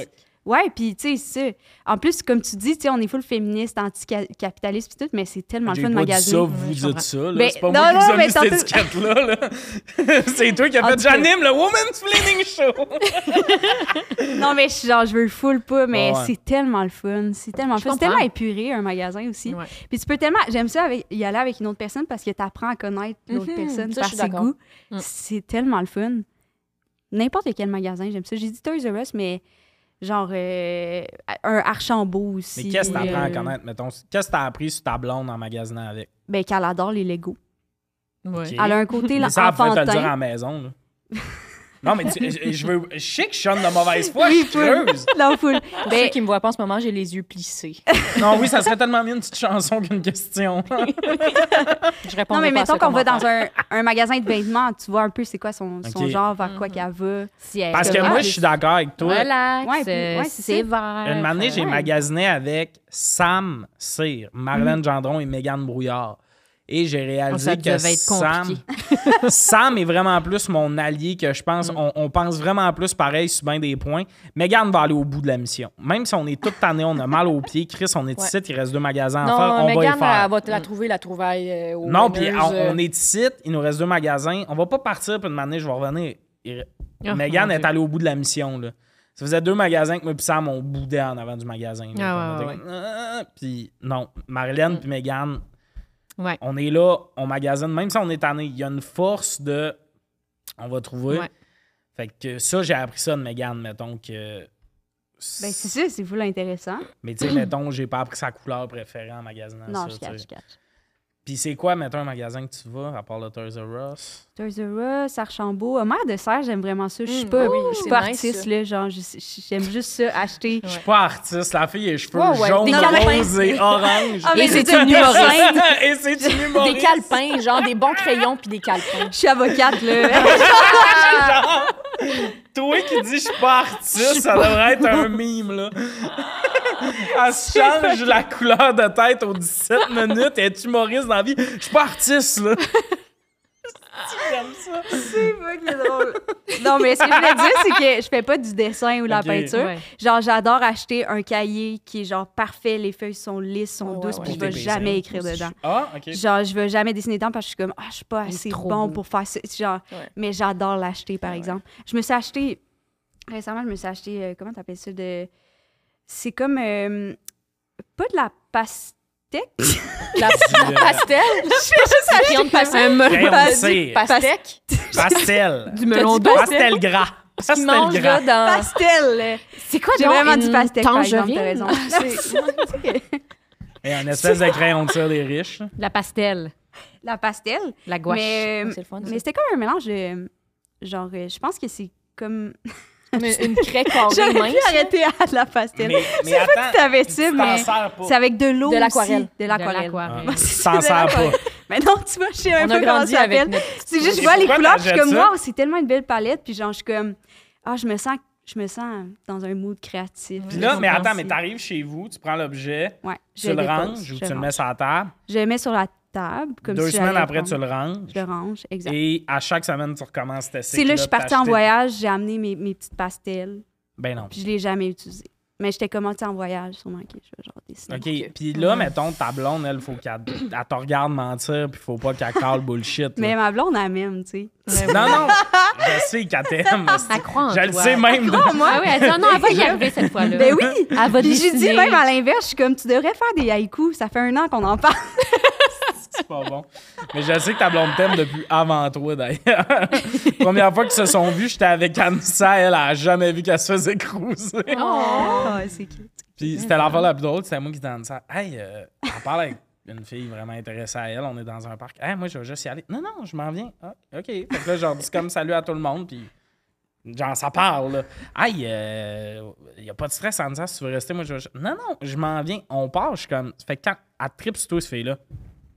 Speaker 4: Ouais, puis tu sais, c'est ça. En plus, comme tu dis, tu sais, on est full féministe, anticapitaliste, puis tout, mais c'est tellement le
Speaker 1: J'ai
Speaker 4: fun de
Speaker 1: pas dit
Speaker 4: magasiner.
Speaker 1: ça,
Speaker 2: Ouais,
Speaker 1: vous
Speaker 2: je
Speaker 1: dites
Speaker 2: comprends.
Speaker 1: ça. là.
Speaker 4: Ben,
Speaker 1: C'est pas
Speaker 4: non,
Speaker 1: moi
Speaker 4: non,
Speaker 1: qui vous ai
Speaker 4: mais
Speaker 1: mis cette
Speaker 4: tantôt-
Speaker 1: étiquette-là. là. C'est toi qui as
Speaker 4: En
Speaker 1: fait «
Speaker 4: tout cas-
Speaker 1: J'anime le Woman's Planning Show
Speaker 4: Non, mais je suis genre, je veux le full pas, mais
Speaker 1: Ouais, ouais.
Speaker 4: c'est tellement le fun. C'est tellement le
Speaker 2: Je
Speaker 4: fun. C'est
Speaker 2: comprends.
Speaker 4: tellement épuré, un magasin aussi.
Speaker 2: Ouais.
Speaker 4: Puis tu peux tellement. J'aime ça avec, y aller avec une autre personne parce que tu apprends à connaître l'autre
Speaker 3: Mhm,
Speaker 4: personne
Speaker 3: ça, je
Speaker 4: par
Speaker 3: suis
Speaker 4: ses
Speaker 3: d'accord.
Speaker 4: goûts.
Speaker 2: Mm.
Speaker 4: C'est tellement le fun. N'importe quel magasin, j'aime ça. J'ai dit Toys R Us, mais genre euh, un Archambault ». aussi.
Speaker 1: Mais qu'est-ce que t'apprends à
Speaker 4: euh,
Speaker 1: connaître, mettons? Qu'est-ce que t'as appris sur ta blonde en magasinant avec?
Speaker 4: Ben, qu'elle adore les Legos.
Speaker 2: Ouais.
Speaker 1: Ok.
Speaker 4: Elle a un côté là,
Speaker 1: Mais ça, elle pouvait te le dire
Speaker 4: enfantin.
Speaker 1: à la maison. là. non, mais tu- je, je veux, je sais que je sonne de mauvaise foi, je suis
Speaker 4: full.
Speaker 1: creuse.
Speaker 4: Là, full.
Speaker 3: Pour
Speaker 4: Ben,
Speaker 3: ceux qui me voient pas en ce moment, j'ai les yeux plissés.
Speaker 1: Non, oui, ça serait tellement mieux une petite chanson qu'une question.
Speaker 3: Je réponds
Speaker 4: non, mais
Speaker 3: pas à
Speaker 4: mettons
Speaker 3: ce
Speaker 4: qu'on va
Speaker 3: commentaire.
Speaker 4: dans un, un magasin de vêtements, tu vois un peu c'est quoi son, son
Speaker 1: Ok.
Speaker 4: genre, vers quoi
Speaker 2: Mhm.
Speaker 4: qu'elle va.
Speaker 2: Si elle-
Speaker 1: Parce que
Speaker 4: Ah,
Speaker 1: moi,
Speaker 4: mais
Speaker 1: je suis d'accord avec toi.
Speaker 2: Relax,
Speaker 4: Ouais, puis- ouais,
Speaker 2: euh,
Speaker 4: c'est ça.
Speaker 2: sévère.
Speaker 3: Ah,
Speaker 1: Une année, j'ai
Speaker 2: Ouais.
Speaker 1: magasiné avec Sam Cyr,
Speaker 3: Mm.
Speaker 1: Marlène Gendron et Megan Brouillard. Et
Speaker 3: Oh,
Speaker 1: j'ai
Speaker 2: Ah,
Speaker 1: réalisé
Speaker 2: Ça
Speaker 1: que
Speaker 2: devait être
Speaker 1: Sam,
Speaker 2: compliqué.
Speaker 1: Sam est vraiment plus mon allié que je
Speaker 3: Mm.
Speaker 1: pense. On, on pense vraiment plus pareil sur bien des points. Megan va aller au bout de la mission. Même si on est toute année, on a mal aux pieds. Chris, on est
Speaker 3: Ouais.
Speaker 1: ici, il reste deux magasins
Speaker 3: Non,
Speaker 1: à faire. On va y
Speaker 3: Megan,
Speaker 1: faire.
Speaker 3: elle va te la trouver, la trouvaille euh, au
Speaker 1: Non, puis
Speaker 3: Winners,
Speaker 1: on,
Speaker 3: euh,
Speaker 1: on est ici, il nous reste deux magasins. On va pas partir, puis une année, je vais revenir. Il-
Speaker 2: Oh,
Speaker 1: Megan
Speaker 2: mon
Speaker 1: est
Speaker 2: Dieu.
Speaker 1: allée au bout de la mission. Là. Ça faisait deux magasins que moi et Sam, on boudait en avant du magasin. là.
Speaker 2: Ah,
Speaker 1: Puis on
Speaker 2: ouais, Mm.
Speaker 1: était comme, Ah, Puis non, Marilyn puis Megan,
Speaker 2: Ouais.
Speaker 1: on est là, on magasine. Même si on est tanné, il y a une force de... On va trouver.
Speaker 2: Ouais.
Speaker 1: Fait que ça, j'ai appris ça de Megan, mettons que...
Speaker 4: Ben, c'est ça, c'est full intéressant.
Speaker 1: Mais tu sais, mettons, j'ai pas appris sa couleur préférée en magasinant
Speaker 4: Non,
Speaker 1: Ah, ça, tu
Speaker 4: je
Speaker 1: sais.
Speaker 4: cache, je cache.
Speaker 1: Puis c'est quoi, mettons, un magasin que tu vas, à part le Toys R Us?
Speaker 4: Toys R Us, Archambault, euh, Mère de Serre, j'aime vraiment ça. Je suis
Speaker 3: Mm,
Speaker 4: pas,
Speaker 3: oui,
Speaker 4: je suis
Speaker 3: c'est
Speaker 4: pas
Speaker 3: nice,
Speaker 4: artiste,
Speaker 3: ça.
Speaker 4: là, genre, je- je- j'aime juste ça, acheter.
Speaker 1: Je suis pas artiste, la fille a les cheveux
Speaker 3: Ouais, ouais,
Speaker 1: jaunes,
Speaker 4: des calpins.
Speaker 1: roses et orange.
Speaker 4: Ah, mais
Speaker 2: Et c'est
Speaker 4: des
Speaker 2: une humoriste.
Speaker 1: et c'est une humoriste.
Speaker 3: Des calepins, genre des bons crayons puis des calepins.
Speaker 4: Je suis avocate, là.
Speaker 1: Genre, toi qui dis je suis pas artiste, ça devrait être un mime, là. Elle se change la couleur de tête aux 17 minutes, elle est humoriste dans la vie. Je suis pas artiste, là. J'aime ça.
Speaker 4: C'est fucking drôle. Non, mais ce que je voulais dire, c'est que je fais pas du dessin ou de la
Speaker 1: Ok.
Speaker 4: peinture.
Speaker 2: Ouais.
Speaker 4: Genre, j'adore acheter un cahier qui est genre parfait, les feuilles sont lisses, sont
Speaker 3: Ouais,
Speaker 4: douces,
Speaker 3: ouais,
Speaker 4: puis
Speaker 3: ouais.
Speaker 4: je vais
Speaker 1: Des
Speaker 4: jamais
Speaker 1: baisers.
Speaker 4: écrire dedans.
Speaker 1: Ah, OK.
Speaker 4: Genre, je vais jamais dessiner dedans parce que je suis comme, ah, je suis pas
Speaker 2: Il est
Speaker 4: assez
Speaker 2: trop
Speaker 4: bon
Speaker 2: beau.
Speaker 4: pour faire ça. Genre,
Speaker 3: Ouais.
Speaker 4: mais j'adore l'acheter, par
Speaker 3: Ouais.
Speaker 4: exemple. Je me suis acheté, récemment, je me suis acheté, euh, comment t'appelles ça, de. C'est comme, euh, pas de la pastèque.
Speaker 3: La
Speaker 1: Du, euh,
Speaker 3: pastel, crayon de pastel.
Speaker 2: Un melon,
Speaker 1: Crayon de cire.
Speaker 3: Pastèque.
Speaker 1: Pastel.
Speaker 2: du melon
Speaker 3: dit pas-
Speaker 2: d'eau.
Speaker 1: Pastel gras.
Speaker 3: Tu
Speaker 1: Pastel
Speaker 3: manges
Speaker 1: gras.
Speaker 3: là dans.
Speaker 4: Pastel!
Speaker 2: C'est quoi,
Speaker 4: J'ai
Speaker 2: donc,
Speaker 4: vraiment
Speaker 2: une
Speaker 4: dit pastèque, par exemple,
Speaker 2: tangerine?
Speaker 4: t'as raison.
Speaker 1: Et un espèce de crayon de cire des riches.
Speaker 2: La pastelle,
Speaker 4: La pastel.
Speaker 2: la gouache.
Speaker 4: Mais, euh,
Speaker 3: C'est le fun.
Speaker 4: mais c'était comme un mélange de. Genre, euh, je pense que c'est comme.
Speaker 3: Mais une craie carrée
Speaker 2: Oh,
Speaker 4: J'aurais
Speaker 3: mince.
Speaker 4: pu arrêter à la pastel.
Speaker 1: Mais, mais attends,
Speaker 4: T'avais
Speaker 1: tu
Speaker 4: ça,
Speaker 1: t'en
Speaker 4: mais.
Speaker 1: sers pas.
Speaker 4: C'est avec de l'eau.
Speaker 3: De l'aquarelle.
Speaker 4: aussi. De
Speaker 2: De
Speaker 4: l'aquarelle.
Speaker 1: Ah,
Speaker 2: l'aquarelle.
Speaker 1: Tu t'en sers pas.
Speaker 4: Mais non, tu vois, je sais un
Speaker 3: On a
Speaker 4: peu comment
Speaker 3: grandi
Speaker 4: ça
Speaker 3: avec
Speaker 4: s'appelle.
Speaker 3: notre petite
Speaker 4: C'est juste, je
Speaker 1: Et
Speaker 4: vois les
Speaker 1: pourquoi
Speaker 4: couleurs, puis je suis
Speaker 1: t'achètes
Speaker 4: comme,
Speaker 1: ça?
Speaker 4: wow, c'est tellement une belle palette. Puis genre, je suis comme, ah, je me sens, je me sens dans un mood créatif.
Speaker 1: Puis là, mais attends,
Speaker 2: Compréhensible.
Speaker 1: mais t'arrives chez vous, tu prends l'objet,
Speaker 4: Ouais,
Speaker 1: tu
Speaker 4: je
Speaker 1: le
Speaker 4: dépose,
Speaker 1: ranges ou tu
Speaker 4: je
Speaker 1: le
Speaker 4: range.
Speaker 1: mets sur la table.
Speaker 4: Je le mets sur la table. Comme
Speaker 1: Deux
Speaker 4: si j'allais
Speaker 1: semaines
Speaker 4: le
Speaker 1: après, tu
Speaker 4: prendre.
Speaker 1: le ranges.
Speaker 4: Je le range, exact.
Speaker 1: Et à chaque semaine, tu recommences tes
Speaker 4: Tu sais, là, je suis partie en voyage, j'ai amené mes, mes petites pastels,
Speaker 1: Ben non.
Speaker 4: puis je l'ai jamais utilisé. Mais j'étais comme, Ah, tu sais, en voyage, sûrement que je vais genre dessiner.
Speaker 1: OK. Puis là, mettons, ta blonde, elle, faut qu'elle elle te regarde mentir, puis faut pas qu'elle cale bullshit.
Speaker 4: Mais
Speaker 1: là.
Speaker 4: ma blonde, elle m'aime, tu sais.
Speaker 1: Non, non. Je sais qu'elle t'aime.
Speaker 2: Elle croit en
Speaker 1: Je le
Speaker 2: toi.
Speaker 1: sais même.
Speaker 4: Oh, moi,
Speaker 2: Ah oui, elle dit, Ah non, elle va y arriver cette fois-là.
Speaker 4: Ben oui!
Speaker 2: Elle va
Speaker 4: Puis j'ai dit
Speaker 2: décider.
Speaker 4: même à l'inverse, je suis comme, tu devrais faire des haïkus, ça fait un an qu'on en parle.
Speaker 1: C'est pas bon. Mais je sais que ta blonde t'aime depuis avant toi, d'ailleurs. Première fois qu'ils se sont vus, j'étais avec Anissa. Elle a jamais vu qu'elle se faisait cruiser.
Speaker 4: Ah, c'est cute.
Speaker 1: Puis c'était l'enfant la plus drôle, c'était moi qui dansais. Hey, euh, on parle avec une fille vraiment intéressée à elle, on est dans un parc. Hey, moi, je vais juste y aller. Non, non, je m'en viens. Ah, OK. Fait que là, genre, dis comme salut à tout le monde, puis Genre, ça parle, là. Aïe, euh, y a pas de stress, Anza, si tu veux rester, moi, je vais- Non, non, je m'en viens, on part, je suis comme... Fait que quand, à trip sur toi, ce fille-là,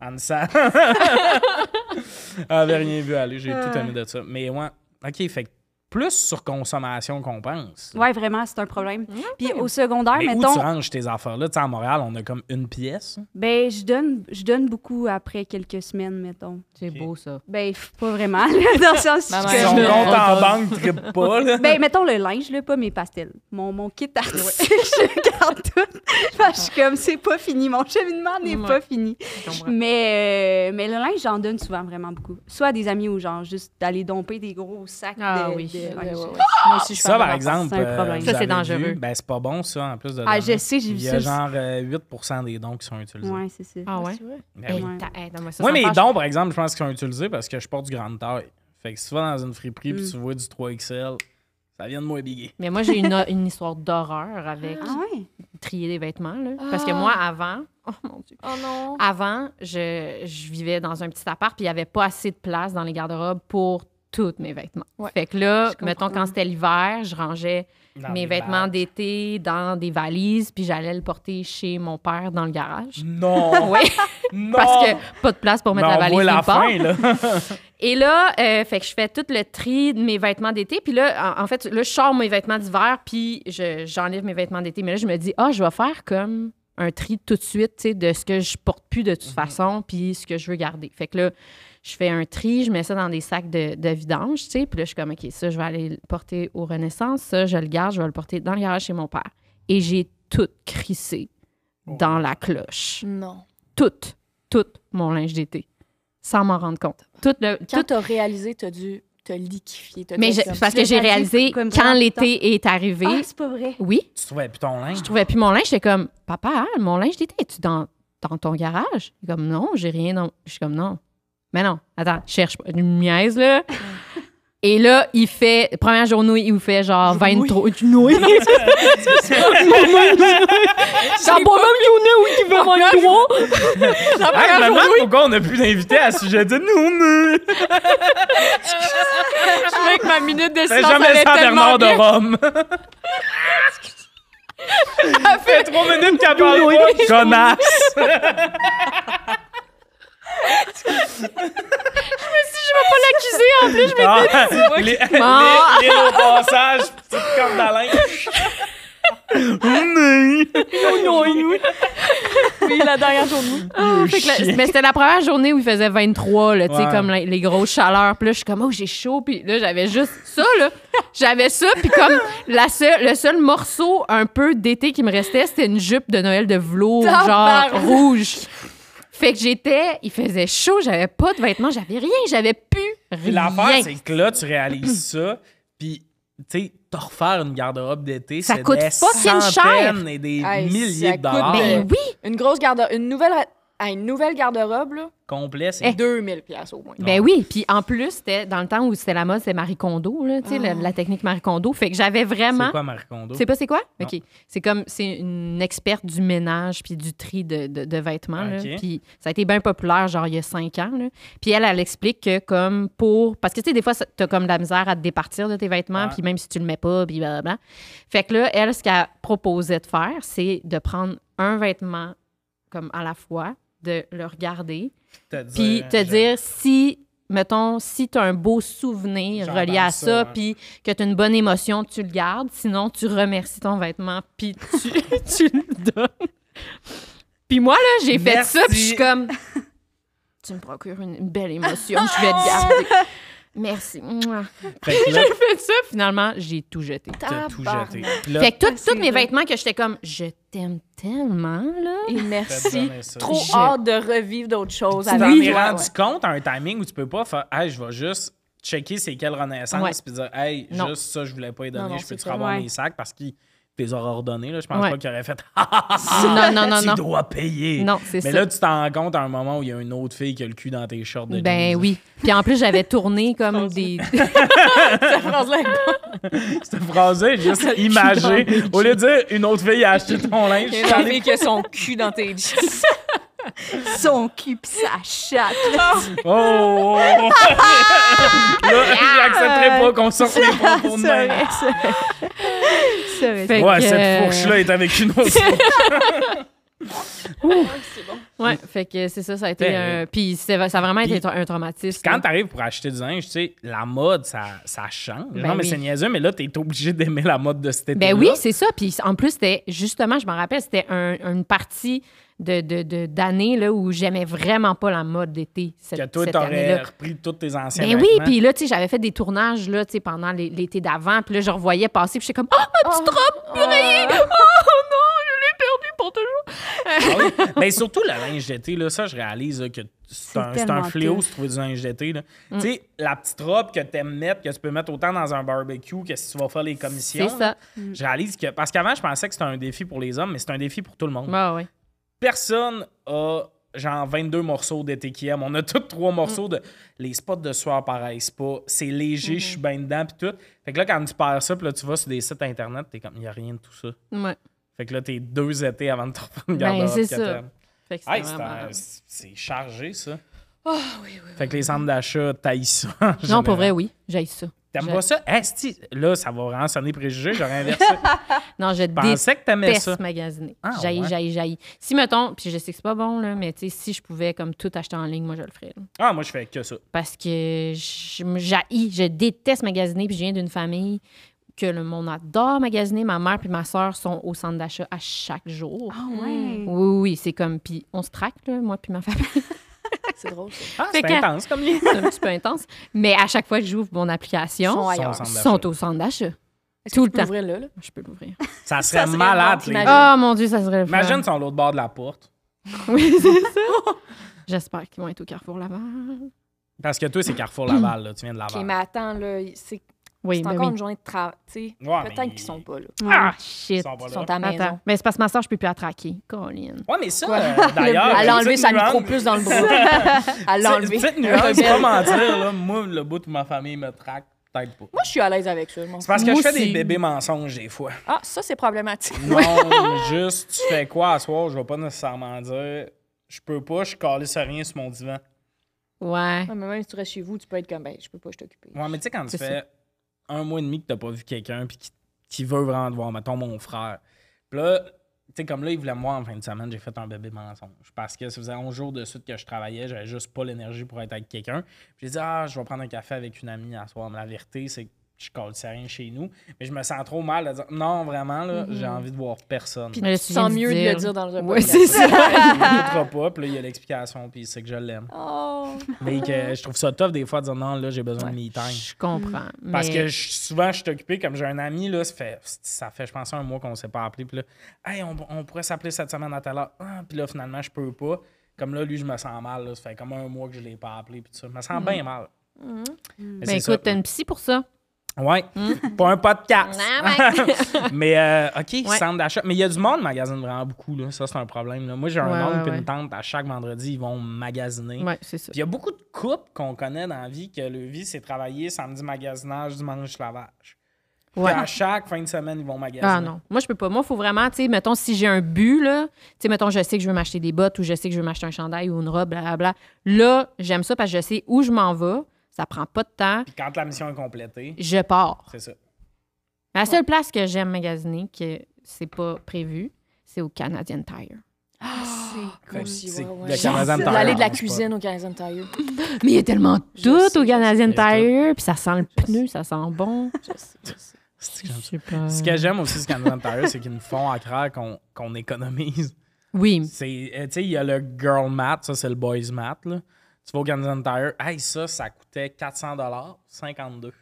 Speaker 1: Anza. Elle avait rien vu aller, j'ai tout aimé de ça. Mais ouais, OK, fait que plus sur consommation qu'on pense.
Speaker 4: Ouais, vraiment, c'est un problème. Puis au secondaire,
Speaker 1: Mais où
Speaker 4: Ah, mettons,
Speaker 1: tu ranges tes affaires-là? Tu sais, à Montréal, on a comme une pièce.
Speaker 4: ben, je donne, je donne beaucoup après quelques semaines, mettons.
Speaker 2: C'est beau, ça.
Speaker 4: Ben, f- pas vraiment, là, dans le sens
Speaker 2: Ma
Speaker 1: Si
Speaker 2: mère.
Speaker 4: que...
Speaker 1: on
Speaker 2: je
Speaker 1: compte
Speaker 2: le-
Speaker 1: en banque, trippe pas, là.
Speaker 4: Ben, mettons le linge, là, pas mes pastels. Mon, mon kit artistique, je garde tout. Parce que je suis comme, c'est pas fini, mon cheminement n'est
Speaker 2: Ouais.
Speaker 4: pas fini.
Speaker 2: Je comprends.
Speaker 4: Mais, euh, mais le linge, j'en donne souvent vraiment beaucoup. Soit à des amis ou genre juste d'aller domper des gros sacs
Speaker 2: Ah
Speaker 4: de,
Speaker 2: oui.
Speaker 4: de
Speaker 2: Ouais,
Speaker 4: linge.
Speaker 3: ouais, ouais. Moi aussi, je fais
Speaker 1: Ça,
Speaker 3: un
Speaker 1: par
Speaker 3: rapport.
Speaker 1: exemple, euh,
Speaker 4: c'est un problème.
Speaker 1: vous
Speaker 2: Ça, c'est
Speaker 1: avez
Speaker 2: dangereux.
Speaker 1: vu, ben, c'est pas bon, ça, en plus. De
Speaker 4: Ah,
Speaker 1: donner.
Speaker 4: je sais, j'ai
Speaker 1: Il
Speaker 4: vu
Speaker 1: y a
Speaker 4: ça.
Speaker 1: genre euh, 8 des dons qui sont utilisés.
Speaker 4: Ouais, c'est ça.
Speaker 2: Ah ouais?
Speaker 3: C'est vrai.
Speaker 1: Ben oui.
Speaker 4: Ouais.
Speaker 1: Moi, mes dons, par exemple, je pense qu'ils sont utilisés parce que je porte du grande taille. Fait que si tu vas dans une friperie puis
Speaker 4: Mm.
Speaker 1: tu vois du 3XL, ça vient de moi biguer.
Speaker 2: Mais moi, j'ai une, une histoire d'horreur avec
Speaker 4: Ah ouais?
Speaker 2: trier des vêtements. là. Parce que
Speaker 3: Ah.
Speaker 2: moi, avant, oh mon Dieu,
Speaker 3: Oh non.
Speaker 2: avant, je, je vivais dans un petit appart, puis il n'y avait pas assez de place dans les garde-robes pour tous mes vêtements.
Speaker 3: Ouais.
Speaker 2: Fait que là,
Speaker 4: Je comprends.
Speaker 2: mettons, quand c'était l'hiver, je rangeais
Speaker 1: Dans
Speaker 2: mes
Speaker 1: des
Speaker 2: vêtements
Speaker 1: bagues.
Speaker 2: d'été dans des valises, puis j'allais le porter chez mon père dans le garage.
Speaker 1: Non!
Speaker 2: Oui,
Speaker 1: non!
Speaker 2: parce que pas de place pour mettre
Speaker 1: Mais
Speaker 2: la
Speaker 1: on
Speaker 2: valise
Speaker 1: voit la
Speaker 2: nulle part.
Speaker 1: fin, là.
Speaker 2: Et là, euh, fait que je fais tout le tri de mes vêtements d'été. Puis là, en, en fait, là, je sors mes vêtements d'hiver, puis je- j'enlève mes vêtements d'été. Mais là, je me dis, ah, je vais faire comme un tri tout de suite, tu sais, de ce que je porte plus de toute façon, puis ce que je veux garder. Fait que là, je fais un tri, je mets ça dans des sacs de, de vidange, tu sais. Puis là, je suis comme, OK, ça, je vais aller le porter au Renaissance. Ça, je le garde, je vais le porter dans le garage chez mon père. Et j'ai tout crissé
Speaker 1: Oh.
Speaker 2: dans la cloche.
Speaker 3: Non.
Speaker 2: Tout, tout mon linge d'été. Sans m'en rendre compte. Tout le, tout
Speaker 3: Quand t'as réalisé, t'as dû te liquifier. t'as
Speaker 2: mais
Speaker 3: dû
Speaker 2: je-
Speaker 3: être comme-
Speaker 2: parce
Speaker 4: Tu
Speaker 2: que j'ai
Speaker 4: l'as
Speaker 2: réalisé
Speaker 4: réalisé
Speaker 2: quand
Speaker 4: comme vraiment
Speaker 2: l'été est arrivé,
Speaker 4: Ah, c'est Ah. pas vrai.
Speaker 2: oui,
Speaker 1: tu trouvais plus ton linge.
Speaker 2: je trouvais plus mon linge. J'étais comme, papa, hein, mon linge d'été, es-tu dans, dans ton garage? Il est comme, non, j'ai rien dans. Je suis comme, non. Mais non, attends, je cherche pas. Une niaise, là. Et là, il fait, première journée, il vous fait genre 23. Tu nouilles. J'en pas même Yuna où il veut 23. La
Speaker 1: Ah,
Speaker 2: première
Speaker 1: je me
Speaker 2: journée,
Speaker 1: demande pourquoi on n'a plus d'invités à ce sujet de nous, nous.
Speaker 2: je trouvais que ma minute de
Speaker 1: Fais
Speaker 2: silence
Speaker 1: jamais
Speaker 2: allait
Speaker 1: ça,
Speaker 2: tellement
Speaker 1: Bernard de
Speaker 2: bien.
Speaker 1: Rome.
Speaker 2: Ça fait
Speaker 1: Trois minutes qu'elle parle
Speaker 2: Nous,
Speaker 1: pas,
Speaker 2: oui.
Speaker 1: connasse.
Speaker 2: si je veux pas l'accuser en plus.
Speaker 1: Ah, les, les, les
Speaker 2: Bon.
Speaker 1: au passage, petite corde à linge.
Speaker 3: Oui, la dernière journée.
Speaker 1: Ah,
Speaker 2: Fait que là, mais c'était la première journée où il faisait 23, là, tu sais,
Speaker 1: Ouais.
Speaker 2: comme les, les grosses chaleurs. Puis là, je suis comme, oh, j'ai chaud. Puis là, j'avais juste ça, là. J'avais ça. Puis comme la seule, le seul morceau un peu d'été qui me restait, c'était une jupe de Noël de velours, genre
Speaker 3: Tabarnak!
Speaker 2: rouge. Fait que j'étais, il faisait chaud, j'avais pas de vêtements, j'avais rien, j'avais plus
Speaker 1: Puis
Speaker 2: rien.
Speaker 1: l'affaire, c'est que là, tu réalises ça, puis tu sais, te refaire une garde-robe d'été,
Speaker 2: Ça
Speaker 1: c'est
Speaker 2: coûte
Speaker 1: des
Speaker 2: fucking cher.
Speaker 1: centaines et des
Speaker 3: Hey, ça
Speaker 1: milliers de
Speaker 3: coûte
Speaker 1: dollars
Speaker 3: des-
Speaker 2: Ben oui,
Speaker 3: Une grosse garde une nouvelle à une nouvelle garde-robe là,
Speaker 1: complets. C'est...
Speaker 2: Eh.
Speaker 3: 2000 pièces au moins.
Speaker 2: ben oui. Puis en plus, c'était dans le temps où c'était la mode, c'était Marie Kondo, là, tu
Speaker 1: Ah.
Speaker 2: sais, la, la technique Marie Kondo. Fait que j'avais vraiment
Speaker 1: C'est quoi Marie Kondo?
Speaker 2: C'est pas c'est quoi?
Speaker 1: Non.
Speaker 2: OK. C'est comme, c'est une experte du ménage puis du tri de, de- de vêtements. là.
Speaker 1: Ok.
Speaker 2: Puis ça a été bien populaire, genre, il y a cinq ans. là. Puis elle, elle explique que comme pour... Parce que, tu sais, des fois, ça- t'as comme de la misère à te départir de tes vêtements,
Speaker 1: Ouais.
Speaker 2: puis même si tu le mets pas, puis blablabla. Fait que là, elle, ce qu'elle proposait de faire, c'est de prendre un vêtement comme à la fois, de le regarder,
Speaker 1: Te dire,
Speaker 2: puis te
Speaker 1: genre,
Speaker 2: dire si, mettons, si tu as un beau souvenir
Speaker 1: J'entends
Speaker 2: relié à
Speaker 1: ça,
Speaker 2: ça,
Speaker 1: ouais.
Speaker 2: puis que tu as une bonne émotion, tu le gardes. Sinon, tu remercies ton vêtement, puis tu, tu le donnes. Puis moi, là, j'ai fait
Speaker 1: Merci.
Speaker 2: ça, puis je suis comme, tu me procures une, une belle émotion, je vais te
Speaker 1: Ah!
Speaker 2: garder. Merci. Mouah.
Speaker 1: Fait que là,
Speaker 2: J'ai fait ça, finalement, j'ai tout jeté.
Speaker 1: t'as tout
Speaker 3: Tabarnak.
Speaker 1: jeté. Puis là,
Speaker 2: Fait que tout-
Speaker 4: c'est
Speaker 2: tous mes
Speaker 4: vrai.
Speaker 2: vêtements que j'étais comme, je t'aime tellement, là.
Speaker 3: Et
Speaker 1: faites
Speaker 3: merci.
Speaker 1: donner ça.
Speaker 3: Trop
Speaker 2: Je-
Speaker 3: hâte de revivre d'autres choses
Speaker 1: Tu
Speaker 3: avec
Speaker 1: t'en es
Speaker 3: toi,
Speaker 1: rendu
Speaker 3: ouais.
Speaker 1: compte à un timing où tu peux pas faire Hey, je vais juste checker c'est quelle
Speaker 2: Ouais.
Speaker 1: renaissance puis dire Hey,
Speaker 2: Non.
Speaker 1: juste ça, je voulais pas y donner,
Speaker 3: Non, non,
Speaker 1: je peux-tu
Speaker 3: c'est ça.
Speaker 1: revoir
Speaker 4: Ouais.
Speaker 1: mes sacs parce qu'ils te les aura ordonnés. là. Je pense
Speaker 2: Ouais.
Speaker 1: pas qu'il aurait fait Ah,
Speaker 2: non, non, non,
Speaker 1: Tu
Speaker 2: non.
Speaker 1: dois payer.
Speaker 2: Non, c'est ça.
Speaker 1: Mais là, tu t'en rends compte à un moment où il y a une autre fille qui a le cul dans tes shorts de
Speaker 2: ben
Speaker 1: jeans.
Speaker 2: oui. Puis en plus, j'avais tourné comme des,
Speaker 3: Cette phrase-là est bonne.
Speaker 1: Cette phrase est juste imagée. Au lieu de dire une autre fille a acheté ton linge,
Speaker 3: Il y
Speaker 1: je
Speaker 3: a une
Speaker 1: t'en ai-
Speaker 3: fille qui a son cul dans tes jeans.
Speaker 4: Son cul pis sa chatte.
Speaker 1: Oh! oh, oh. là, j'accepterai pas qu'on
Speaker 2: Ah!
Speaker 1: sorte les propos de
Speaker 4: C'est
Speaker 1: même.
Speaker 4: vrai, c'est vrai. C'est vrai.
Speaker 2: Fait
Speaker 1: Ouais,
Speaker 2: que,
Speaker 1: cette
Speaker 2: euh,
Speaker 1: fourche-là est avec une autre fourche.
Speaker 3: c'est bon.
Speaker 2: Ouais, fait que c'est ça, ça a été
Speaker 1: Ben,
Speaker 2: un. Puis c'est- ça a vraiment été
Speaker 1: puis-
Speaker 2: un traumatisme.
Speaker 1: Quand
Speaker 2: là.
Speaker 1: t'arrives pour acheter du linge, tu sais, la mode, ça, ça change.
Speaker 2: Ben
Speaker 1: non, mais
Speaker 2: oui.
Speaker 1: c'est niaiseux, mais là, t'es obligé d'aimer la mode de cet été
Speaker 2: Ben oui, c'est ça. Puis en plus, c'était justement, je m'en rappelle, c'était un- une partie de, de, de- d'année là, où j'aimais vraiment pas la mode d'été. Cette,
Speaker 1: Que toi,
Speaker 2: cette
Speaker 1: t'aurais
Speaker 2: année-là.
Speaker 1: repris tous tes anciens
Speaker 2: Ben oui,
Speaker 1: vêtements.
Speaker 2: puis là, tu sais, j'avais fait des tournages là, tu sais, pendant les- l'été d'avant. Puis là, je revoyais passer, puis j'étais comme, oh, ma petite robe purée! Oh non, je l'ai perdue pour toujours!
Speaker 1: Ah oui. Ben, surtout le linge d'été, là, ça, je réalise là, que c'est
Speaker 4: C'est
Speaker 1: un, c'est un
Speaker 4: tellement
Speaker 1: fléau
Speaker 4: tough.
Speaker 1: se trouver du linge d'été. là.
Speaker 2: Mm.
Speaker 1: Tu sais, la petite robe que t'aimes mettre, que tu peux mettre autant dans un barbecue que si tu vas faire les commissions.
Speaker 2: C'est ça.
Speaker 1: Je réalise que. Parce qu'avant, je pensais que c'était un défi pour les hommes, mais c'est un défi pour tout le monde.
Speaker 2: Ah ouais.
Speaker 1: Personne a genre 22 morceaux d'été qui aiment. On a tous trois morceaux de. Les spots de soir paraissent pas. C'est léger, je suis bien dedans, puis tout. Fait que là, quand tu perds ça, puis là, tu vas sur des sites internet, t'es comme, il n'y a rien de tout ça.
Speaker 2: ouais.
Speaker 1: Fait que là, t'es deux étés avant de te reprendre une
Speaker 2: Ben,
Speaker 1: garde-robe
Speaker 2: c'est
Speaker 1: que
Speaker 2: ça.
Speaker 1: t'aimes.
Speaker 2: Fait que c'était
Speaker 1: Hey, c'est
Speaker 2: vraiment- Ah,
Speaker 1: un- c'est c'est chargé, ça. Fait que les centres d'achat taillent ça. en
Speaker 2: Non, pour
Speaker 1: général.
Speaker 2: vrai, oui, j'ai ça.
Speaker 1: T'aimes
Speaker 2: Je-
Speaker 1: pas ça? Esti, là, ça va vraiment sonner préjugé. J'aurais inversé.
Speaker 2: Non, je
Speaker 1: Je
Speaker 2: déteste
Speaker 1: pensais que t'aimais ça.
Speaker 2: peste magasiner.
Speaker 1: Ah,
Speaker 2: j'aille,
Speaker 1: ouais.
Speaker 2: j'aille, j'aille. Si, mettons, puis je sais que c'est pas bon, là, mais tu sais, si je pouvais comme tout acheter en ligne, moi, je le ferais. là.
Speaker 1: Ah, moi, je fais que ça.
Speaker 2: Parce que je me j'haïs, je déteste magasiner, puis je viens d'une famille que le monde adore magasiner. Ma mère puis ma soeur sont au centre d'achat à chaque jour.
Speaker 4: Ah ouais.
Speaker 2: Oui, oui, oui, c'est comme, puis on se traque, là, moi puis ma famille.
Speaker 3: C'est drôle, ça.
Speaker 1: Ah,
Speaker 2: Fait
Speaker 1: c'est
Speaker 2: que-
Speaker 1: intense comme lien.
Speaker 2: c'est un petit peu intense. Mais à chaque fois que j'ouvre mon
Speaker 3: Ils
Speaker 2: application,
Speaker 3: sont
Speaker 1: Ils
Speaker 3: ailleurs.
Speaker 1: sont au
Speaker 2: ils
Speaker 1: centre
Speaker 2: sont
Speaker 1: d'achat.
Speaker 2: au centre d'achat.
Speaker 3: Est-ce
Speaker 2: Tout le
Speaker 3: que tu peux
Speaker 2: temps.
Speaker 3: ouvrir là,
Speaker 1: Ah
Speaker 3: là?
Speaker 2: Je peux l'ouvrir.
Speaker 1: Ça serait
Speaker 3: serait
Speaker 1: malade,
Speaker 3: bon,
Speaker 1: les
Speaker 3: t'imagines.
Speaker 1: gars.
Speaker 2: Oh mon Dieu, ça serait le fun.
Speaker 1: Imagine, ils sont de l'autre bord de la porte.
Speaker 2: Oui, c'est ça. J'espère qu'ils vont être au Carrefour Laval.
Speaker 1: Parce que toi, c'est Carrefour Laval, là. Tu viens de
Speaker 3: OK,
Speaker 1: Laval.
Speaker 3: mais attends, là, c'est
Speaker 2: Oui,
Speaker 3: c'est
Speaker 2: ben
Speaker 3: encore
Speaker 2: oui.
Speaker 3: une journée de travail. tu sais.
Speaker 1: Ouais,
Speaker 3: Peut-être
Speaker 1: mais-
Speaker 3: qu'ils sont pas là.
Speaker 2: Ah,
Speaker 1: Ils
Speaker 2: shit.
Speaker 1: sont pas
Speaker 3: Ils
Speaker 1: là.
Speaker 3: sont à la maison.
Speaker 2: Attends, mais c'est parce que ma soeur, je peux plus attraquer. Colin.
Speaker 1: Ouais, mais ça, euh, d'ailleurs.
Speaker 3: Elle a enlevé
Speaker 1: petite
Speaker 3: sa
Speaker 1: nuance-
Speaker 3: micro-puce dans le bras. Elle l'a enlevé.
Speaker 1: Petite nuance,
Speaker 3: Rebelle.
Speaker 1: comment dire, là. Moi, le bout de ma famille me traque, peut-être pas.
Speaker 3: Moi, je suis à l'aise avec ça. je m'en
Speaker 1: C'est
Speaker 3: fous.
Speaker 1: parce que je
Speaker 2: Moi
Speaker 1: fais
Speaker 2: aussi.
Speaker 1: des bébés mensonges, des fois.
Speaker 3: Ah, ça, c'est problématique.
Speaker 1: Non, juste, tu fais quoi à soir? Je vais pas nécessairement dire. Je peux pas, je calais sur rien sur mon divan.
Speaker 2: Ouais.
Speaker 3: Ouais, mais même si tu restes chez vous, tu peux être comme, ben, je peux pas, je t'occuper.
Speaker 1: Ouais, mais tu sais, quand tu
Speaker 2: C'est
Speaker 1: fais un mois et demi que t'as pas vu quelqu'un puis qui, qui veut vraiment te voir, mettons mon frère. Puis là, tu sais, comme là, il voulait me voir en fin de semaine, j'ai fait un bébé mensonge. Parce que ça faisait 11 jours de suite que je travaillais, j'avais juste pas l'énergie pour être avec quelqu'un. Puis J'ai dit, ah, je vais prendre un café avec une amie à soir. Mais la vérité, c'est que je colle rien chez nous. Mais je me sens trop mal de dire, non, vraiment, là, j'ai envie de voir personne.
Speaker 3: Puis
Speaker 2: Mais là,
Speaker 3: tu
Speaker 2: tu
Speaker 3: te
Speaker 2: viens
Speaker 3: sens
Speaker 2: de
Speaker 3: mieux de
Speaker 2: dire-
Speaker 3: le dire dans un
Speaker 2: Ouais,
Speaker 3: podcast.
Speaker 2: Mm-hmm. c'est ça.
Speaker 1: il m'écoutera pas, puis là, il y a l'explication, puis c'est que je l'aime.
Speaker 3: Oh.
Speaker 1: Mais que je trouve ça tough des fois de dire non, là, j'ai besoin de me time.
Speaker 2: Je comprends.
Speaker 1: Hmm. Parce
Speaker 2: mais-
Speaker 1: que je- souvent, je suis occupé. Comme j'ai un ami, là, ça fait, ça fait, je pense, un mois qu'on ne s'est pas appelé. Puis là, hey, on, on pourrait s'appeler cette semaine à telle heure. Ah, puis là, finalement, je peux pas. Comme là, lui, je me sens mal. là. Ça fait comme un mois que je ne l'ai pas appelé. Puis tout ça. Je me sens bien mal. Mais
Speaker 2: Mm. Ben
Speaker 1: c'est ça.
Speaker 2: écoute, t'as Mm. une psy pour ça.
Speaker 1: Ouais, pas un podcast.
Speaker 2: Non,
Speaker 1: mais, euh, OK,
Speaker 2: Ah, Ouais.
Speaker 1: centre d'achat. Mais il y a du monde magasine vraiment beaucoup. Là. Ça, c'est un problème. là. Moi, j'ai un
Speaker 2: Ouais,
Speaker 1: oncle
Speaker 2: ouais,
Speaker 1: puis
Speaker 2: ouais.
Speaker 1: une tante. À chaque vendredi, ils vont magasiner.
Speaker 2: Ouais, c'est ça.
Speaker 1: Puis il y a beaucoup de couples qu'on connaît dans la vie que le vie, c'est travailler samedi magasinage, dimanche lavage. Puis
Speaker 2: Ouais.
Speaker 1: à chaque fin de semaine, ils vont magasiner.
Speaker 2: Ah non, moi je peux pas. Moi, il faut vraiment, tu sais, mettons, si j'ai un but, là, tu sais, mettons, je sais que je veux m'acheter des bottes ou je sais que je veux m'acheter un chandail ou une robe, blablabla. Là, j'aime ça parce que je sais où je m'en vais, ça prend pas de temps,
Speaker 1: Puis quand la mission est complétée,
Speaker 2: je pars.
Speaker 1: c'est ça.
Speaker 2: La seule place que j'aime magasiner, que c'est pas prévu, c'est au Canadian Tire.
Speaker 4: C'est
Speaker 1: Fait
Speaker 4: cool.
Speaker 1: que c'est
Speaker 3: ouais, ouais.
Speaker 1: le Canadian
Speaker 4: C'est
Speaker 1: Tire,
Speaker 3: L'aller de la
Speaker 1: on se
Speaker 3: cuisine au Canadian Tire.
Speaker 2: Mais il y a tellement
Speaker 3: Je
Speaker 2: tout
Speaker 3: sais,
Speaker 2: au
Speaker 3: je
Speaker 2: Canadian
Speaker 1: sais. Il
Speaker 2: Tire, puis ça sent le
Speaker 3: Je
Speaker 2: pneu, ça sent bon.
Speaker 3: Je sais, je sais.
Speaker 1: parle. C'est que j'aime ça. Ce que
Speaker 2: sais pas.
Speaker 1: j'aime aussi du Canadian Tire, c'est qu'ils nous font à croire qu'on qu'on économise.
Speaker 2: Oui,
Speaker 1: C'est, euh, Tu sais, il y a le girl mat, ça c'est le boys mat. Là. Tu vas au Canadian Tire, hey, ça, ça coûtait 400 52 Tu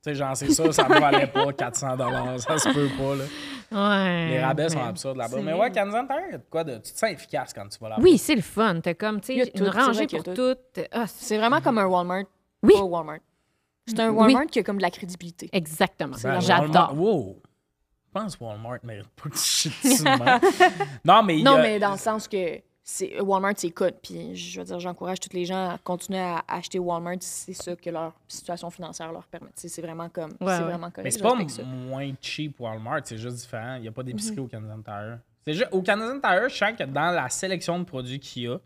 Speaker 1: sais, genre, c'est ça, ça ne valait pas 400 ça se peut pas. Là.
Speaker 2: ouais.
Speaker 1: Les rabais sont
Speaker 2: Ouais.
Speaker 1: absurdes là-bas.
Speaker 3: C'est
Speaker 1: Mais
Speaker 3: vrai.
Speaker 1: ouais, Canadian Tire, il y a de quoi de. Tu te sens efficace quand tu vas là-bas.
Speaker 2: Oui, c'est le fun. T'as comme, tu
Speaker 3: Il y a
Speaker 2: sais,
Speaker 3: tout,
Speaker 2: une
Speaker 3: c'est
Speaker 2: rangée
Speaker 3: vrai qu'il y
Speaker 2: pour
Speaker 3: a
Speaker 2: toutes. Ah, c'est-
Speaker 3: C'est vraiment comme un Walmart.
Speaker 2: Oui.
Speaker 3: Pas Walmart. C'est un
Speaker 2: Oui.
Speaker 3: Walmart qui a comme de la crédibilité.
Speaker 2: Exactement.
Speaker 1: Ben, Walmart-
Speaker 2: J'adore.
Speaker 1: Wow! Je pense que Walmart mérite pas que tu chies dessus de même. Non, mais. il y
Speaker 3: Non,
Speaker 1: a-
Speaker 3: mais dans le sens que c'est- Walmart, c'est code. Puis je veux dire, j'encourage tous les gens à continuer à acheter Walmart si c'est ça que leur situation financière leur permet. Tu sais, C'est vraiment comme.
Speaker 2: Ouais, ouais.
Speaker 3: c'est vraiment correct.
Speaker 1: Mais c'est
Speaker 3: je
Speaker 1: pas
Speaker 3: respecte ça.
Speaker 1: moins cheap Walmart, c'est juste différent. Il n'y a pas d'épicerie au Canadian Tire. C'est juste, au Canadian Tire, je sens que dans la sélection de produits qu'il y a,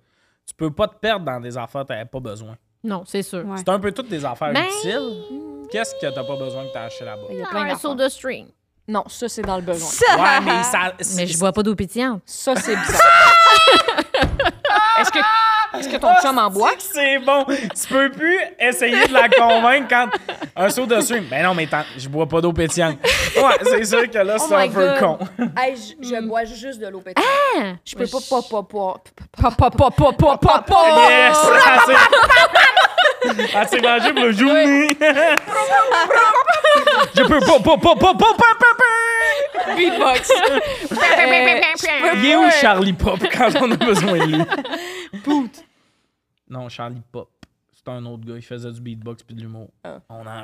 Speaker 1: tu peux pas te perdre dans des affaires que t'avais pas besoin.
Speaker 2: Non, c'est sûr.
Speaker 4: Ouais.
Speaker 1: C'est un peu toutes des affaires
Speaker 2: Ben,
Speaker 1: utiles. Qu'est-ce que t'as pas besoin que t'as acheté là-bas?
Speaker 3: Il y a plein
Speaker 2: Un
Speaker 3: d'affaires.
Speaker 2: soda stream.
Speaker 3: Non, ça, c'est dans le besoin.
Speaker 1: Ouais, mais ça.
Speaker 2: Mais je bois pas d'eau pétillante.
Speaker 3: Ça, c'est bizarre. Ah, Est-ce que, est-ce que ton chum en boit?
Speaker 1: C'est bon. Tu peux plus essayer de la convaincre quand un saut dessus. Ben non, mais tant- je bois pas d'eau pétillante. Ouais, c'est sûr que là, c'est
Speaker 3: Oh
Speaker 1: un
Speaker 3: my
Speaker 1: peu con.
Speaker 3: God. Hey, je, je bois juste de l'eau pétillante. Je peux
Speaker 2: Ouais,
Speaker 3: pas,
Speaker 2: je-
Speaker 3: pas, pas, Ah! pas,
Speaker 4: Pa, pa, pa, pa, pa, pa, pa.
Speaker 1: Yes! assez- Assez mangé pour le journée. je peux pas, pas, pas, pas, pas, pas, pas, pas.
Speaker 3: Beatbox. Euh,
Speaker 1: Il est où Charlie Pop quand on a besoin de lui? Pout. Non, Charlie Pop. C'est un autre gars, il faisait du beatbox puis de l'humour. On en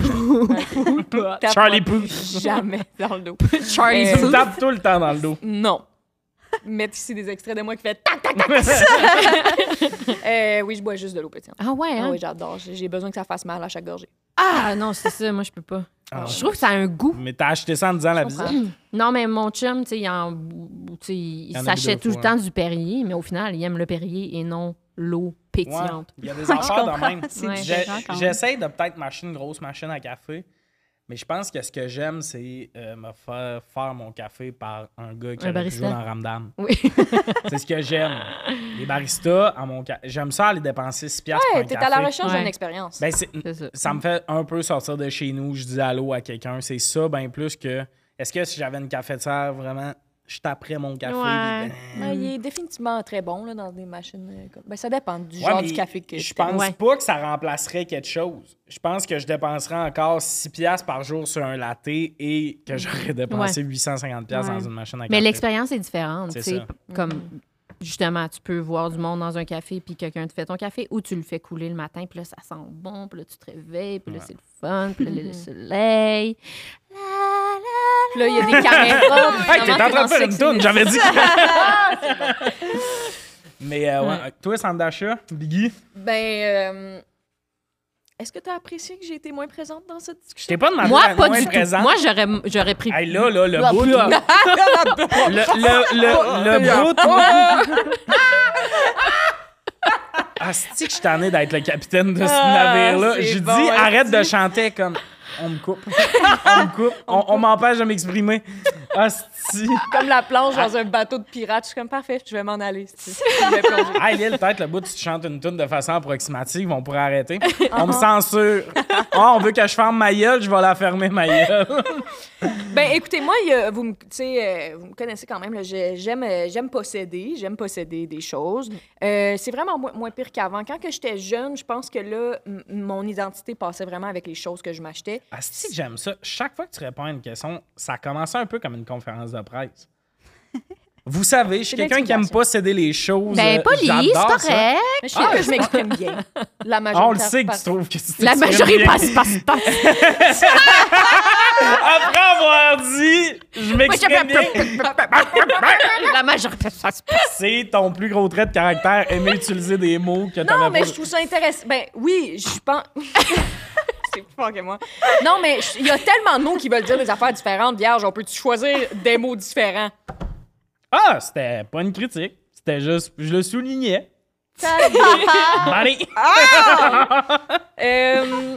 Speaker 1: Charlie Pout.
Speaker 3: Euh, Jamais dans le dos. Euh,
Speaker 2: Charlie
Speaker 1: Tu me tapes tout le temps dans le dos.
Speaker 3: Non. Mettre ici des extraits de moi qui fait tac, tac, tac. Euh, oui, je bois juste de l'eau pétillante.
Speaker 2: Ah ouais,
Speaker 3: Ah
Speaker 2: hein?
Speaker 3: oui, j'adore. J'ai j'ai besoin que ça fasse mal à chaque gorgée.
Speaker 2: Ah non, c'est ça, moi je peux pas.
Speaker 1: Ah.
Speaker 2: Je trouve que ça a un goût.
Speaker 1: Mais t'as acheté ça en disant la visite.
Speaker 2: Non, mais mon chum, tu sais, il, en- tu sais, il
Speaker 1: Il en a bu
Speaker 2: s'achète
Speaker 1: deux
Speaker 2: tout le
Speaker 1: fois,
Speaker 2: temps du Perrier, mais au final, il aime le Perrier et non l'eau
Speaker 1: Ouais,
Speaker 2: pétillante.
Speaker 1: il y a des affaires de
Speaker 4: comprends.
Speaker 1: même.
Speaker 4: C'est
Speaker 2: Ouais.
Speaker 4: différent
Speaker 1: J'ai-
Speaker 4: quand même.
Speaker 1: J'essaie de peut-être mâcher une grosse machine à café, mais je pense que ce que j'aime, c'est euh, me faire faire mon café par un gars qui
Speaker 2: Un
Speaker 1: a
Speaker 2: barista.
Speaker 1: toujours dans Ramdam.
Speaker 2: Oui.
Speaker 1: C'est ce que j'aime. Les baristas, à mon ca- j'aime ça aller dépenser 6 piastres
Speaker 3: Ouais,
Speaker 1: pour
Speaker 3: t'es
Speaker 1: un
Speaker 3: à
Speaker 1: café.
Speaker 3: la recherche
Speaker 2: Ouais.
Speaker 3: d'une expérience.
Speaker 1: Ben, c'est-
Speaker 2: C'est ça.
Speaker 1: ça me fait un peu sortir de chez nous, je dis allô à quelqu'un. C'est ça, bien plus que... Est-ce que si j'avais une cafetière, vraiment, je taperais mon café?
Speaker 2: Ouais.
Speaker 1: puis- ben,
Speaker 3: Ouais, Ah, il est définitivement très bon là, dans des machines. euh, comme- Ben, ça dépend du
Speaker 1: Ouais,
Speaker 3: genre
Speaker 1: mais
Speaker 3: du café que
Speaker 1: Je
Speaker 3: je
Speaker 1: pense
Speaker 2: Ouais.
Speaker 1: pas que ça remplacerait quelque chose. Je pense que je dépenserais encore 6 piastres par jour sur un latte et que j'aurais dépensé 850 piastres
Speaker 4: Ouais.
Speaker 1: dans une machine à café.
Speaker 2: Mais l'expérience est différente.
Speaker 1: C'est
Speaker 2: tu sais,
Speaker 1: ça.
Speaker 2: p- Comme justement, tu peux voir du monde dans un café puis quelqu'un te fait ton café ou tu le fais couler le matin puis là ça sent bon puis là tu te réveilles puis là
Speaker 1: Ouais.
Speaker 2: c'est le fun puis là le soleil. La, la,
Speaker 3: Puis là, il y a des caméras. puis
Speaker 1: Hey, t'es en
Speaker 3: finalement,
Speaker 1: train de faire une
Speaker 3: dans Sex
Speaker 1: toune,
Speaker 3: and
Speaker 1: j'avais dit. Mais euh, ouais, toi, centre d'achat, Biggie,
Speaker 3: Ben, euh, est-ce que t'as apprécié que j'ai été moins présente dans cette
Speaker 1: je
Speaker 3: discussion?
Speaker 1: t'ai pas demandé
Speaker 2: Moi
Speaker 1: à être
Speaker 2: pas
Speaker 1: moins
Speaker 2: du
Speaker 1: présent.
Speaker 2: tout. Moi j'aurais j'aurais pris.
Speaker 1: Hey, là, là, le bout, là. le, le, le, le bout, Ah, c'est que je t'en ai d'être le capitaine de ce
Speaker 3: Ah,
Speaker 1: navire-là.
Speaker 3: c'est
Speaker 1: J'ai
Speaker 3: bon,
Speaker 1: dit,
Speaker 3: hein,
Speaker 1: arrête de chanter comme on me coupe. on me coupe. On, on m'empêche de m'exprimer. Ah, Asti.
Speaker 3: Comme la planche
Speaker 1: Ah.
Speaker 3: dans un bateau de pirate. Je suis comme, parfait, je vais m'en aller. c'est- Je vais plonger.
Speaker 1: Ah, Lille, peut-être le bout, tu te chantes une tune de façon approximative, on pourrait arrêter. On me censure. Ah, on veut que je ferme ma gueule, je vais la fermer, ma gueule.
Speaker 3: Ben, écoutez, moi, il y a- vous, me, tu sais, euh, vous me connaissez quand même. là, j'ai- j'aime, euh, j'aime posséder. J'aime posséder des choses. Euh, c'est vraiment moins, moins pire qu'avant. Quand que j'étais jeune, je pense que là, m- mon identité passait vraiment avec les choses que je m'achetais.
Speaker 1: Asti, que j'aime ça. Chaque fois que tu réponds à une question, ça commençait un peu comme une conférence de presse. Vous savez, je suis
Speaker 3: C'est
Speaker 1: quelqu'un qui aime
Speaker 3: l'intimidation.
Speaker 1: pas céder les choses.
Speaker 2: Ben
Speaker 1: euh,
Speaker 2: pas lisse, c'est
Speaker 1: j'adore ça.
Speaker 2: correct.
Speaker 3: Mais je sais que je m'exprime bien. La majorité.
Speaker 1: Ah, On le sait que tu trouves que c'est
Speaker 2: La majorité
Speaker 1: bien.
Speaker 2: passe passe passe.
Speaker 1: Après avoir dit, je m'exprime bien.
Speaker 2: La majorité passe passe.
Speaker 1: C'est ton plus gros trait de caractère, aimer utiliser des mots que t'avais
Speaker 3: Non, mais
Speaker 1: pas-
Speaker 3: je trouve ça intéressant. Ben oui, je pense. C'est plus fort que moi. Non, mais je- il y a tellement de mots qui veulent dire des affaires différentes, vierge. On peut-tu choisir des mots différents?
Speaker 1: Ah, c'était pas une critique. C'était juste, je le soulignais.
Speaker 3: Ah.
Speaker 1: Allez!
Speaker 3: Euh,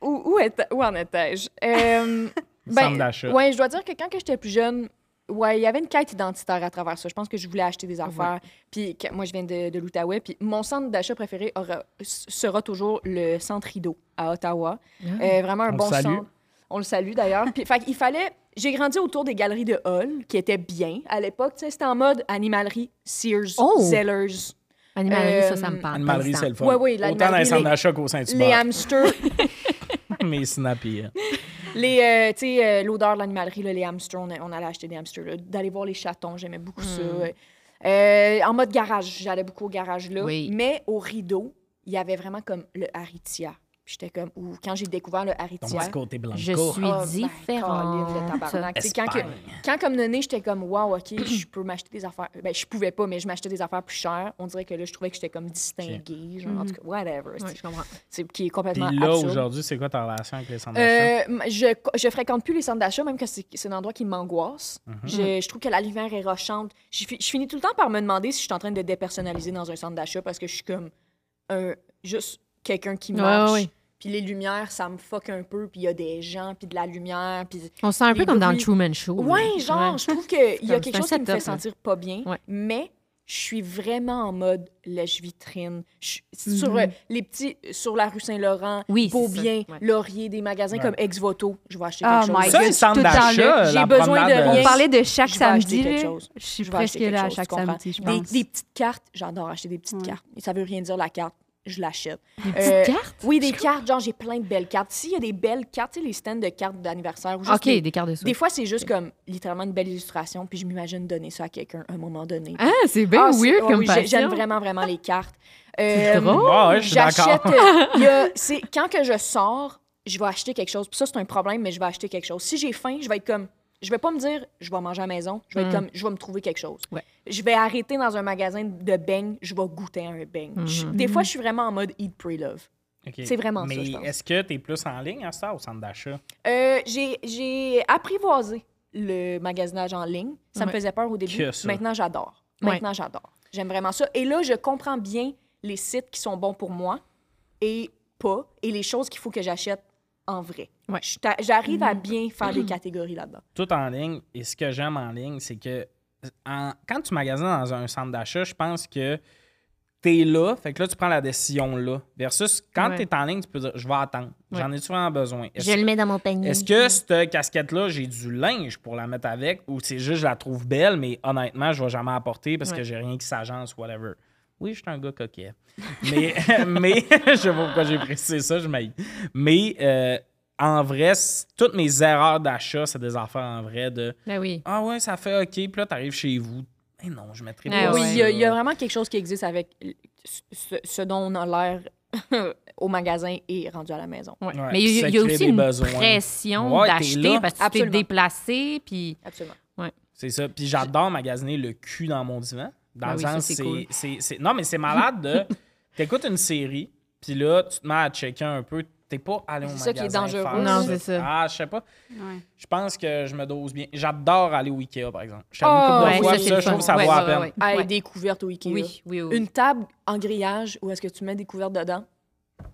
Speaker 3: où, où, est- où en étais-je? Euh,
Speaker 1: Centre d'achat.
Speaker 3: ouais, je dois dire que quand que j'étais plus jeune, ouais, il y avait une quête identitaire à travers ça. Je pense que je voulais acheter des affaires. Puis que- moi, je viens de, de l'Outaouais. Puis mon centre d'achat préféré aura- s- sera toujours le centre Rideau à Ottawa.
Speaker 2: Mm.
Speaker 3: Euh, vraiment un
Speaker 1: On le
Speaker 3: bon
Speaker 1: salue.
Speaker 3: centre. On le salue d'ailleurs. Puis il fallait. J'ai grandi autour des galeries de Hall qui étaient bien à l'époque. Tu sais, C'était en mode animalerie, Sears,
Speaker 2: Oh!
Speaker 3: Zellers.
Speaker 2: Animalerie, ça,
Speaker 3: Euh,
Speaker 2: ça me parle.
Speaker 1: Animalerie,
Speaker 2: Pas
Speaker 1: c'est
Speaker 2: le
Speaker 1: le fun.
Speaker 3: Ouais, ouais,
Speaker 1: Autant
Speaker 3: l'animal-
Speaker 1: dans les
Speaker 3: les-
Speaker 1: centres d'achat qu'au
Speaker 3: Les
Speaker 1: Saint-Hubert.
Speaker 3: hamsters,
Speaker 1: Mais snappy. hein.
Speaker 3: Les, euh, tu sais, euh, l'odeur de l'animalerie, là, les hamsters, on, on allait acheter des hamsters. là. D'aller voir les chatons, j'aimais beaucoup ça.
Speaker 2: Mm.
Speaker 3: Euh, en mode garage, j'allais beaucoup au garage là.
Speaker 2: Oui.
Speaker 3: Mais au rideau, il y avait vraiment comme le haritia. Puis j'étais comme, ou quand j'ai découvert le
Speaker 1: Ton
Speaker 3: haritia.
Speaker 1: petit côté blanco.
Speaker 2: Je suis
Speaker 3: Oh, ben,
Speaker 2: différente.
Speaker 3: Colin, le tabarnak. Tu sais, Quand, que-
Speaker 1: Espagne.
Speaker 3: quand comme noné, j'étais comme wow, OK, je peux m'acheter des affaires. Ben, je pouvais pas, mais je m'achetais des affaires plus chères. On dirait que là, je trouvais que j'étais comme distinguée. Genre, en tout cas, whatever.
Speaker 2: Mhm. Ouais, je comprends.
Speaker 3: C'est qui est complètement
Speaker 1: Puis là,
Speaker 3: absurde.
Speaker 1: aujourd'hui, c'est quoi ta relation avec les centres d'achat?
Speaker 3: Euh, m- je, co- je fréquente plus les centres d'achat, même que c'est c'est un endroit qui m'angoisse.
Speaker 1: Mhm.
Speaker 3: je, je trouve que la lumière est rochante. Je, fi- je finis tout le temps par me demander si je suis en train de dépersonnaliser dans un centre d'achat parce que je suis comme un, juste quelqu'un qui
Speaker 2: Ouais,
Speaker 3: marche.
Speaker 2: ouais, ouais.
Speaker 3: Puis les lumières, ça me fuck un peu. Puis il y a des gens, puis de la lumière. Puis...
Speaker 2: On se sent un
Speaker 3: Les
Speaker 2: peu comme dans le
Speaker 3: bruits.
Speaker 2: Truman Show. là.
Speaker 3: Ouais, genre,
Speaker 2: Ouais.
Speaker 3: je trouve qu'il y a
Speaker 2: comme-
Speaker 3: quelque
Speaker 2: c'est un
Speaker 3: chose qui me fait
Speaker 2: setup, là.
Speaker 3: sentir pas bien.
Speaker 2: Ouais.
Speaker 3: Mais je suis vraiment en mode lèche vitrine. Je- Sur
Speaker 4: Mhm.
Speaker 3: euh, les petits, sur la rue Saint-Laurent,
Speaker 2: Mm-hmm. Oui,
Speaker 3: beau
Speaker 2: c'est ça.
Speaker 3: bien,
Speaker 2: Ouais. Ah,
Speaker 3: Laurier, des magasins
Speaker 1: Ouais.
Speaker 3: comme Ex-Voto. Je vais acheter
Speaker 4: Oh
Speaker 3: quelque
Speaker 4: my
Speaker 3: chose.
Speaker 1: ça,
Speaker 4: God,
Speaker 1: les centres
Speaker 4: tout le temps là.
Speaker 1: d'achat,
Speaker 3: J'ai
Speaker 1: la
Speaker 3: besoin de
Speaker 1: promenade,
Speaker 4: On
Speaker 3: rien.
Speaker 1: euh,
Speaker 4: parlait de chaque
Speaker 3: Je vais acheter
Speaker 4: samedi.
Speaker 3: quelque
Speaker 4: là.
Speaker 3: chose.
Speaker 4: Je suis
Speaker 3: Je vais
Speaker 4: presque
Speaker 3: acheter quelque
Speaker 4: là à
Speaker 3: chose,
Speaker 4: chaque
Speaker 3: tu comprends.
Speaker 4: samedi, je
Speaker 3: Des,
Speaker 4: pense.
Speaker 3: des petites cartes, j'adore acheter des petites
Speaker 4: Ouais.
Speaker 3: cartes. Et ça veut rien dire la carte, je l'achète.
Speaker 2: Des
Speaker 3: Euh,
Speaker 2: petites cartes?
Speaker 3: Oui, des cartes, genre j'ai plein de belles cartes. S'il y a des belles cartes, tu sais, les stands de cartes d'anniversaire ou juste
Speaker 2: OK,
Speaker 3: des-
Speaker 2: des cartes de
Speaker 3: Des
Speaker 2: soupe.
Speaker 3: fois, c'est juste comme littéralement une belle illustration, puis je m'imagine donner ça à quelqu'un à un moment donné.
Speaker 2: Ah, c'est bien
Speaker 3: Ah, c'est-
Speaker 2: weird
Speaker 3: oh
Speaker 2: comme
Speaker 3: oui, j'ai-
Speaker 2: passion.
Speaker 3: J'aime vraiment, vraiment les cartes.
Speaker 2: C'est
Speaker 3: Euh,
Speaker 2: drôle.
Speaker 1: Ah ouais, ouais, je suis
Speaker 3: J'achète.
Speaker 1: d'accord.
Speaker 3: euh, il y a- c'est- Quand que je sors, je vais acheter quelque chose. Puis ça, c'est un problème, mais je vais acheter quelque chose. Si j'ai faim, je vais être comme. Je vais pas me dire, je vais manger à la maison. Je vais être
Speaker 2: Mm.
Speaker 3: comme, je vais me trouver quelque chose.
Speaker 2: Ouais.
Speaker 3: Je vais arrêter dans un magasin de beignes, je vais goûter à un beigne. Je-
Speaker 2: Mhm.
Speaker 3: Des fois, je suis vraiment en mode eat, pray, love.
Speaker 1: Ok.
Speaker 3: c'est vraiment ça,
Speaker 1: Mais
Speaker 3: je pense.
Speaker 1: est-ce que tu es plus en ligne à ça au centre d'achat?
Speaker 3: Euh, j'ai- J'ai apprivoisé le magasinage en ligne. Ça me
Speaker 2: Ouais.
Speaker 3: faisait peur au début.
Speaker 1: Que ça.
Speaker 3: Maintenant, j'adore.
Speaker 2: Ouais.
Speaker 3: Maintenant, j'adore. J'aime vraiment ça. Et là, je comprends bien les sites qui sont bons pour moi et pas, et les choses qu'il faut que j'achète en vrai.
Speaker 2: Ouais.
Speaker 3: Je t'a- J'arrive à bien faire des catégories là-dedans.
Speaker 1: Tout en ligne. Et ce que j'aime en ligne, c'est que en- quand tu magasines dans un centre d'achat, je pense que tu es là, fait que là, tu prends la décision là. Versus quand
Speaker 2: Ouais.
Speaker 1: tu es en ligne, tu peux dire, je vais attendre. J'en ai souvent besoin. Est-ce
Speaker 2: le mets dans mon panier.
Speaker 1: Est-ce que cette casquette-là, j'ai du linge pour la mettre avec ou c'est juste je la trouve belle, mais honnêtement, je vais jamais la porter parce que
Speaker 2: Ouais.
Speaker 1: j'ai rien qui s'agence, whatever. Oui, je suis un gars coquet. Mais, mais je sais pas pourquoi j'ai précisé ça, je m'aille. Mais euh, en vrai, c- toutes mes erreurs d'achat, c'est des affaires en vrai de
Speaker 2: Ben oui.
Speaker 1: Ah ouais, ça fait OK, puis là, t'arrives chez vous. Eh non, je mettrai
Speaker 2: Ah
Speaker 1: pas
Speaker 3: oui,
Speaker 2: ouais.
Speaker 1: ça.
Speaker 3: il y, a- il y a vraiment quelque chose qui existe avec ce, ce dont on a l'air au magasin et rendu à la maison.
Speaker 2: Ouais.
Speaker 1: Ouais,
Speaker 2: Mais il y a-
Speaker 1: ça
Speaker 2: il y a
Speaker 1: crée
Speaker 2: aussi
Speaker 1: des
Speaker 2: une
Speaker 1: besoins.
Speaker 2: pression
Speaker 1: Ouais, t'es là.
Speaker 2: d'acheter parce que tu t'es
Speaker 3: Absolument.
Speaker 2: déplacé. Puis...
Speaker 3: Absolument.
Speaker 1: C'est ça. Puis j'adore magasiner le cul dans mon divan. Dans
Speaker 2: Ah
Speaker 1: le
Speaker 2: oui, ça,
Speaker 1: sens,
Speaker 2: c'est
Speaker 1: c'est,
Speaker 2: cool.
Speaker 1: c'est- c'est- Non, mais c'est malade de. T'écoutes une série, puis là, tu te mets à checker un peu. T'es pas allé au
Speaker 3: C'est
Speaker 1: magasin.
Speaker 3: ça qui est dangereux.
Speaker 1: faire
Speaker 2: Non, c'est ça.
Speaker 1: Ah, je sais pas.
Speaker 4: Ouais.
Speaker 1: Je pense que je me dose bien. J'adore aller au Ikea, par exemple. Je suis allé une
Speaker 3: Oh,
Speaker 1: couple de
Speaker 3: ouais,
Speaker 1: fois,
Speaker 3: ça,
Speaker 1: puis
Speaker 3: c'est
Speaker 1: ça,
Speaker 3: le
Speaker 1: je trouve
Speaker 3: fun.
Speaker 1: que ça
Speaker 2: Ouais,
Speaker 1: vaut
Speaker 2: ouais,
Speaker 1: à peine.
Speaker 2: ouais.
Speaker 3: Ah, et
Speaker 2: Ouais.
Speaker 3: des couvertes au Ikea.
Speaker 2: Oui, oui, oui.
Speaker 3: Une table en grillage où est-ce que tu mets des couvertes dedans?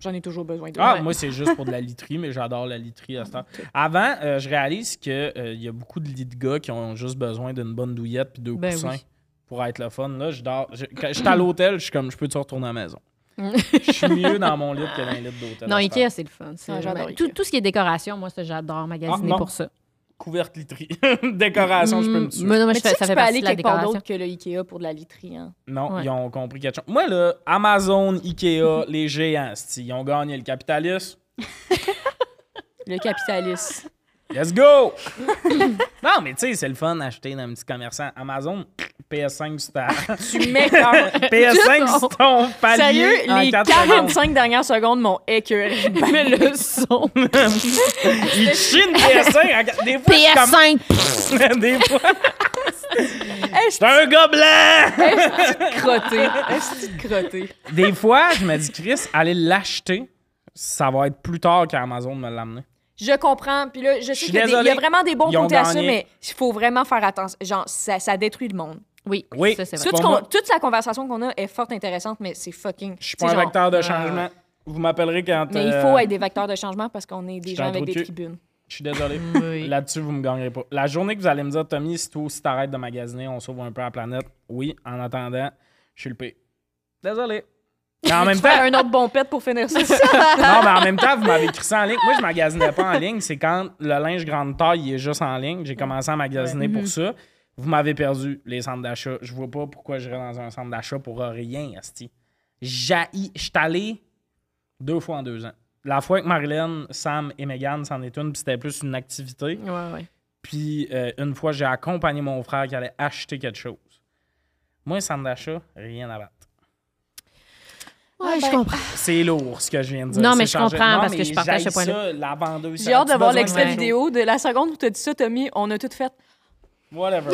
Speaker 3: J'en ai toujours besoin. de
Speaker 1: Ah,
Speaker 2: Ouais.
Speaker 1: moi, c'est juste pour de la literie, mais j'adore la literie à ce temps. Avant, euh, je réalise qu'il y a beaucoup de lits de gars qui ont juste besoin d'une bonne douillette puis deux
Speaker 2: Ben
Speaker 1: coussins
Speaker 2: oui.
Speaker 1: pour être le fun. Là, je dors. Je, quand je suis à l'hôtel, je suis comme, je peux-tu retourner à la maison? je suis mieux dans mon lit que dans les lits d'hôtel.
Speaker 2: Mm. Non,
Speaker 1: à ce temps.
Speaker 2: Ikea, c'est le fun. C'est
Speaker 3: Ah, j'adore
Speaker 2: vraiment- tout,
Speaker 3: Ikea.
Speaker 2: tout ce qui est décoration, moi, ça, j'adore magasiner
Speaker 1: Ah, non.
Speaker 2: pour ça.
Speaker 1: Couverte literie. Décoration, je peux me
Speaker 2: Mm,
Speaker 1: tuer.
Speaker 2: mais non, mais
Speaker 3: Mais
Speaker 2: je
Speaker 3: tu
Speaker 2: fais-
Speaker 3: sais
Speaker 2: ça
Speaker 3: que
Speaker 2: fait
Speaker 3: tu peux
Speaker 2: partie
Speaker 3: aller
Speaker 2: de la
Speaker 3: quelque part
Speaker 2: décoration.
Speaker 3: d'autre que le Ikea pour de la literie. Hein?
Speaker 1: Non,
Speaker 2: Ouais.
Speaker 1: ils ont compris quelque chose. Moi, là, Amazon, Ikea, les géants, c'ti, ils ont gagné le capitalisme.
Speaker 3: Le capitaliste.
Speaker 1: Let's go! non, mais tu sais, c'est le fun d'acheter dans un petit commerçant. Amazon, PS5 sur ta...
Speaker 3: tu mets cœur.
Speaker 1: PS5 sur ton palier
Speaker 3: Sérieux,
Speaker 1: en
Speaker 3: les
Speaker 1: quatre
Speaker 3: 45 dernières secondes m'ont écœuré.
Speaker 2: Mais le son.
Speaker 1: secondes. Ils chinent PS5 en quatre- Des fois, je commence-
Speaker 2: PS5.
Speaker 1: Des fois... J'étais un gobelin!
Speaker 3: crotté. Est-ce que crotté?
Speaker 1: Des fois, je me dis, Chris, allez l'acheter. Ça va être plus tard qu'Amazon me l'amener.
Speaker 3: Je comprends. Puis là, je
Speaker 1: suis
Speaker 3: sais qu'il y, a des- il y a
Speaker 1: désolée.
Speaker 3: vraiment des bons
Speaker 1: Ils ont
Speaker 3: côtés à ça,
Speaker 1: gagné.
Speaker 3: mais il faut vraiment faire attention. Genre, ça, ça détruit le monde.
Speaker 2: Oui,
Speaker 1: Oui.
Speaker 2: ça, c'est vrai.
Speaker 1: C'est
Speaker 3: Toute,
Speaker 1: pas
Speaker 3: qu'on-
Speaker 1: moi.
Speaker 3: toute la conversation qu'on a est fort intéressante, mais c'est fucking.
Speaker 1: Je suis
Speaker 3: c'est
Speaker 1: pas un
Speaker 3: genre- euh,
Speaker 1: vecteur de changement. Vous m'appellerez quand.
Speaker 3: Mais
Speaker 1: euh,
Speaker 3: il faut être des vecteurs de changement parce qu'on est des
Speaker 1: suis un
Speaker 3: gens avec
Speaker 1: trou de
Speaker 3: des
Speaker 1: cul.
Speaker 3: tribunes.
Speaker 1: Je suis désolé.
Speaker 2: Oui.
Speaker 1: Là-dessus, vous me gagnerez pas. La journée que vous allez me dire, Tommy, si toi aussi t'arrêtes de magasiner, on sauve un peu la planète. Oui, en attendant, je suis le P. Désolé. Mais en même temps,
Speaker 3: Faire un autre bon pet pour finir ça.
Speaker 1: non, mais en même temps, vous m'avez écrit ça en ligne. Moi, je magasinais pas en ligne. C'est quand le linge grande taille il est juste en ligne. J'ai commencé à magasiner pour ça. Vous m'avez perdu, les centres d'achat. Je vois pas pourquoi j'irais dans un centre d'achat pour euh, rien, Asti. J'haïs. Je suis allé deux fois en deux ans. La fois avec Marilyn, Sam et Megan, c'en est une, puis c'était plus une activité.
Speaker 2: Ouais, ouais.
Speaker 1: Puis euh, une fois, j'ai accompagné mon frère qui allait acheter quelque chose. Moi, un centre d'achat, rien à battre.
Speaker 2: Ouais, je
Speaker 3: ben,
Speaker 2: comprends.
Speaker 1: C'est lourd ce que je viens de dire.
Speaker 2: Non,
Speaker 1: C'est
Speaker 2: mais je
Speaker 1: chargé-
Speaker 2: comprends
Speaker 1: Non,
Speaker 2: parce
Speaker 1: mais
Speaker 2: que je partage
Speaker 1: j'haïs
Speaker 2: ce point-là.
Speaker 1: ça, La vendeuse.
Speaker 3: J'ai hâte de
Speaker 1: As-tu
Speaker 3: voir
Speaker 1: besoin
Speaker 3: l'extrait
Speaker 1: quelque chose?
Speaker 3: vidéo de la seconde où tu as dit ça, Tommy. On a tout fait.
Speaker 1: Whatever.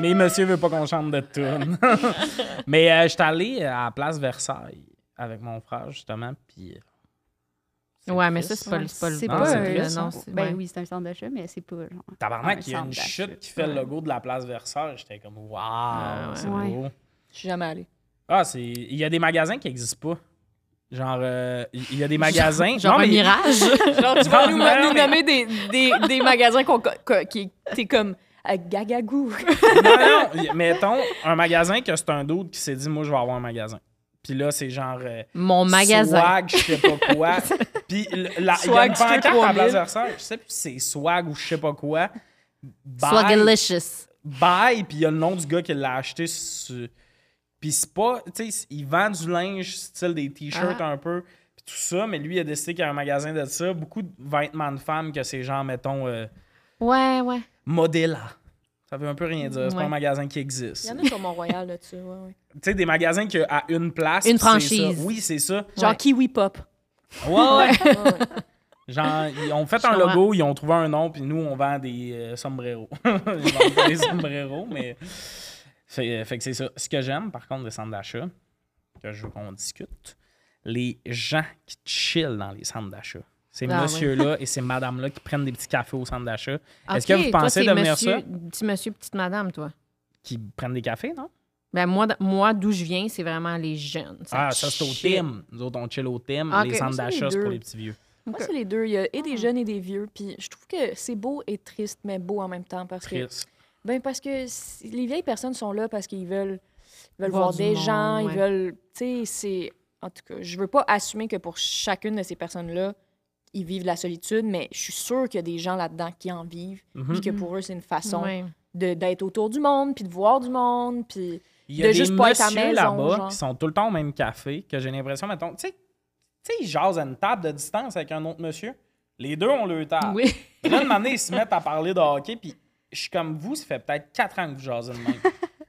Speaker 1: Mais monsieur veut pas qu'on chante de tune. Mais euh, je suis allé à la place Versailles avec mon frère, justement. Puis. euh, c'est
Speaker 2: Ouais, mais ça,
Speaker 1: triste.
Speaker 2: c'est pas, le- c'est pas le
Speaker 4: C'est
Speaker 1: Non,
Speaker 4: pas
Speaker 1: c'est
Speaker 4: un-
Speaker 1: triste,
Speaker 2: non,
Speaker 1: hein.
Speaker 2: c'est- ouais.
Speaker 4: Ben oui, c'est un centre d'achat, mais c'est pas genre.
Speaker 1: Tabarnak,
Speaker 2: Ah,
Speaker 4: Ouais,
Speaker 1: il y a une
Speaker 4: semble
Speaker 1: chute
Speaker 4: d'acheter.
Speaker 1: qui fait le
Speaker 4: Ouais.
Speaker 1: logo de la place Versailles. J'étais comme, waouh,
Speaker 2: Ah,
Speaker 1: c'est
Speaker 4: ouais.
Speaker 1: beau.
Speaker 3: Je suis jamais allée.
Speaker 1: Ah, c'est. Il y a des magasins qui n'existent pas. Genre, euh, il y a des magasins.
Speaker 2: Genre
Speaker 1: Non,
Speaker 2: un
Speaker 1: mais-
Speaker 2: mirage.
Speaker 3: Genre, tu
Speaker 1: vas
Speaker 3: vas nous,
Speaker 1: nous- Non, nous mais-
Speaker 3: nommer
Speaker 1: nommer
Speaker 3: des, magasins qu'on, qui t'es comme euh, gagagou.
Speaker 1: non, non, y- mettons, un magasin que c'est un doute qui s'est dit, moi, je vais avoir un magasin. Puis là, c'est genre. euh,
Speaker 2: Mon magasin.
Speaker 1: Swag, je sais pas quoi. Puis le- la- il y a
Speaker 3: Swag
Speaker 1: une
Speaker 3: du
Speaker 1: pancarte à
Speaker 3: 3000.
Speaker 1: la place Versailles, je sais plus si c'est swag ou je sais pas quoi. Bye,
Speaker 2: Swagalicious.
Speaker 1: bye puis il y a le nom du gars qui l'a acheté. sur- Puis c'est pas, tu sais, il vend du linge, style des t-shirts
Speaker 2: Ah.
Speaker 1: un peu, puis tout ça, mais lui, il a décidé qu'il y a un magasin de ça. Beaucoup de vêtements de femmes que c'est genre, mettons, euh,
Speaker 2: Ouais, ouais.
Speaker 1: Modella. Ça veut un peu rien dire, c'est pas
Speaker 2: Ouais.
Speaker 1: un magasin qui existe.
Speaker 3: Il y en a sur Mont-Royal là-dessus. Ouais, ouais.
Speaker 1: Tu sais, des magasins qui à une place.
Speaker 2: Une
Speaker 1: puis c'est
Speaker 2: franchise.
Speaker 1: ça. Oui, c'est ça.
Speaker 3: Genre
Speaker 2: Ouais.
Speaker 3: Kiwi Pop.
Speaker 1: Ouais, ouais.
Speaker 3: Ouais, ouais.
Speaker 1: Genre, ils ont fait
Speaker 2: Je
Speaker 1: un
Speaker 2: comprends.
Speaker 1: logo, ils ont trouvé un nom, puis nous, on vend des euh, sombreros. Ils vendent pas des sombreros, mais. Fait, fait que c'est ça. Ce que j'aime, par contre, des centres d'achat, que je veux qu'on discute, les gens qui chillent dans les centres d'achat. Ces
Speaker 2: Ah,
Speaker 1: messieurs-là et ces madames-là qui prennent des petits cafés au centre d'achat. Est-ce que
Speaker 2: Ok,
Speaker 1: vous
Speaker 2: toi,
Speaker 1: pensez
Speaker 2: t'es
Speaker 1: devenir
Speaker 2: monsieur,
Speaker 1: ça?
Speaker 2: Petit monsieur, petite madame, toi.
Speaker 1: Qui prennent des cafés, non?
Speaker 2: Ben moi, d- moi d'où je viens, c'est vraiment les jeunes.
Speaker 1: Ah, ça, c'est au
Speaker 2: chill.
Speaker 1: thème. Nous autres, on chill au thème.
Speaker 2: Ah,
Speaker 1: Les
Speaker 2: ok.
Speaker 1: centres
Speaker 3: Moi, c'est les
Speaker 1: d'achat, c'est pour
Speaker 3: deux.
Speaker 1: les petits vieux.
Speaker 3: Moi, c'est les deux. Il y a et des jeunes et des vieux. Puis je trouve que c'est beau et triste, mais beau en même temps. Parce que,
Speaker 1: Triste.
Speaker 3: ben, parce que si- les vieilles personnes sont là parce qu'ils veulent, ils veulent
Speaker 2: Voir
Speaker 3: voir,
Speaker 2: du
Speaker 3: des gens,
Speaker 2: monde,
Speaker 3: ils
Speaker 2: ouais.
Speaker 3: veulent. Tu sais, c'est. En tout cas, je veux pas assumer que pour chacune de ces personnes-là, ils vivent la solitude, mais je suis sûre qu'il y a des gens là-dedans qui en vivent.
Speaker 2: Mm-hmm.
Speaker 1: Mhm.
Speaker 3: Puis que pour eux, c'est une façon
Speaker 2: Ouais.
Speaker 3: de- d'être autour du monde, puis de voir du monde, puis.
Speaker 1: Il y a
Speaker 3: de
Speaker 1: des
Speaker 3: juste pas être à
Speaker 1: messieurs
Speaker 3: maison,
Speaker 1: là-bas
Speaker 3: genre.
Speaker 1: qui sont tout le temps au même café, que j'ai l'impression, mettons, tu sais, tu sais, ils jasent à une table de distance avec un autre monsieur. Les deux ont leur
Speaker 3: Ah.
Speaker 1: table.
Speaker 2: Oui.
Speaker 1: Puis Là, de manière, ils se mettent à parler de hockey, puis je suis comme vous, ça fait peut-être quatre ans que vous jasez de même.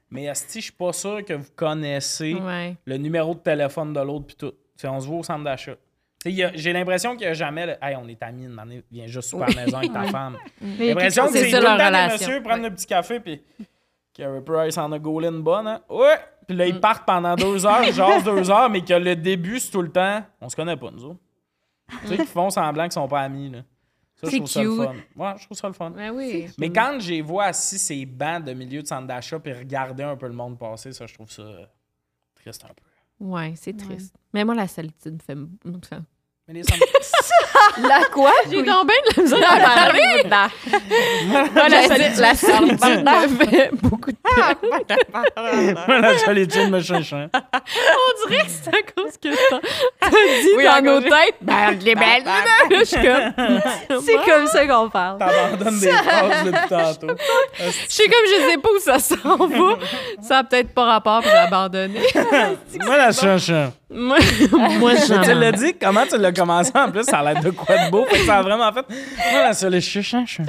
Speaker 1: Mais esti, je suis pas sûr que vous connaissez
Speaker 2: Ouais.
Speaker 1: le numéro de téléphone de l'autre, puis tout. Tu sais, on se voit au centre d'achat. Tu sais, il y a- J'ai l'impression qu'il n'y a jamais le Hey, on est amis, une manière, viens juste souper à la maison avec ta femme. J'ai l'impression que
Speaker 2: C'est
Speaker 1: c'est
Speaker 2: ça,
Speaker 1: tout le
Speaker 2: leur
Speaker 1: temps des
Speaker 2: relation.
Speaker 1: messieurs prennent le petit café, puis Carey Price en a gaulé une bonne, hein? Ouais! Puis là, ils
Speaker 2: Mm.
Speaker 1: partent pendant deux heures, ils jasent deux heures, mais que le début, c'est tout le temps, on se connaît pas, nous autres. Tu sais, qu'ils font semblant qu'ils sont pas amis, là. Ça, je
Speaker 2: C'est
Speaker 1: trouve ça le
Speaker 2: cute.
Speaker 1: fun. Ouais, je trouve ça le fun.
Speaker 2: Ben oui.
Speaker 1: Mais quand j'ai vois assis ces bancs de milieu de centre d'achat puis regarder un peu le monde passer, ça, je trouve ça euh, triste un peu.
Speaker 2: Ouais, c'est triste. Mais moi, la solitude me fait. me fait-
Speaker 1: Mais les centres...
Speaker 3: La quoi?
Speaker 2: J'ai donc bien de la misère à parler. Moi, la, solitude, la solitude me fait beaucoup de peine.
Speaker 1: la solitude me hein. chinchin.
Speaker 2: On dirait que c'est à cause que t'as t'as dit
Speaker 3: Oui,
Speaker 2: dans
Speaker 3: encore,
Speaker 2: nos
Speaker 3: j'ai-
Speaker 2: têtes. Ben, je l'ai belle. Je suis comme.
Speaker 4: C'est comme ça qu'on parle.
Speaker 1: T'abandonnes des phrases depuis tantôt.
Speaker 2: Je sais comme je sais pas où ça s'en va. Ça a peut-être pas rapport, puis j'ai abandonné.
Speaker 1: Moi, la hein. chinchin.
Speaker 2: Moi, moi
Speaker 1: Mais tu
Speaker 2: j'en
Speaker 1: l'as dit, comment tu l'as commencé en plus, ça a l'air de quoi de beau. Fait que ça a vraiment fait. Voilà, ça, le chuchin, chuchin.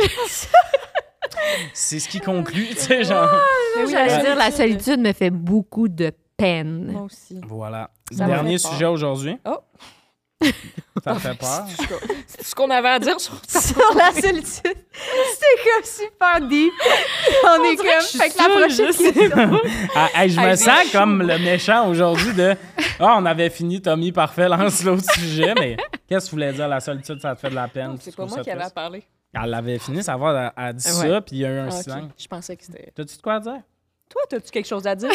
Speaker 1: C'est ce qui conclut, tu sais, genre.
Speaker 3: Mais oui,
Speaker 2: J'allais
Speaker 3: la
Speaker 2: dire, la solitude me fait beaucoup de peine.
Speaker 3: Moi aussi.
Speaker 1: Voilà.
Speaker 3: Ça m'a
Speaker 1: Dernier
Speaker 3: fait peur.
Speaker 1: sujet aujourd'hui.
Speaker 3: Oh.
Speaker 1: Ça fait peur.
Speaker 3: C'est Ah, ce qu'on avait à dire sur
Speaker 4: Sur la solitude. C'est comme super deep. On, est comme.
Speaker 2: dirait que je suis
Speaker 4: fait que la
Speaker 2: seule,
Speaker 4: prochaine
Speaker 2: je sais
Speaker 4: question-
Speaker 1: Ah, hey, je me
Speaker 4: Hey,
Speaker 1: sens comme le méchant aujourd'hui de Ah, on avait fini Tommy parfait, lance l'autre sujet, mais qu'est-ce que tu voulais dire? La solitude, ça te fait de la peine. tu
Speaker 3: C'est pas
Speaker 1: trouves
Speaker 3: moi
Speaker 1: ça
Speaker 3: qui avais à
Speaker 1: triste?
Speaker 3: parler.
Speaker 1: Elle l'avait fini, ça va, elle a dit
Speaker 2: Ouais.
Speaker 1: ça, puis il y a eu un
Speaker 3: Ah, ok.
Speaker 1: silence.
Speaker 3: Je pensais que c'était.
Speaker 1: T'as-tu de quoi à dire?
Speaker 3: Toi, t'as-tu quelque chose à dire?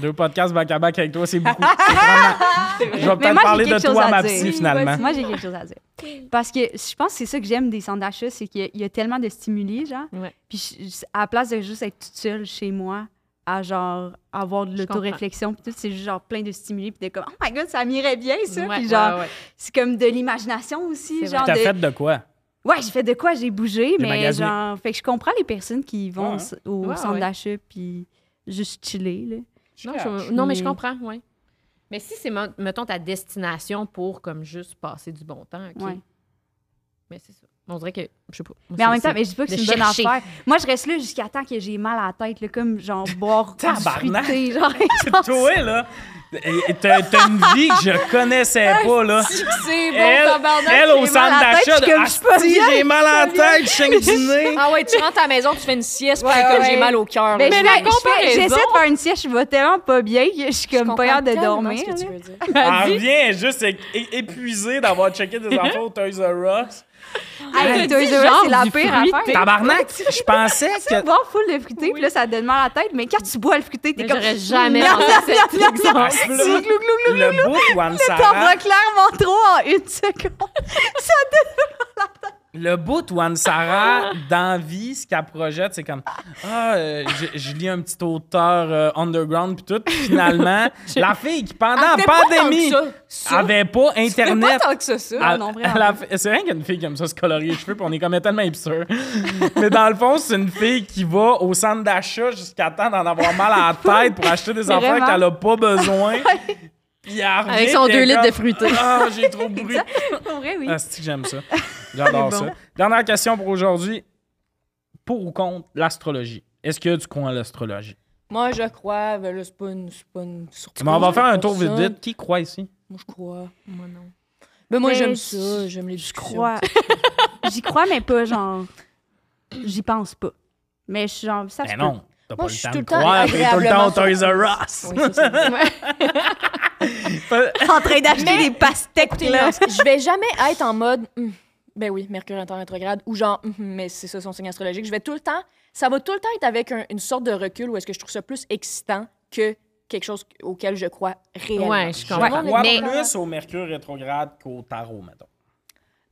Speaker 1: Deux podcasts back-à-back avec toi, c'est beaucoup. C'est vraiment- Je vais
Speaker 4: Mais
Speaker 1: peut-être
Speaker 4: moi, j'ai
Speaker 1: parler de
Speaker 4: quelque chose
Speaker 1: toi,
Speaker 4: à
Speaker 1: ma
Speaker 4: dire.
Speaker 1: psy, finalement.
Speaker 4: Moi, j'ai quelque chose à dire. Parce que je pense que c'est ça que j'aime des centres d'achat, c'est qu'il y a- il y a tellement de stimuli, genre.
Speaker 2: Ouais.
Speaker 4: Puis je- je- à la place de juste être toute seule chez moi, à genre avoir de
Speaker 2: Je comprends.
Speaker 4: l'autoréflexion, puis tout, c'est juste genre plein de stimuli, puis de comme, oh my god, ça m'irait bien, ça.
Speaker 2: Ouais,
Speaker 4: puis genre,
Speaker 2: ouais, ouais.
Speaker 4: c'est comme de l'imagination aussi.
Speaker 2: C'est
Speaker 4: Genre
Speaker 1: T'as
Speaker 4: de...
Speaker 1: fait de quoi?
Speaker 4: Ouais, j'ai fait de quoi, j'ai bougé, mais
Speaker 1: magasiné.
Speaker 4: genre, fait que je comprends les personnes qui vont
Speaker 1: Ouais, hein.
Speaker 4: s- au
Speaker 2: Ouais,
Speaker 4: centre
Speaker 2: ouais.
Speaker 4: d'achat, puis juste chiller, là.
Speaker 2: Non, je-
Speaker 4: suis-
Speaker 2: non, mais je comprends, oui. Mais si c'est, mon- mettons, ta destination pour comme juste passer du bon temps, OK.
Speaker 4: Ouais.
Speaker 2: Mais c'est ça. On dirait que. Je sais pas. Moi,
Speaker 4: Mais en
Speaker 2: c'est-
Speaker 4: même temps,
Speaker 2: c'est-
Speaker 4: mais je dis pas que
Speaker 2: de
Speaker 4: c'est une bonne
Speaker 2: chercher.
Speaker 4: affaire. Moi, je reste là jusqu'à temps que j'ai mal à la tête, là, comme genre boire du
Speaker 1: Tabarnak!
Speaker 4: fruité, genre.
Speaker 1: Toi, là, et- et t'as t'as une vie que je connaissais pas, là.
Speaker 3: C'est bon,
Speaker 1: Elle,
Speaker 3: tabarnak.
Speaker 1: elle au
Speaker 4: j'ai mal
Speaker 1: centre
Speaker 4: à la tête,
Speaker 1: d'achat
Speaker 4: je suis
Speaker 1: de
Speaker 4: comme, je suis pas
Speaker 1: Asti,
Speaker 4: bien,
Speaker 1: j'ai mal à la tête, je saigne du nez.
Speaker 3: Ah ouais, tu rentres à la maison, tu fais une sieste,
Speaker 4: Ouais,
Speaker 3: puis comme
Speaker 4: ouais.
Speaker 3: j'ai mal au cœur.
Speaker 4: Ben,
Speaker 3: là.
Speaker 4: je
Speaker 5: la
Speaker 4: fais- je fais-
Speaker 5: comparaison-
Speaker 4: J'essaie de faire une sieste, je vais tellement pas bien que je suis
Speaker 3: Je
Speaker 4: comme
Speaker 3: comprends
Speaker 4: pas hâte de
Speaker 3: tellement
Speaker 4: dormir.
Speaker 3: hein, ce que tu
Speaker 4: là.
Speaker 3: veux dire.
Speaker 1: Elle revient Ah, juste é- é- épuisée d'avoir checké des enfants au Toys R Us.
Speaker 4: Hey,
Speaker 5: Elle
Speaker 4: Toys
Speaker 5: dit
Speaker 4: R Us,
Speaker 5: genre
Speaker 4: c'est la
Speaker 5: du
Speaker 4: pire
Speaker 5: fruité.
Speaker 4: affaire.
Speaker 1: Tabarnak, je pensais que...
Speaker 4: Tu bois full de fruité, puis là, ça te donne mal à la tête, mais quand tu bois le fruité, t'es
Speaker 2: Mais
Speaker 4: comme.
Speaker 2: J'aurais jamais
Speaker 4: Merde,
Speaker 2: pensé à cet
Speaker 4: merde,
Speaker 2: exemple.
Speaker 1: Ah, c'est là.
Speaker 4: glou, glou, glou, glou.
Speaker 1: Le bout où Anne
Speaker 4: T'en
Speaker 1: Sarah,
Speaker 4: bois clairement trop en une seconde.
Speaker 1: le bout où Anne Sarah, dans vie, ce qu'elle projette, c'est comme ah euh, je, je lis un petit auteur euh, underground puis tout. Puis Finalement, la fille qui pendant
Speaker 3: Elle
Speaker 1: la
Speaker 3: fait pas tant que
Speaker 1: pandémie
Speaker 3: ça. Ça,
Speaker 1: avait pas
Speaker 3: c'est pas
Speaker 1: internet.
Speaker 3: tant que ça, ça.
Speaker 1: Elle-
Speaker 4: Ah non, vraiment
Speaker 1: elle a fait- C'est rien qu'une fille qui aime ça se colorier les cheveux, puis on est comme tellement absurde. Mais dans le fond, c'est une fille qui va au centre d'achat jusqu'à temps d'en avoir mal à la tête pour acheter des affaires
Speaker 4: Vraiment.
Speaker 1: qu'elle a pas besoin. Puis elle revient,
Speaker 2: son
Speaker 1: puis elle
Speaker 2: deux litres
Speaker 1: est
Speaker 2: de fruité.
Speaker 1: Ah, j'ai trop bu.
Speaker 4: Pour vrai, oui.
Speaker 1: Ah, c'est que j'aime ça. J'adore ça. Dernière question pour aujourd'hui. Pour ou contre l'astrologie? Est-ce que tu crois à l'astrologie?
Speaker 3: Moi, je crois, ben là, c'est pas une, c'est pas une surprise.
Speaker 1: Mais on va faire un tour vite
Speaker 3: Personne.
Speaker 1: vite. Qui croit ici?
Speaker 3: Moi, je crois.
Speaker 2: Moi, non.
Speaker 3: Ben, moi,
Speaker 4: Mais
Speaker 3: j'aime
Speaker 4: je-
Speaker 3: ça. J'aime les
Speaker 4: Je
Speaker 3: discussions.
Speaker 4: crois. J'y crois, mais pas genre. J'y pense pas. Mais je suis genre. Ça,
Speaker 1: Ben
Speaker 4: se
Speaker 1: non. T'as pas
Speaker 3: Moi, je
Speaker 1: le
Speaker 3: suis
Speaker 1: temps
Speaker 3: tout
Speaker 1: de
Speaker 3: le temps
Speaker 1: croire, t'es tout le temps au Toys
Speaker 3: agréablement
Speaker 1: R Us.
Speaker 3: Oui, ça, c'est vrai.
Speaker 4: peut. En train d'acheter des pastèques,
Speaker 3: Écoutez,
Speaker 4: là.
Speaker 3: non, je vais jamais être en mode Hum, ben oui, Mercure est en rétrograde ou genre Hum, hum, mais c'est ça son signe astrologique. Je vais tout le temps, ça va tout le temps être avec un- une sorte de recul où est-ce que je trouve ça plus excitant que quelque chose auquel je crois réellement.
Speaker 2: Ouais, je
Speaker 1: Je
Speaker 2: comprends.
Speaker 1: crois
Speaker 2: mais
Speaker 1: plus au Mercure rétrograde qu'au tarot, mettons.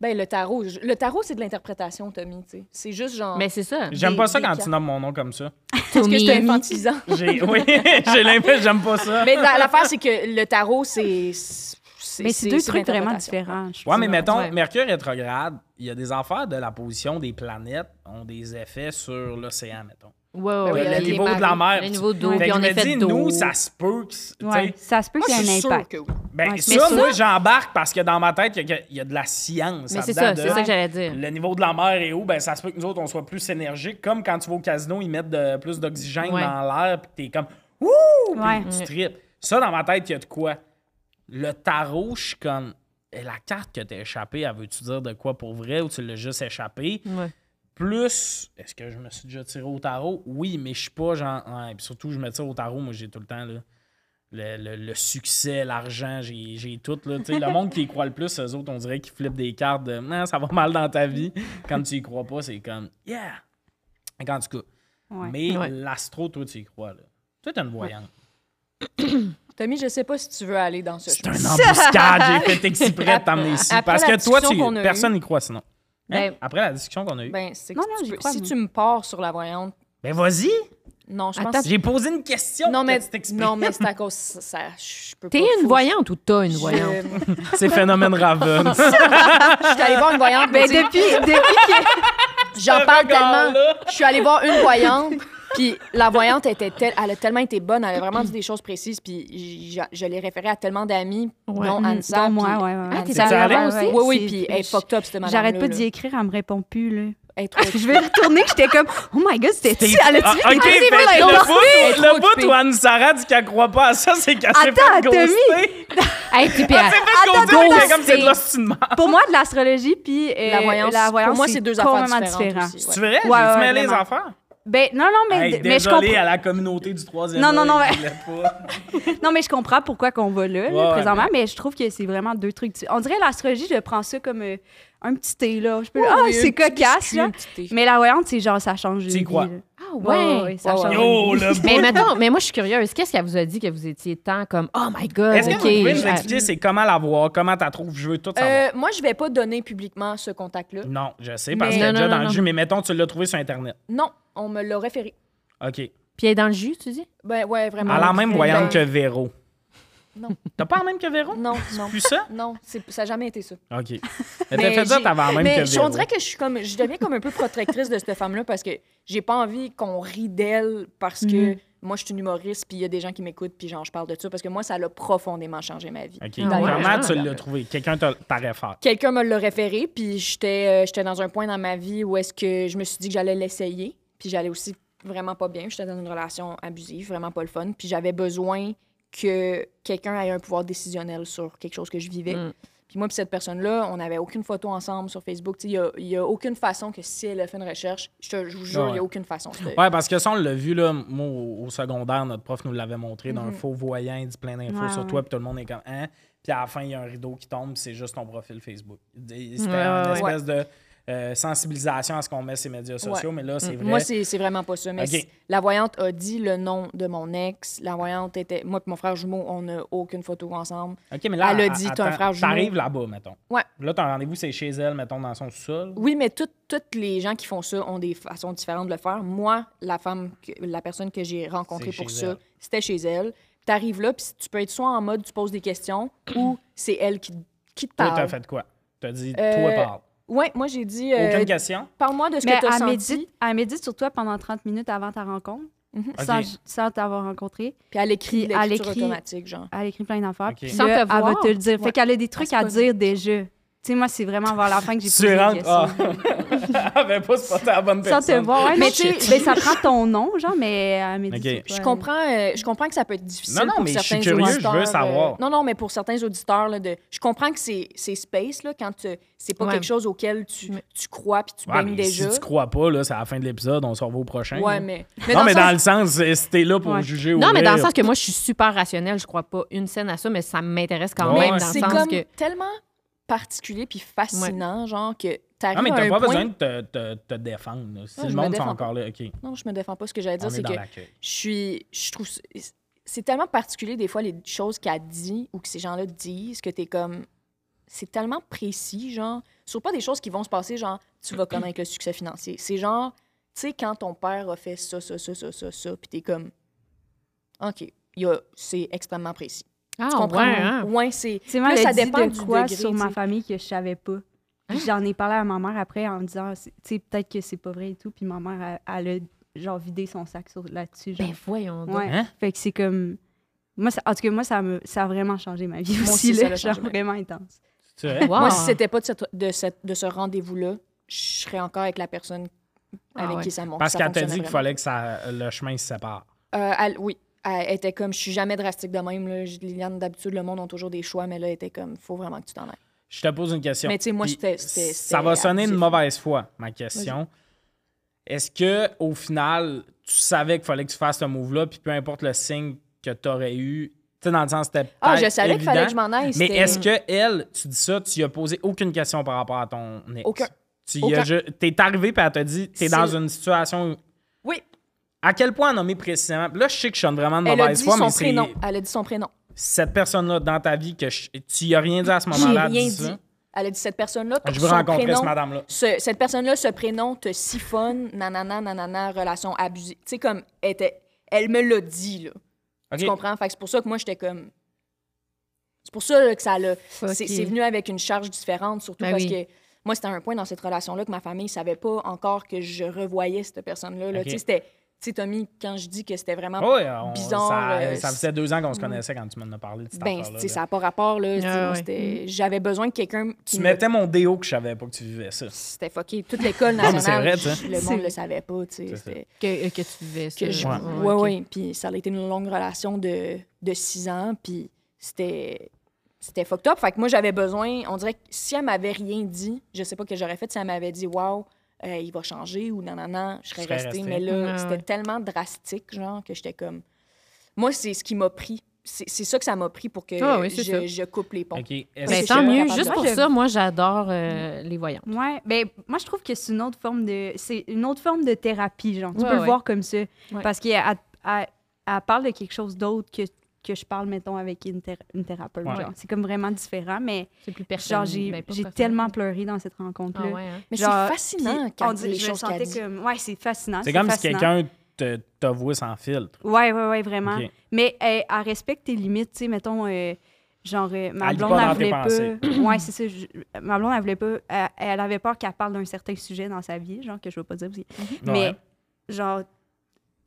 Speaker 3: Ben le tarot, je- le tarot c'est de l'interprétation, Tommy, tu sais. C'est juste genre
Speaker 2: mais c'est ça.
Speaker 1: J'aime
Speaker 3: Des-
Speaker 1: pas ça
Speaker 3: des
Speaker 1: quand
Speaker 3: cartes.
Speaker 1: tu nommes mon nom comme ça.
Speaker 3: est-ce que je suis
Speaker 2: Tommy.
Speaker 3: infantilisant?
Speaker 1: J'ai, oui, j'ai l'impression j'aime pas ça.
Speaker 3: mais la- l'affaire c'est que le tarot c'est c'est
Speaker 4: Mais c'est deux trucs vraiment
Speaker 3: l'interprétation.
Speaker 4: différents. je
Speaker 1: Ouais, mais
Speaker 4: trouve.
Speaker 1: mettons,
Speaker 2: ouais.
Speaker 1: Mercure rétrograde, il y a des affaires de la position des planètes ont des effets sur l'océan, mettons.
Speaker 2: Ouais,
Speaker 1: Le-
Speaker 2: ouais,
Speaker 1: le
Speaker 2: ouais,
Speaker 1: niveau
Speaker 2: les
Speaker 1: de la
Speaker 2: marées,
Speaker 1: mer.
Speaker 2: Le niveau d'eau,
Speaker 1: Fait
Speaker 2: puis
Speaker 1: que
Speaker 2: on
Speaker 1: je me
Speaker 2: est fait
Speaker 1: dis,
Speaker 2: d'eau.
Speaker 1: nous, ça se peut que... c- tu
Speaker 4: Ouais,
Speaker 1: sais,
Speaker 4: ça se peut
Speaker 3: Moi,
Speaker 4: qu'il
Speaker 3: je
Speaker 4: y ait
Speaker 3: suis
Speaker 4: un
Speaker 3: sûre
Speaker 4: impact.
Speaker 3: que oui.
Speaker 1: Ben,
Speaker 4: Ouais,
Speaker 1: ça,
Speaker 2: mais ça-
Speaker 1: moi, j'embarque parce que dans ma tête, il y, a- il y a de la science
Speaker 2: Mais c'est
Speaker 1: là-dedans
Speaker 2: ça,
Speaker 1: de-
Speaker 2: c'est ça que j'allais dire.
Speaker 1: Le niveau de la mer est haut, ben ça se peut que nous autres, on soit plus énergiques. Comme quand tu vas au casino, ils mettent de- plus d'oxygène
Speaker 2: Ouais.
Speaker 1: dans l'air, puis t'es comme « Wouh! Puis
Speaker 4: Ouais.
Speaker 1: tu tripes. Ça, dans ma tête, il y a de quoi. Le tarot, je suis comme... Eh, La carte que t'as échappée, elle veut-tu dire de quoi pour vrai ou tu l'as juste échappée?
Speaker 2: Ouais.
Speaker 1: Plus, est-ce que je me suis déjà tiré au tarot? Oui, mais je suis pas genre. ouais, puis surtout, je me tire au tarot, moi j'ai tout le temps là, le, le- le succès, l'argent, j'ai j'ai tout. Là, Tu sais, le monde qui y croit le plus, eux autres, on dirait qu'ils flippent des cartes de non, ça va mal dans ta vie. Quand tu y crois pas, c'est comme Yeah! En tout cas.
Speaker 4: Ouais.
Speaker 1: Mais
Speaker 2: Ouais.
Speaker 1: l'astro, toi, tu y crois. Là. Toi, t'es une voyante.
Speaker 3: Tommy, je sais pas si tu veux aller dans ce
Speaker 1: C'est un embuscade, j'ai fait exprès de t'emmener ici.
Speaker 3: Après
Speaker 1: parce
Speaker 3: la
Speaker 1: que toi, tu,
Speaker 3: discussion qu'on a eue-
Speaker 1: personne n'y croit sinon. Hein?
Speaker 2: Ben-
Speaker 1: Après la discussion qu'on a eue. Ben,
Speaker 3: Ben, c'est que
Speaker 4: Non, non,
Speaker 3: tu
Speaker 4: j'y
Speaker 3: peux-
Speaker 4: crois,
Speaker 3: si
Speaker 4: moi.
Speaker 3: tu me pars sur la voyante,
Speaker 1: vas-y!
Speaker 3: non, je pense
Speaker 2: Attends,
Speaker 1: J'ai posé une question.
Speaker 3: non,
Speaker 1: que
Speaker 3: mais,
Speaker 1: tu t'expliques.
Speaker 3: non, mais c'est à cause. Ça, ça- je peux
Speaker 2: T'es
Speaker 3: pas, faut-
Speaker 2: une voyante ou t'as une
Speaker 3: je-
Speaker 2: voyante?
Speaker 1: C'est phénomène Raven.
Speaker 3: Je suis allée voir une voyante, mais
Speaker 4: Ben,
Speaker 3: tu sais,
Speaker 4: depuis, depuis que.
Speaker 3: j'en parle
Speaker 1: regard-là.
Speaker 3: tellement. Je suis allée voir une voyante, puis la voyante était telle- elle a tellement été bonne, elle a vraiment dit des choses précises, puis j- je, je l'ai référée à tellement d'amis,
Speaker 2: Ouais.
Speaker 3: Mmh, dont
Speaker 4: Mm,
Speaker 3: Ansa.
Speaker 4: dont moi,
Speaker 3: puis-
Speaker 4: ouais, ouais, ouais.
Speaker 2: Ah, t'es
Speaker 1: C'est
Speaker 2: allée
Speaker 1: ça,
Speaker 2: avant
Speaker 1: elle?
Speaker 2: aussi?
Speaker 3: Oui, oui,
Speaker 4: C'est-
Speaker 3: puis elle est fucked up, cette madame.
Speaker 4: J'arrête pas d'y écrire, elle me répond plus, là. Je vais
Speaker 3: écrire.
Speaker 4: retourner, j'étais comme, oh my god, c'était tu, elle
Speaker 1: Ah,
Speaker 4: a-tu
Speaker 1: ok, fait
Speaker 4: dépassé
Speaker 1: que
Speaker 4: plein
Speaker 1: le
Speaker 4: d'autres?
Speaker 1: bout, le
Speaker 3: trop
Speaker 1: bout
Speaker 3: occupée.
Speaker 1: où Anne-Sarah dit qu'elle croit pas à ça, c'est qu'elle s'est fait
Speaker 4: Attends,
Speaker 1: ghoster.
Speaker 2: Hey, puis, puis,
Speaker 1: Elle s'est fait
Speaker 4: Attends,
Speaker 1: ghoster, mais comme
Speaker 4: ghoster.
Speaker 1: c'est de l'ostinement.
Speaker 4: Pour moi, de l'astrologie, puis euh,
Speaker 3: La voyance, pour moi, c'est deux affaires
Speaker 4: complètement
Speaker 3: différentes.
Speaker 4: différent.
Speaker 3: aussi, ouais.
Speaker 1: Tu verrais,
Speaker 4: Ouais, ouais,
Speaker 1: j'ai mêlé les
Speaker 4: vraiment.
Speaker 1: affaires.
Speaker 4: Ben, non, non, mais,
Speaker 1: Hey,
Speaker 4: mais je
Speaker 1: désolé
Speaker 4: comprends.
Speaker 1: à la communauté du troisième.
Speaker 4: Non, non,
Speaker 1: œil,
Speaker 4: non, mais-
Speaker 1: je voulais pas.
Speaker 4: Non, mais je comprends pourquoi qu'on va là, là,
Speaker 1: Ouais, ouais,
Speaker 4: présentement, mais... je trouve que c'est vraiment deux trucs. di- On dirait l'astrologie, je le prends ça comme euh, un petit thé, là. Je peux, ah, c'est cocasse, là. Mais la voyante, c'est genre, ça change une
Speaker 1: T'y
Speaker 4: vie,
Speaker 1: crois.
Speaker 4: là.
Speaker 2: Ah
Speaker 4: Ouais,
Speaker 2: ouais!
Speaker 4: ouais, ça
Speaker 3: Ouais, ouais.
Speaker 4: change.
Speaker 1: Yo, le bout.
Speaker 2: Mais mettons, mais moi, je suis curieuse. Qu'est-ce qu'elle vous a dit que vous étiez tant comme « Oh my God! »
Speaker 1: Est-ce que
Speaker 2: ok, euh,
Speaker 1: vous pouvez
Speaker 2: je-
Speaker 1: nous expliquer c'est comment la voir, comment t'as trouvé, je veux tout savoir.
Speaker 3: euh, moi, je vais pas donner publiquement ce contact-là.
Speaker 1: Non, je sais, parce
Speaker 3: mais-
Speaker 1: que
Speaker 2: Non, non,
Speaker 1: déjà
Speaker 2: non,
Speaker 1: dans le
Speaker 2: non.
Speaker 1: jeu, mais mettons, tu l'as trouvé sur Internet.
Speaker 3: Non, on me l'a référé.
Speaker 1: OK.
Speaker 2: Puis elle est dans le jus, tu dis?
Speaker 3: Ben ouais, vraiment.
Speaker 1: À la même voyante que
Speaker 3: Ben,
Speaker 1: Véro.
Speaker 3: Non.
Speaker 1: T'as pas la même que Véro?
Speaker 3: Non, non.
Speaker 1: Plus ça?
Speaker 3: Non, c'est- ça n'a jamais été ça.
Speaker 1: OK. Mais t'as
Speaker 3: Mais
Speaker 1: fait ça,
Speaker 3: j'ai-
Speaker 1: t'avais la même
Speaker 3: Mais
Speaker 1: que
Speaker 3: je- on
Speaker 1: Véro.
Speaker 3: dirait que je suis comme, je deviens comme un peu protectrice de cette femme-là parce que j'ai pas envie qu'on rie d'elle parce que moi, je suis une humoriste, puis il y a des gens qui m'écoutent, puis genre, je parle de ça, parce que moi, ça l'a profondément changé ma vie.
Speaker 1: OK.
Speaker 2: Ah ouais.
Speaker 1: Comment tu l'as trouvé? Quelqu'un t'a- t'aurait fait.
Speaker 3: Quelqu'un me l'a référé, puis j'étais euh, j'étais dans un point dans ma vie où est-ce que je me suis dit que j'allais l'essayer, puis j'allais aussi vraiment pas bien. J'étais dans une relation abusive, vraiment pas le fun, puis j'avais besoin que quelqu'un ait un pouvoir décisionnel sur quelque chose que je vivais.
Speaker 2: Mm.
Speaker 3: Puis moi, puis cette personne-là, on n'avait aucune photo ensemble sur Facebook. Tu sais, Il n'y a, il y a aucune façon que si elle a fait une recherche, je te je vous jure, il
Speaker 1: Ouais.
Speaker 3: n'y a aucune façon. C'était-
Speaker 1: Ouais, parce que ça, on l'a vu, là, moi, au, au secondaire, notre prof nous l'avait montré d'un
Speaker 3: Mhm.
Speaker 1: faux voyant, il dit plein d'infos
Speaker 4: Ouais,
Speaker 1: sur
Speaker 4: ouais.
Speaker 1: toi, puis tout le monde est comme, hein? Puis à la fin, il y a un rideau qui tombe, puis c'est juste ton profil Facebook. C'était
Speaker 2: Ouais,
Speaker 1: une
Speaker 2: ouais,
Speaker 1: espèce de euh, sensibilisation à ce qu'on met sur les médias sociaux, mais là, c'est vrai.
Speaker 3: Mm, Moi, c'est c'est vraiment pas ça. Mais
Speaker 1: Ok.
Speaker 3: c- la voyante a dit le nom de mon ex. La voyante était. Moi et mon frère jumeau, on n'a aucune photo ensemble.
Speaker 1: OK, mais là,
Speaker 3: Elle a dit,
Speaker 1: attends,
Speaker 3: t'as un frère jumeau.
Speaker 1: T'arrives là-bas, mettons.
Speaker 3: Ouais.
Speaker 1: Là, ton rendez-vous, c'est chez elle, mettons, dans son sol.
Speaker 3: Oui, mais toutes toutes les gens qui font ça ont des façons différentes de le faire. Moi, la femme, que- la personne que j'ai rencontrée
Speaker 1: C'est
Speaker 3: pour
Speaker 1: chez
Speaker 3: ça,
Speaker 1: elle.
Speaker 3: c'était chez elle. T'arrives là, puis tu peux être soit en mode tu poses des questions ou c'est elle qui, qui te
Speaker 1: Toi, t'as
Speaker 3: parle.
Speaker 1: fait quoi? T'as dit,
Speaker 3: Euh,
Speaker 1: toi, parle.
Speaker 3: Ouais, moi j'ai dit euh,
Speaker 1: Aucune question?
Speaker 3: parle-moi de ce
Speaker 4: Mais
Speaker 3: que t'as
Speaker 4: elle
Speaker 3: senti.
Speaker 4: médite, elle médite sur toi pendant 30 minutes avant ta rencontre,
Speaker 3: Mhm.
Speaker 1: Ok.
Speaker 4: sans, sans t'avoir rencontré.
Speaker 3: Puis elle écrit
Speaker 4: Puis elle
Speaker 3: l'écriture
Speaker 4: écrit-
Speaker 3: automatique, genre.
Speaker 4: Elle écrit plein d'affaires.
Speaker 1: Ok.
Speaker 4: Puis
Speaker 2: Sans
Speaker 4: là,
Speaker 2: te
Speaker 4: elle va
Speaker 2: voir.
Speaker 4: te le dire.
Speaker 3: Ouais.
Speaker 4: Fait qu'elle a des trucs
Speaker 3: Ah,
Speaker 4: à
Speaker 3: c'est
Speaker 4: dire déjà. Tu sais, moi, c'est vraiment vers la fin que j'ai
Speaker 1: Tu
Speaker 4: posé des
Speaker 1: rentres.
Speaker 4: questions.
Speaker 1: Ah! ben, pas c'est pas ta bonne
Speaker 4: Sans
Speaker 1: personne.
Speaker 4: te voir. Ouais, mais tu sais,
Speaker 1: Shit.
Speaker 4: ben, ça prend ton nom, genre, mais elle médite
Speaker 1: Ok.
Speaker 4: sur toi.
Speaker 3: Je comprends, euh, je comprends que ça peut être difficile
Speaker 1: Non, non,
Speaker 3: pour
Speaker 1: mais je suis
Speaker 3: certains
Speaker 1: curieux, je veux
Speaker 3: auditeurs. euh,
Speaker 1: savoir.
Speaker 3: non, non, mais pour certains auditeurs, là, de, je comprends que c'est c'est space là, quand tu- c'est pas
Speaker 2: Ouais.
Speaker 3: quelque chose auquel tu,
Speaker 2: Mais-
Speaker 3: tu crois puis tu
Speaker 1: Ouais,
Speaker 3: baignes
Speaker 1: mais
Speaker 3: ben, déjà.
Speaker 1: Si tu crois pas, là, c'est à la fin de l'épisode, on se revoit au prochain.
Speaker 3: ouais,
Speaker 1: là.
Speaker 3: mais,
Speaker 1: non, mais
Speaker 3: le
Speaker 1: dans
Speaker 3: sens-
Speaker 1: le sens, euh, si t'es là pour
Speaker 4: Ouais.
Speaker 1: juger ou
Speaker 2: Non, mais dans le
Speaker 1: rire,
Speaker 2: sens que moi, je suis super rationnelle. Je crois pas une scène à ça, mais ça m'intéresse quand
Speaker 1: Ah Ouais,
Speaker 2: même.
Speaker 1: ouais.
Speaker 2: Dans le
Speaker 3: c'est
Speaker 2: sens
Speaker 3: comme
Speaker 2: que.
Speaker 3: tellement particulier puis fascinant, genre que t'arrives
Speaker 1: Non, Ah, mais
Speaker 3: à un
Speaker 1: t'as pas
Speaker 3: point...
Speaker 1: besoin de te, te- te défendre. là. Si
Speaker 3: Non,
Speaker 1: le
Speaker 3: je me
Speaker 1: monde sont
Speaker 3: défends
Speaker 1: encore là, OK,
Speaker 3: Non, je me défends pas. Ce que j'allais
Speaker 1: on
Speaker 3: dire,
Speaker 1: est
Speaker 3: c'est
Speaker 1: dans
Speaker 3: que
Speaker 1: l'accueil.
Speaker 3: je suis... Je trouve... C'est tellement particulier, des fois, les choses qu'elle dit ou que ces gens-là disent, que t'es comme... C'est tellement précis, genre... Sur pas des choses qui vont se passer, genre, tu vas connaître le succès financier. C'est genre, tu sais, quand ton père a fait ça, ça, ça, ça, ça, ça, puis t'es comme... OK, il y a- c'est extrêmement précis.
Speaker 2: Ah,
Speaker 3: Tu comprends?
Speaker 2: ouais, hein?
Speaker 3: Ouais, c'est...
Speaker 4: Tu sais, moi,
Speaker 3: Là,
Speaker 4: elle
Speaker 3: ça
Speaker 4: a dit
Speaker 3: dépend
Speaker 4: de
Speaker 3: du
Speaker 4: quoi
Speaker 3: degré,
Speaker 4: sur
Speaker 3: tu
Speaker 4: ma
Speaker 3: sais. Hein?
Speaker 4: famille que je savais pas. Puis j'en ai parlé à ma mère après en me disant, c'est- tu sais, peut-être que c'est pas vrai et tout. Puis ma mère, elle, elle a genre vidé son sac sur- là-dessus. genre.
Speaker 2: Ben voyons donc.
Speaker 4: Ouais.
Speaker 1: Hein?
Speaker 4: Fait que c'est comme. Moi, ça- en tout cas, moi, ça, me, ça a vraiment changé ma vie
Speaker 3: Moi
Speaker 4: aussi,
Speaker 3: aussi, ça
Speaker 4: là,
Speaker 3: l'a
Speaker 4: genre
Speaker 3: changé ma vie.
Speaker 4: vraiment intense.
Speaker 1: C'est vrai?
Speaker 2: Wow.
Speaker 3: Moi, si c'était pas de, cette- de, cette- de ce rendez-vous-là, je serais encore avec la personne
Speaker 2: Ah
Speaker 3: avec
Speaker 2: ouais.
Speaker 3: qui ça monte.
Speaker 1: Parce
Speaker 3: ça
Speaker 1: qu'elle t'a
Speaker 3: fonctionnait
Speaker 1: dit qu'il
Speaker 3: vraiment.
Speaker 1: fallait que ça, le chemin se sépare.
Speaker 3: Euh, elle- oui. Elle était comme, je suis jamais drastique de même. Là. Je- Liliane, d'habitude, le monde a toujours des choix, mais là, elle était comme, faut vraiment que tu t'en ailles.
Speaker 1: Je te pose une question.
Speaker 3: Mais tu sais, moi,
Speaker 1: Puis
Speaker 3: c'était- c'était-
Speaker 1: Ça
Speaker 3: c'était
Speaker 1: va sonner de
Speaker 3: abusif.
Speaker 1: mauvaise foi, ma question. Est-ce que au final, tu savais qu'il fallait que tu fasses ce move-là, puis peu importe le signe que tu aurais eu, tu sais, dans le sens, c'était
Speaker 3: Ah, je
Speaker 1: peut-être
Speaker 3: savais qu'il fallait
Speaker 1: évident,
Speaker 3: que je m'en aille.
Speaker 1: Mais
Speaker 3: c'était-
Speaker 1: est-ce que elle, tu dis ça, tu y as posé aucune question par rapport à ton ex?
Speaker 3: Aucun.
Speaker 1: Tu y as
Speaker 3: Aucun.
Speaker 1: ju- t'es arrivé puis elle t'a dit t'es
Speaker 3: C'est-
Speaker 1: dans une situation.
Speaker 3: Oui.
Speaker 1: À quel point nommer précisément? Là, je sais que je suis vraiment de
Speaker 3: Elle a
Speaker 1: mauvaise
Speaker 3: dit
Speaker 1: foi, mais
Speaker 3: son
Speaker 1: c'est
Speaker 3: prénom. Elle a dit son prénom.
Speaker 1: cette personne-là dans ta vie que je- tu y as rien dit à ce
Speaker 3: J'ai
Speaker 1: moment-là.
Speaker 3: rien
Speaker 1: dis
Speaker 3: dit.
Speaker 1: ça.
Speaker 3: Elle a dit cette personne-là.
Speaker 1: Je veux
Speaker 3: son
Speaker 1: rencontrer
Speaker 3: prénom,
Speaker 1: cette madame-là.
Speaker 3: ce- cette personne-là, ce prénom te siphonne, nanana, nanana, relation abusée. Tu sais, comme, elle, était- elle me l'a dit, là.
Speaker 1: OK.
Speaker 3: Tu comprends? Fait que c'est pour ça que moi, j'étais comme. C'est pour ça là, que ça l'a.
Speaker 2: Ok.
Speaker 3: C'est c'est venu avec une charge différente, surtout
Speaker 2: Ben
Speaker 3: parce
Speaker 2: oui.
Speaker 3: que moi, c'était un point dans cette relation-là que ma famille ne savait pas encore que je revoyais cette personne-là. là.
Speaker 1: Ok. Oh,
Speaker 3: Tu sais, c'était. Tu sais, Tommy, quand je dis que c'était vraiment.
Speaker 1: Ouais, on-
Speaker 3: Bizarre,
Speaker 1: ça,
Speaker 3: euh,
Speaker 1: ça faisait deux ans qu'on se connaissait quand tu m'en as parlé de cette
Speaker 3: ben,
Speaker 1: affaire-là,
Speaker 3: tu sais,
Speaker 1: là.
Speaker 3: ça n'a pas rapport, là. Tu sais,
Speaker 2: Ah,
Speaker 3: moi,
Speaker 2: ouais.
Speaker 3: c'était- J'avais besoin que quelqu'un.
Speaker 1: Tu
Speaker 3: qui me-
Speaker 1: mettais mon déo que je savais pas que tu vivais ça.
Speaker 3: C'était fucké. Toute l'école
Speaker 1: Non, mais c'est
Speaker 3: nationale,
Speaker 1: vrai, tu
Speaker 3: je- le
Speaker 4: C'est-
Speaker 3: monde le savait pas, tu
Speaker 1: C'est
Speaker 3: sais.
Speaker 1: ça.
Speaker 3: c'était-
Speaker 2: Que, euh, que tu vivais ça.
Speaker 3: que je-
Speaker 1: Ouais.
Speaker 3: ouais,
Speaker 2: ok.
Speaker 3: ouais. Puis ça a été une longue relation de, de six ans, puis c'était c'était fucked up. Fait que moi, j'avais besoin, on dirait que si elle m'avait rien dit, je sais pas ce que j'aurais fait, si elle m'avait dit « wow, euh, il va changer » ou « non, non, non », je serais
Speaker 1: serais
Speaker 3: restée.
Speaker 1: restée.
Speaker 3: Mais là,
Speaker 2: Ouais,
Speaker 3: c'était
Speaker 2: ouais.
Speaker 3: tellement drastique, genre, que j'étais comme... Moi, c'est ce qui m'a pris. C'est c'est ça que ça m'a pris pour que
Speaker 2: Ah oui, c'est ça.
Speaker 3: je, je coupe les ponts.
Speaker 1: OK. Est-ce
Speaker 2: Ben,
Speaker 1: que-
Speaker 3: c'est
Speaker 2: tant
Speaker 3: sûr,
Speaker 2: mieux.
Speaker 3: capable
Speaker 2: Juste
Speaker 3: de-
Speaker 2: pour
Speaker 4: Moi, je-
Speaker 2: ça, moi, j'adore euh, les voyants.
Speaker 4: Ouais, ben moi je trouve que c'est une autre forme de c'est une autre forme de thérapie genre tu
Speaker 2: Ouais,
Speaker 4: peux le
Speaker 2: ouais.
Speaker 4: voir comme ça parce qu'elle elle- elle parle de quelque chose d'autre que que je parle mettons avec une, théra- une thérapeute
Speaker 1: Ouais.
Speaker 4: genre c'est comme vraiment différent mais
Speaker 2: C'est plus
Speaker 4: genre
Speaker 2: personnel.
Speaker 4: j'ai
Speaker 2: Ben, pas
Speaker 4: j'ai
Speaker 2: personnel.
Speaker 4: tellement pleuré dans cette rencontre
Speaker 2: Ah,
Speaker 4: là.
Speaker 2: ouais, hein.
Speaker 3: Mais c'est
Speaker 4: Genre,
Speaker 3: fascinant
Speaker 4: Puis,
Speaker 3: quand
Speaker 4: on dirait-
Speaker 3: les
Speaker 4: je me
Speaker 3: choses qu'elle
Speaker 4: sentais
Speaker 3: dit.
Speaker 4: comme ouais c'est fascinant
Speaker 1: C'est comme si
Speaker 4: fascinant.
Speaker 1: quelqu'un te, te voit sans filtre.
Speaker 4: Ouais ouais ouais vraiment.
Speaker 1: OK.
Speaker 4: Mais elle, elle respecte tes limites, tu sais, mettons, euh, genre, euh, ma
Speaker 1: Elle lit
Speaker 4: blonde,
Speaker 1: pas
Speaker 4: elle
Speaker 1: dans tes
Speaker 4: voulait
Speaker 1: pensées.
Speaker 4: pas... ouais, c'est ça. je- ma blonde, elle voulait pas... Elle, elle avait peur qu'elle parle d'un certain sujet dans sa vie, genre, que je veux pas dire, parce que-
Speaker 1: Ouais.
Speaker 4: mais, genre,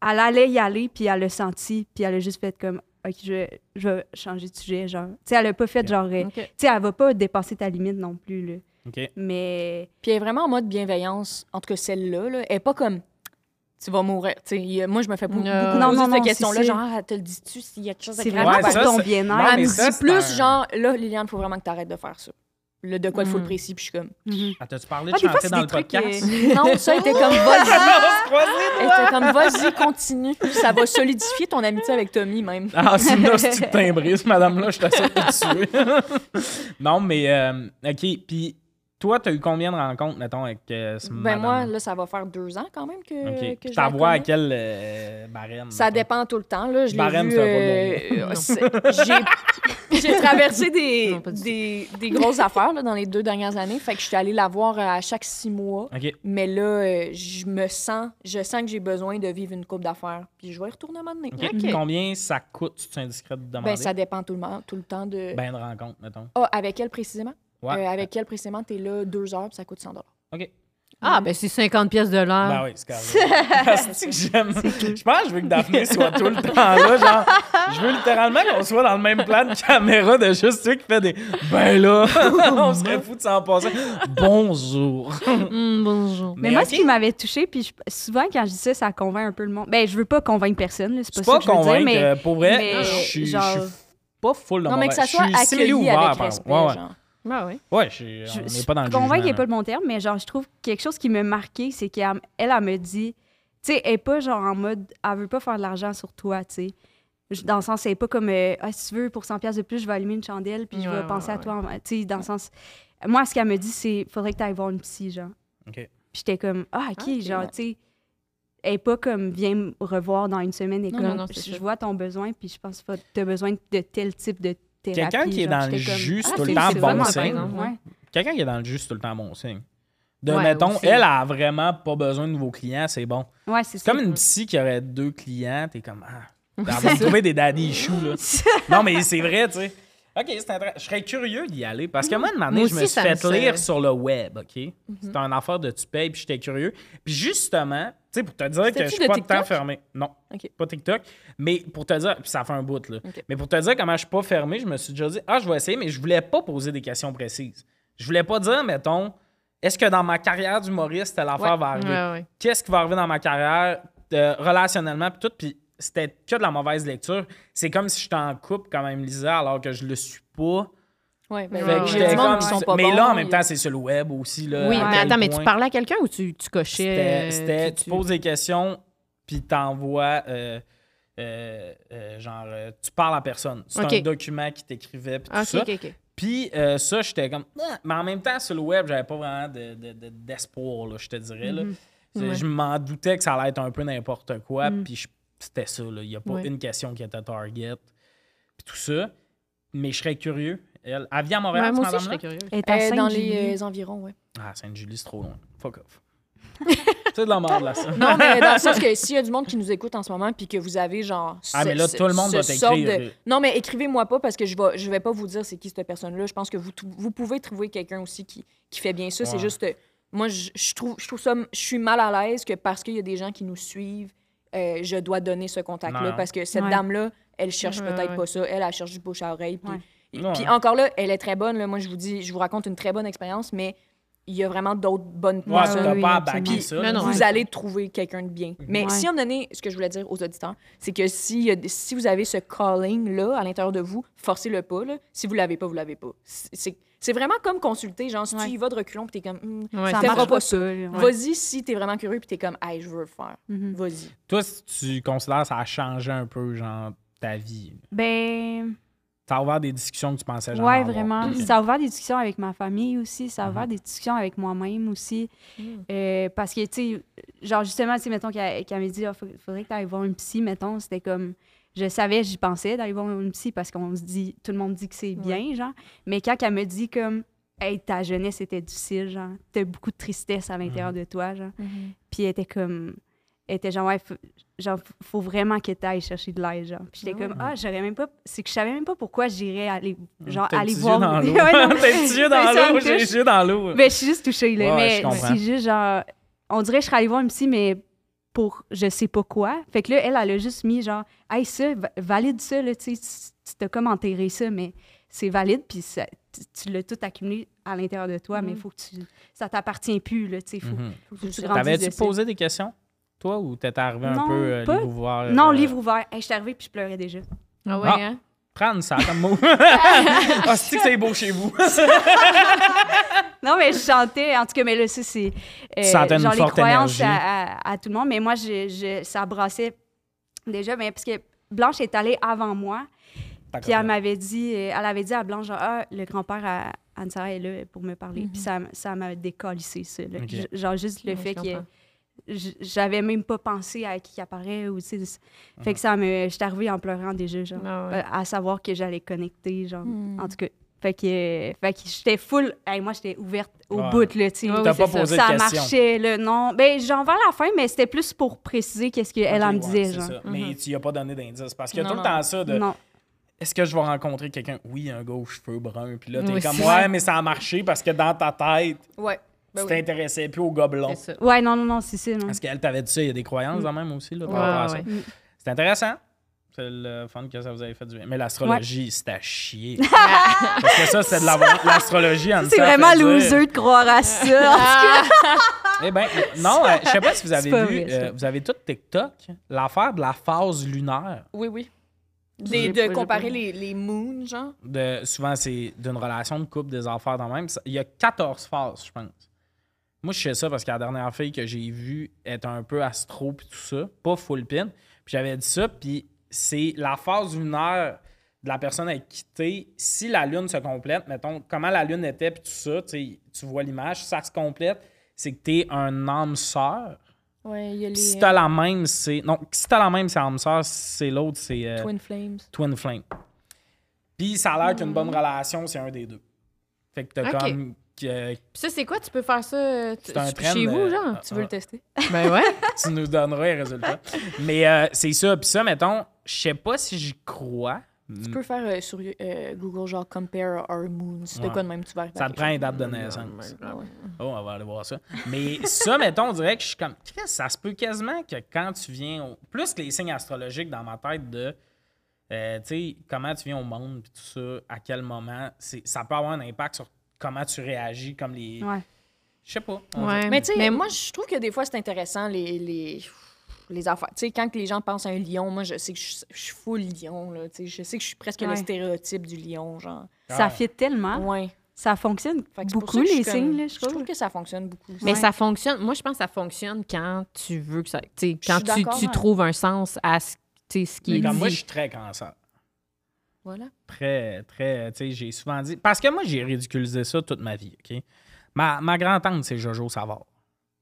Speaker 4: elle allait y aller, puis elle l'a senti, puis elle a juste fait comme, OK, je, je vais changer de sujet, genre. Tu sais, elle a pas fait,
Speaker 1: Ok.
Speaker 4: genre, euh,
Speaker 2: OK.
Speaker 4: tu sais, elle va pas dépasser ta limite non plus, là.
Speaker 1: OK.
Speaker 4: Mais,
Speaker 3: Puis elle est vraiment en mode bienveillance, en tout cas celle-là. Là, elle est pas comme tu vas mourir. Tu sais, il y a- moi, je me fais beaucoup,
Speaker 2: Non.
Speaker 3: beaucoup
Speaker 4: Non, non,
Speaker 3: poser
Speaker 4: non,
Speaker 3: cette question-là.
Speaker 4: c'est-
Speaker 3: Genre, ah, te le dis-tu s'il y a quelque chose de
Speaker 4: c'est
Speaker 3: grave?
Speaker 4: vraiment
Speaker 1: Ouais,
Speaker 4: pour
Speaker 1: ça,
Speaker 4: ton
Speaker 1: c'est-
Speaker 4: bien-être.
Speaker 1: Ouais,
Speaker 3: elle
Speaker 1: mais
Speaker 3: me
Speaker 1: ça,
Speaker 3: dit
Speaker 1: c'est
Speaker 3: plus,
Speaker 1: un-
Speaker 3: genre, là, Liliane, faut vraiment que tu arrêtes de faire ça. Le de quoi il faut le
Speaker 2: Mm.
Speaker 3: précis, puis je suis comme.
Speaker 4: Mhm.
Speaker 1: Ah, t'as-tu parlé
Speaker 4: Ah,
Speaker 1: de
Speaker 4: des fois,
Speaker 1: chanter
Speaker 4: c'est
Speaker 1: dans
Speaker 4: des
Speaker 1: le
Speaker 4: trucs...
Speaker 1: podcast?
Speaker 4: euh,
Speaker 3: Non, ça, était comme
Speaker 1: On
Speaker 3: vas-y.
Speaker 1: va se croiser,
Speaker 3: Elle
Speaker 1: toi!
Speaker 3: était comme vas-y, continue. Ça va solidifier ton amitié avec Tommy, même.
Speaker 1: Ah, c'est une hostie de timbrisme, madame-là, je t'assure de tuer. non, mais, euh, OK, puis toi, t'as eu combien de rencontres, mettons, avec euh, ce
Speaker 3: Ben moi,
Speaker 1: madame?
Speaker 3: là, ça va faire deux ans quand même que,
Speaker 1: OK.
Speaker 3: que
Speaker 1: Puis
Speaker 3: je la
Speaker 1: t'as vois à
Speaker 3: connais.
Speaker 1: quel euh, barème?
Speaker 3: Ça
Speaker 1: mettons?
Speaker 3: dépend tout le temps. Là, je l'ai
Speaker 1: Barème,
Speaker 3: vu,
Speaker 1: c'est un pas bon
Speaker 3: euh, euh, c'est- j'ai- J'ai traversé des,
Speaker 2: Non, pas du tout.
Speaker 3: des, des grosses affaires là, dans les deux dernières années. Fait que je suis allée la voir euh, à chaque six mois.
Speaker 1: OK.
Speaker 3: Mais là, euh, je me sens, je sens que j'ai besoin de vivre une coupe d'affaires. Puis je vais y retourner un moment donné. Hein?
Speaker 1: OK. Combien ça coûte, tu indiscret de demander?
Speaker 3: Ben, ça dépend tout le, mo- tout le temps de.
Speaker 1: Ben, de rencontre, mettons.
Speaker 3: Ah, avec elle précisément?
Speaker 1: Ouais.
Speaker 3: Euh, avec elle précisément, t'es là deux heures, puis ça coûte 100
Speaker 1: OK.
Speaker 2: Ah, ben c'est 50 pièces de
Speaker 4: Ah.
Speaker 2: l'heure.
Speaker 1: Ben oui, c'est carrément. Parce que j'aime. Je pense que je veux que Daphné soit tout le temps là. Genre, je veux littéralement qu'on soit dans le même plan de caméra de juste celui qui fait des. Ben là, on serait fou de s'en passer. Bonjour.
Speaker 2: Hum, bonjour.
Speaker 4: Mais moi,
Speaker 1: ok,
Speaker 4: ce qui m'avait touchée, puis je- souvent quand je dis ça, ça convainc un peu le monde. Ben, je veux pas convaincre personne, là, c'est pas
Speaker 1: c'est
Speaker 4: ça
Speaker 1: pas
Speaker 4: que je veux
Speaker 1: convaincre.
Speaker 4: dire, mais...
Speaker 1: euh, pour vrai, je
Speaker 4: mais,
Speaker 1: suis. je
Speaker 4: genre-
Speaker 1: suis Pas full de
Speaker 3: Non, mais que ça
Speaker 1: mauvaise-
Speaker 3: soit
Speaker 1: je suis simili
Speaker 3: accueilli
Speaker 1: ouvert,
Speaker 3: avec
Speaker 1: par-
Speaker 3: respect.
Speaker 1: Ouais, ouais.
Speaker 3: genre.
Speaker 2: Ben oui.
Speaker 1: Ouais, je suis-
Speaker 4: Je-
Speaker 1: on n'est pas dans le
Speaker 4: Convaincre n'est
Speaker 1: jugement,
Speaker 4: pas le bon terme, mais genre, je trouve quelque chose qui m'a marqué, c'est qu'elle elle, elle me dit, tu sais, elle est pas genre en mode, elle veut pas faire de l'argent sur toi, tu sais. Je- Dans le sens, elle est pas comme, euh, ah, si tu veux, pour 100$ piastres de plus, je vais allumer une chandelle, puis je
Speaker 2: Ouais,
Speaker 4: vais
Speaker 2: ouais,
Speaker 4: penser à
Speaker 2: ouais.
Speaker 4: toi, en- tu sais, dans le sens. Moi, ce qu'elle me dit, c'est, faudrait que tu ailles voir une psy, genre.
Speaker 1: OK.
Speaker 4: Puis j'étais comme, ah, ok,
Speaker 3: Ah, ok,
Speaker 4: genre,
Speaker 3: ouais.
Speaker 4: tu sais. Elle est pas comme, viens me revoir dans une semaine et
Speaker 2: Non,
Speaker 4: comme,
Speaker 2: non, non, c'est
Speaker 4: je
Speaker 2: ça.
Speaker 4: vois ton besoin, puis je pense que tu as besoin de tel type de thérapie.
Speaker 1: Quelqu'un qui est
Speaker 4: genre,
Speaker 1: dans le
Speaker 4: j'étais comme,
Speaker 1: jus, c'est
Speaker 4: ah,
Speaker 1: tout le
Speaker 4: c'est-
Speaker 1: temps
Speaker 4: c'est
Speaker 1: bon
Speaker 4: vraiment
Speaker 1: signe.
Speaker 4: exemple, ouais.
Speaker 1: Quelqu'un qui est dans le jus, c'est tout le temps bon signe. De,
Speaker 2: Ouais,
Speaker 1: mettons,
Speaker 2: aussi.
Speaker 1: elle a vraiment pas besoin de nouveaux clients, c'est bon.
Speaker 4: Ouais, c'est
Speaker 1: C'est
Speaker 4: ça.
Speaker 1: comme une psy qui aurait deux clients, t'es comme ah, t'as envie de trouver des daddy issues là. non mais c'est vrai, tu sais. Ok, c'est intéressant. Je serais curieux d'y aller parce que moi, une année,
Speaker 2: Moi
Speaker 1: je me
Speaker 2: aussi,
Speaker 1: suis
Speaker 2: ça me
Speaker 1: fait
Speaker 2: serait-
Speaker 1: lire sur le web, ok. C'était un affaire de tu payes, puis j'étais curieux. Puis justement, tu sais, pour te dire que
Speaker 3: C'était-tu
Speaker 1: je suis
Speaker 3: de
Speaker 1: pas
Speaker 3: TikTok?
Speaker 1: tant fermé. Non,
Speaker 3: Ok.
Speaker 1: pas TikTok. Mais pour te dire, puis ça fait un bout là.
Speaker 3: Ok.
Speaker 1: Mais pour te dire comment je suis pas fermé, je me suis déjà dit ah, je vais essayer, mais je voulais pas poser des questions précises. Je voulais pas dire, mettons, est-ce que dans ma carrière d'humoriste, l'affaire va
Speaker 2: Ouais,
Speaker 1: arriver
Speaker 2: ouais.
Speaker 1: qu'est-ce qui va arriver dans ma carrière euh, relationnellement puis tout puis c'était que de la mauvaise lecture c'est comme si j'étais en couple quand même Lisa alors que je le suis pas
Speaker 3: Ouais,
Speaker 2: Fait
Speaker 3: ben,
Speaker 1: Fait
Speaker 3: ouais,
Speaker 1: que
Speaker 3: ouais,
Speaker 1: j'étais
Speaker 3: il y a du monde
Speaker 1: comme-
Speaker 3: qui sont pas
Speaker 1: mais là en
Speaker 3: bons, euh,
Speaker 1: même
Speaker 3: il-
Speaker 1: temps c'est sur le web aussi là,
Speaker 2: Oui,
Speaker 1: Euh, à
Speaker 2: mais
Speaker 1: quel
Speaker 2: attends, mais tu
Speaker 1: point.
Speaker 2: parlais à quelqu'un ou tu, tu cochais.
Speaker 1: c'était,
Speaker 2: euh,
Speaker 1: c'était- tu poses des questions puis t'envoies euh, euh, euh, genre euh, tu parles à personne c'est
Speaker 2: Ok.
Speaker 1: un document qui t'écrivait puis tout
Speaker 2: Ah, Ok,
Speaker 1: ça
Speaker 2: ok, ok.
Speaker 1: puis euh, ça, j'étais comme. Ah! Mais en même temps, sur le web, j'avais pas vraiment de- de- de- d'espoir, de, je te
Speaker 4: Mm-hmm.
Speaker 1: dirais. là. C'est-
Speaker 2: Ouais.
Speaker 1: Je m'en doutais que ça allait être un peu n'importe quoi.
Speaker 4: Mm.
Speaker 1: Puis je- c'était ça. là. Il n'y a pas
Speaker 2: Ouais.
Speaker 1: une question qui était target. Puis tout ça. Mais je serais curieux. Elle, elle vit à Montréal,
Speaker 2: Ouais,
Speaker 1: cette
Speaker 2: moi aussi, je
Speaker 1: madame-là?
Speaker 2: serais curieuse.
Speaker 4: Elle est
Speaker 3: Euh,
Speaker 4: à
Speaker 3: dans
Speaker 4: Saint-Julie.
Speaker 3: les euh, environs, ouais.
Speaker 1: Ah, Sainte-Julie, c'est trop loin. Fuck off. c'est de la merde, là, ça.
Speaker 3: Non, mais dans le sens que s'il y a du monde qui nous écoute en ce moment puis que vous avez genre.
Speaker 1: Ah,
Speaker 3: ce-
Speaker 1: mais là,
Speaker 3: ce-
Speaker 1: tout le monde
Speaker 3: ce
Speaker 1: va
Speaker 3: sort
Speaker 1: t'écrire.
Speaker 3: de- Non, mais écrivez-moi pas parce que je vais, je vais pas vous dire c'est qui cette personne-là. Je pense que vous, trou- vous pouvez trouver quelqu'un aussi qui, qui fait bien ça.
Speaker 1: Ouais.
Speaker 3: C'est juste. euh, Moi, je, je trouve, je trouve ça. Je suis mal à l'aise que parce qu'il y a des gens qui nous suivent, euh, je dois donner ce
Speaker 1: Non,
Speaker 3: contact-là
Speaker 1: non.
Speaker 3: parce que cette
Speaker 4: Ouais.
Speaker 3: dame-là, elle cherche
Speaker 2: Ouais,
Speaker 3: peut-être
Speaker 2: ouais.
Speaker 3: pas ça. Elle, elle cherche du bouche à oreille. Puis
Speaker 4: Ouais.
Speaker 3: et-
Speaker 1: Ouais.
Speaker 3: Puis encore là, elle est très bonne. là. Moi, je vous dis, je vous raconte une très bonne expérience, mais il y a vraiment d'autres bonnes
Speaker 1: Ouais,
Speaker 4: Ouais,
Speaker 1: tu
Speaker 4: oui,
Speaker 1: t'as
Speaker 4: oui,
Speaker 1: pas à
Speaker 4: absolument.
Speaker 1: baguer ça.
Speaker 2: Non,
Speaker 1: là.
Speaker 2: non,
Speaker 3: vous
Speaker 4: Ouais.
Speaker 3: allez trouver quelqu'un de bien. Mais
Speaker 4: Ouais.
Speaker 3: si on donnait, ce que je voulais dire aux auditeurs, c'est que si, y a- si vous avez ce calling-là à l'intérieur de vous, forcez-le pas. là. Si vous l'avez pas, vous l'avez pas. C'est- C'est c'est vraiment comme consulter. Genre, si
Speaker 4: Ouais.
Speaker 3: tu y vas de reculons puis t'es comme, Hmm,
Speaker 2: Ouais, c'est
Speaker 3: t'aimeras
Speaker 4: ça marche
Speaker 2: vrai.
Speaker 3: pas
Speaker 4: pas
Speaker 3: ça.
Speaker 4: ça. là, ouais.
Speaker 3: vas-y si t'es vraiment curieux puis t'es comme, hey, je veux le faire.
Speaker 4: Mhm.
Speaker 3: Vas-y.
Speaker 1: Toi, si tu considères que ça a changé un peu, genre, ta vie.
Speaker 4: Ben,
Speaker 1: Ça a ouvert des discussions que tu pensais jamais
Speaker 4: ouais,
Speaker 1: avoir. Mm.
Speaker 4: vraiment. Ça a ouvert des discussions avec ma famille aussi. Ça a
Speaker 1: Mm-hmm.
Speaker 4: ouvert des discussions avec moi-même aussi.
Speaker 1: Mm.
Speaker 2: Mhm.
Speaker 4: Euh, parce que, tu sais, genre, justement, tu sais, mettons qu'elle qu'elle m'a dit, Ah, faut- faudrait que tu ailles voir une psy, mettons. C'était comme, je savais, j'y pensais d'aller voir une psy parce qu'on se dit, tout le monde dit que c'est bien, genre. Mais quand elle me dit, comme, hey, ta jeunesse était difficile, genre, t'as beaucoup de tristesse à
Speaker 1: Mm.
Speaker 4: l'intérieur de toi, genre.
Speaker 3: Mm-hmm.
Speaker 4: Puis elle était comme. Elle était genre, ouais, faut, genre, faut vraiment que tu ailles chercher de l'aide, genre. Puis j'étais comme, ah, j'aurais même pas. C'est que je savais même pas pourquoi j'irais aller, genre,
Speaker 1: Tes
Speaker 4: aller
Speaker 1: petits
Speaker 4: voir.
Speaker 1: yeux dans l'eau.
Speaker 4: Ouais, non, mais-
Speaker 1: Tes petits yeux dans
Speaker 4: mais ça me
Speaker 1: l'eau, j'ai les
Speaker 4: touche.
Speaker 1: yeux dans l'eau.
Speaker 4: Mais je suis juste touchée, là.
Speaker 1: Ouais, ouais, je
Speaker 4: mais
Speaker 1: comprends.
Speaker 4: c'est juste genre. On dirait que je serais allée voir un psy, mais pour je sais pas quoi. Fait que là, elle, elle a juste mis genre, hey, ça, va- valide ça, là, tu sais, tu- tu t'as comme enterré ça, mais c'est valide, puis ça- tu- tu l'as tout accumulé à l'intérieur de toi,
Speaker 1: Mm.
Speaker 4: mais
Speaker 3: Mhm.
Speaker 4: faut que tu. Ça t'appartient plus, là, tu sais, faut,
Speaker 1: Mhm.
Speaker 4: faut que tu grandisses
Speaker 1: T'avais-tu
Speaker 4: de ça.
Speaker 1: posé des questions, toi, ou t'étais arrivé un
Speaker 4: Non,
Speaker 1: peu euh,
Speaker 4: pas-
Speaker 1: livre ouvert?
Speaker 4: Non,
Speaker 1: euh,
Speaker 4: livre ouvert. Hey, je suis arrivée, puis je pleurais déjà.
Speaker 2: Ah ouais,
Speaker 1: Ah.
Speaker 2: hein?
Speaker 1: Prendre ça comme mot. Ah, c'est que c'est beau chez vous.
Speaker 4: Non, mais je chantais. En tout cas, mais là, ça, c'est. euh,
Speaker 1: sentais une
Speaker 4: genre les
Speaker 1: forte
Speaker 4: croyances
Speaker 1: énergie.
Speaker 4: à, à- à tout le monde. Mais moi, je, je- ça brassait déjà. Mais parce que Blanche est allée avant moi. Puis elle m'avait dit, euh, elle avait dit à Blanche, genre, ah, le grand-père à Anne-Sarah est là pour me parler. Puis ça, ça m'a décalissé, ça. là.
Speaker 1: Ok.
Speaker 4: J- Genre, juste le
Speaker 2: Mm-hmm. Ouais,
Speaker 4: fait
Speaker 2: je
Speaker 4: que
Speaker 2: comprends.
Speaker 4: j- j'avais même pas pensé à qui apparaît. Ou, tu sais,
Speaker 1: Uh-huh.
Speaker 4: Fait que ça me. J'étais arrivée en pleurant déjà, genre,
Speaker 2: Ah
Speaker 1: Ben,
Speaker 2: ouais.
Speaker 4: Euh, à savoir que j'allais connecter, genre,
Speaker 3: Hmm.
Speaker 4: en tout cas. Fait que, euh, fait que j'étais full. hey, moi, j'étais ouverte au
Speaker 1: Ouais.
Speaker 4: bout, là, tu sais.
Speaker 2: Ouais,
Speaker 1: T'as
Speaker 2: oui,
Speaker 1: pas
Speaker 2: c'est ça.
Speaker 1: posé
Speaker 4: Ça
Speaker 1: de questions.
Speaker 4: marchait, là, non. Ben, genre, vers la fin, mais c'était plus pour préciser qu'est-ce qu'elle, elle
Speaker 1: Ok,
Speaker 4: me
Speaker 1: ouais,
Speaker 4: disait,
Speaker 1: c'est
Speaker 4: genre. Mm-hmm.
Speaker 1: ça. Mais tu y as pas donné d'indice. Parce qu'il y a
Speaker 2: Non,
Speaker 1: tout le
Speaker 2: non.
Speaker 1: temps ça de
Speaker 4: Non.
Speaker 1: est-ce que je vais rencontrer quelqu'un Oui, un gars aux cheveux bruns. Puis là, t'es
Speaker 2: Oui,
Speaker 1: comme
Speaker 2: c'est
Speaker 1: ouais, mais ça a marché parce que dans ta tête,
Speaker 3: Ouais. Ben
Speaker 1: tu
Speaker 3: oui.
Speaker 1: t'intéressais plus aux gobelons.
Speaker 2: C'est ça.
Speaker 4: Ouais, non, non, non, c'est ça, non.
Speaker 1: Parce qu'elle t'avait dit ça, il y a des
Speaker 4: Mm.
Speaker 1: croyances quand même aussi là, par
Speaker 2: Ouais,
Speaker 1: rapport à ça.
Speaker 2: ouais.
Speaker 1: C'est intéressant. C'est le fun que ça vous avait fait du bien. Mais l'astrologie, c'était à chier. Parce que ça, c'est de la- l'astrologie en
Speaker 4: C'est vraiment loser de croire à ça.
Speaker 1: Eh ben, non, euh, je sais pas si vous avez
Speaker 4: pas
Speaker 1: vu,
Speaker 4: vrai, ça.
Speaker 1: euh, vous avez tout TikTok, l'affaire de la phase lunaire.
Speaker 3: Oui, oui.
Speaker 2: J'ai
Speaker 3: Des-
Speaker 2: pas- j'ai
Speaker 3: de
Speaker 2: pas
Speaker 3: comparer
Speaker 2: vu.
Speaker 3: les, les moons, genre.
Speaker 1: De, souvent, c'est d'une relation de couple, des affaires dans même. Ça- Il y a 14 phases, je pense. Moi, je sais ça parce que la dernière fille que j'ai vue est un peu astro puis tout ça, pas full pin. Puis j'avais dit ça, puis c'est la phase lunaire de la personne à quitter. Si la lune se complète, mettons, comment la lune était puis tout ça, tu sais, tu vois l'image, ça se complète, c'est que t'es un âme sœur.
Speaker 3: Ouais, il y a les
Speaker 1: Puis si t'as la même, c'est. Non, si t'as la même, c'est âme sœur, si c'est l'autre, c'est euh, Twin.
Speaker 3: Twin Flames.
Speaker 1: Flame. Puis ça a l'air qu'une
Speaker 3: Hmm.
Speaker 1: bonne relation, c'est un des deux. Fait que t'as
Speaker 2: Ok.
Speaker 1: comme. que-
Speaker 2: Puis ça, c'est quoi? Tu peux faire ça euh, tu-
Speaker 1: C'est un
Speaker 2: tu-
Speaker 1: trend,
Speaker 2: chez vous,
Speaker 1: euh,
Speaker 2: genre?
Speaker 3: Tu veux le tester?
Speaker 2: Ben ouais.
Speaker 1: tu nous donneras les résultats. Mais euh, c'est ça. Puis ça, mettons, je sais pas si j'y crois. Hmm.
Speaker 3: Tu peux faire euh, sur euh, Google, genre, compare our moons. Si t'as
Speaker 1: Ouais.
Speaker 3: quoi de même, tu vas arriver à
Speaker 1: Ça te
Speaker 3: quelque
Speaker 1: prend les
Speaker 3: chose.
Speaker 1: dates de naissance.
Speaker 3: Ah ouais.
Speaker 1: Oh, on va aller voir ça. Mais ça, mettons, on dirait que je suis comme. Chris, ça se peut quasiment que quand tu viens. au- Plus que les signes astrologiques dans ma tête de. euh, tu sais, comment tu viens au monde, puis tout ça, à quel moment. c'est- Ça peut avoir un impact sur comment tu réagis, comme les.
Speaker 4: Ouais.
Speaker 1: Je sais pas. on dirait.
Speaker 2: ouais.
Speaker 3: Mais tu sais,
Speaker 2: Mais
Speaker 3: moi, je trouve que des fois, c'est intéressant, les, les, les affaires. Tu sais, quand que les gens pensent à un lion, moi, je sais que je suis- je suis full lion, là. Tu sais, je sais que je suis presque
Speaker 4: Ouais.
Speaker 3: le stéréotype du lion, genre.
Speaker 1: Ah.
Speaker 4: Ça fit tellement.
Speaker 3: Ouais.
Speaker 4: Ça fonctionne
Speaker 3: Fait que c'est pour
Speaker 4: beaucoup,
Speaker 3: ça que je
Speaker 4: les
Speaker 3: suis comme-
Speaker 4: signes, là, je trouve.
Speaker 3: que ça fonctionne beaucoup.
Speaker 2: Mais
Speaker 4: Ouais.
Speaker 2: ça fonctionne. Moi, je pense que ça fonctionne quand tu veux que ça. tu sais,
Speaker 3: Je
Speaker 2: quand
Speaker 3: suis
Speaker 2: tu,
Speaker 3: d'accord,
Speaker 2: tu
Speaker 3: ouais.
Speaker 2: trouves un sens à ce, tu sais, ce qui
Speaker 1: Mais
Speaker 2: est
Speaker 1: comme moi, je
Speaker 2: dit.
Speaker 1: suis très cancer.
Speaker 2: Voilà.
Speaker 1: Très, très. Tu sais, j'ai souvent dit. Parce que moi, j'ai ridiculisé ça toute ma vie, OK? Ma, ma grand-tante, c'est Jojo Savard.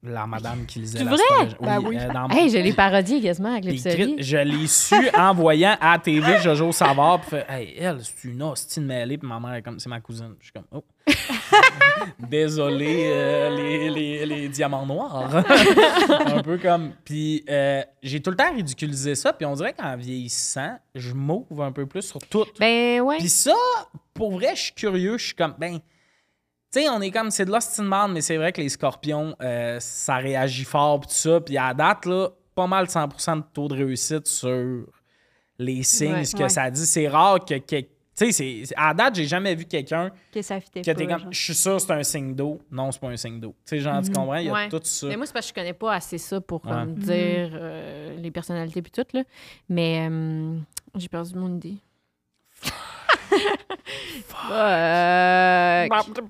Speaker 1: La madame qui lisait
Speaker 2: C'est
Speaker 1: la
Speaker 2: vrai?
Speaker 3: Ben oui.
Speaker 1: dans mon-
Speaker 2: Hey, je l'ai parodié quasiment avec
Speaker 1: Puis Chris,
Speaker 2: l'épisode.
Speaker 1: je l'ai su en voyant à la TV Jojo Savard. Puis fait, hey, elle, c'est une hostie de mêlée. Puis ma mère, est comme, c'est ma cousine. Je suis comme, oh. Désolé, euh, les, les- les diamants noirs. un peu comme. Puis euh, j'ai tout le temps ridiculisé ça. Puis on dirait qu'en vieillissant, je m'ouvre un peu plus sur tout.
Speaker 2: Ben ouais.
Speaker 1: Puis ça, pour vrai, je suis curieux. Je suis comme, ben. Tu sais, on est comme, c'est de l'hostie de merde, mais c'est vrai que les scorpions, euh, ça réagit fort, pis tout ça. Puis à date, là, pas mal 100% de taux de réussite sur les signes,
Speaker 2: Ouais.
Speaker 1: ce que
Speaker 4: Ouais.
Speaker 1: ça dit. C'est rare que. que- tu sais, c'est- à date, j'ai jamais vu quelqu'un
Speaker 4: Que ça fitait
Speaker 1: que
Speaker 4: pas.
Speaker 1: t'es
Speaker 4: genre.
Speaker 1: comme, je suis sûr que c'est un signe d'eau. Non, c'est pas un signe d'eau. Tu sais, genre, tu comprends, il y a
Speaker 2: Mhm. Ouais.
Speaker 1: tout ça.
Speaker 2: Mais moi, c'est parce que je connais pas assez ça pour
Speaker 1: Ouais.
Speaker 2: comme, dire euh, les personnalités puis tout, là. Mais euh, j'ai perdu mon idée. Euh,
Speaker 1: Mais en tout cas,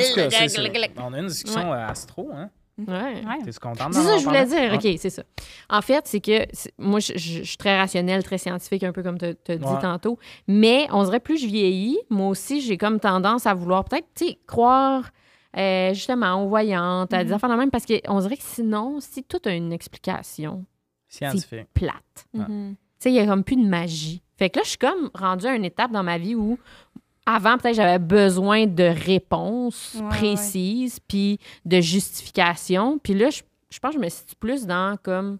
Speaker 1: c'est ça. On a une discussion euh, astro, hein.
Speaker 2: ouais.
Speaker 4: Ouais.
Speaker 1: T'es contente
Speaker 2: C'est
Speaker 1: d'en
Speaker 2: ça que je voulais
Speaker 1: avoir
Speaker 2: dire.
Speaker 1: parlé?
Speaker 2: OK, c'est ça. En fait, c'est que c'est- moi, je, je- je suis très rationnelle, très scientifique, un peu comme tu as dit
Speaker 1: Ouais.
Speaker 2: tantôt. Mais on dirait plus je vieillis, moi aussi, j'ai comme tendance à vouloir peut-être, tu sais, croire euh, justement aux voyantes, à des affaires de même, parce qu'on dirait que sinon, si tout a une explication
Speaker 1: Scientifique.
Speaker 2: plate,
Speaker 3: Mhm.
Speaker 2: tu sais, il n'y a comme plus de magie. Fait que là, je suis comme rendue à une étape dans ma vie où avant, peut-être, j'avais besoin de réponses
Speaker 4: Ouais, ouais.
Speaker 2: précises, puis de justifications. Puis là, je, je pense que je me situe plus dans comme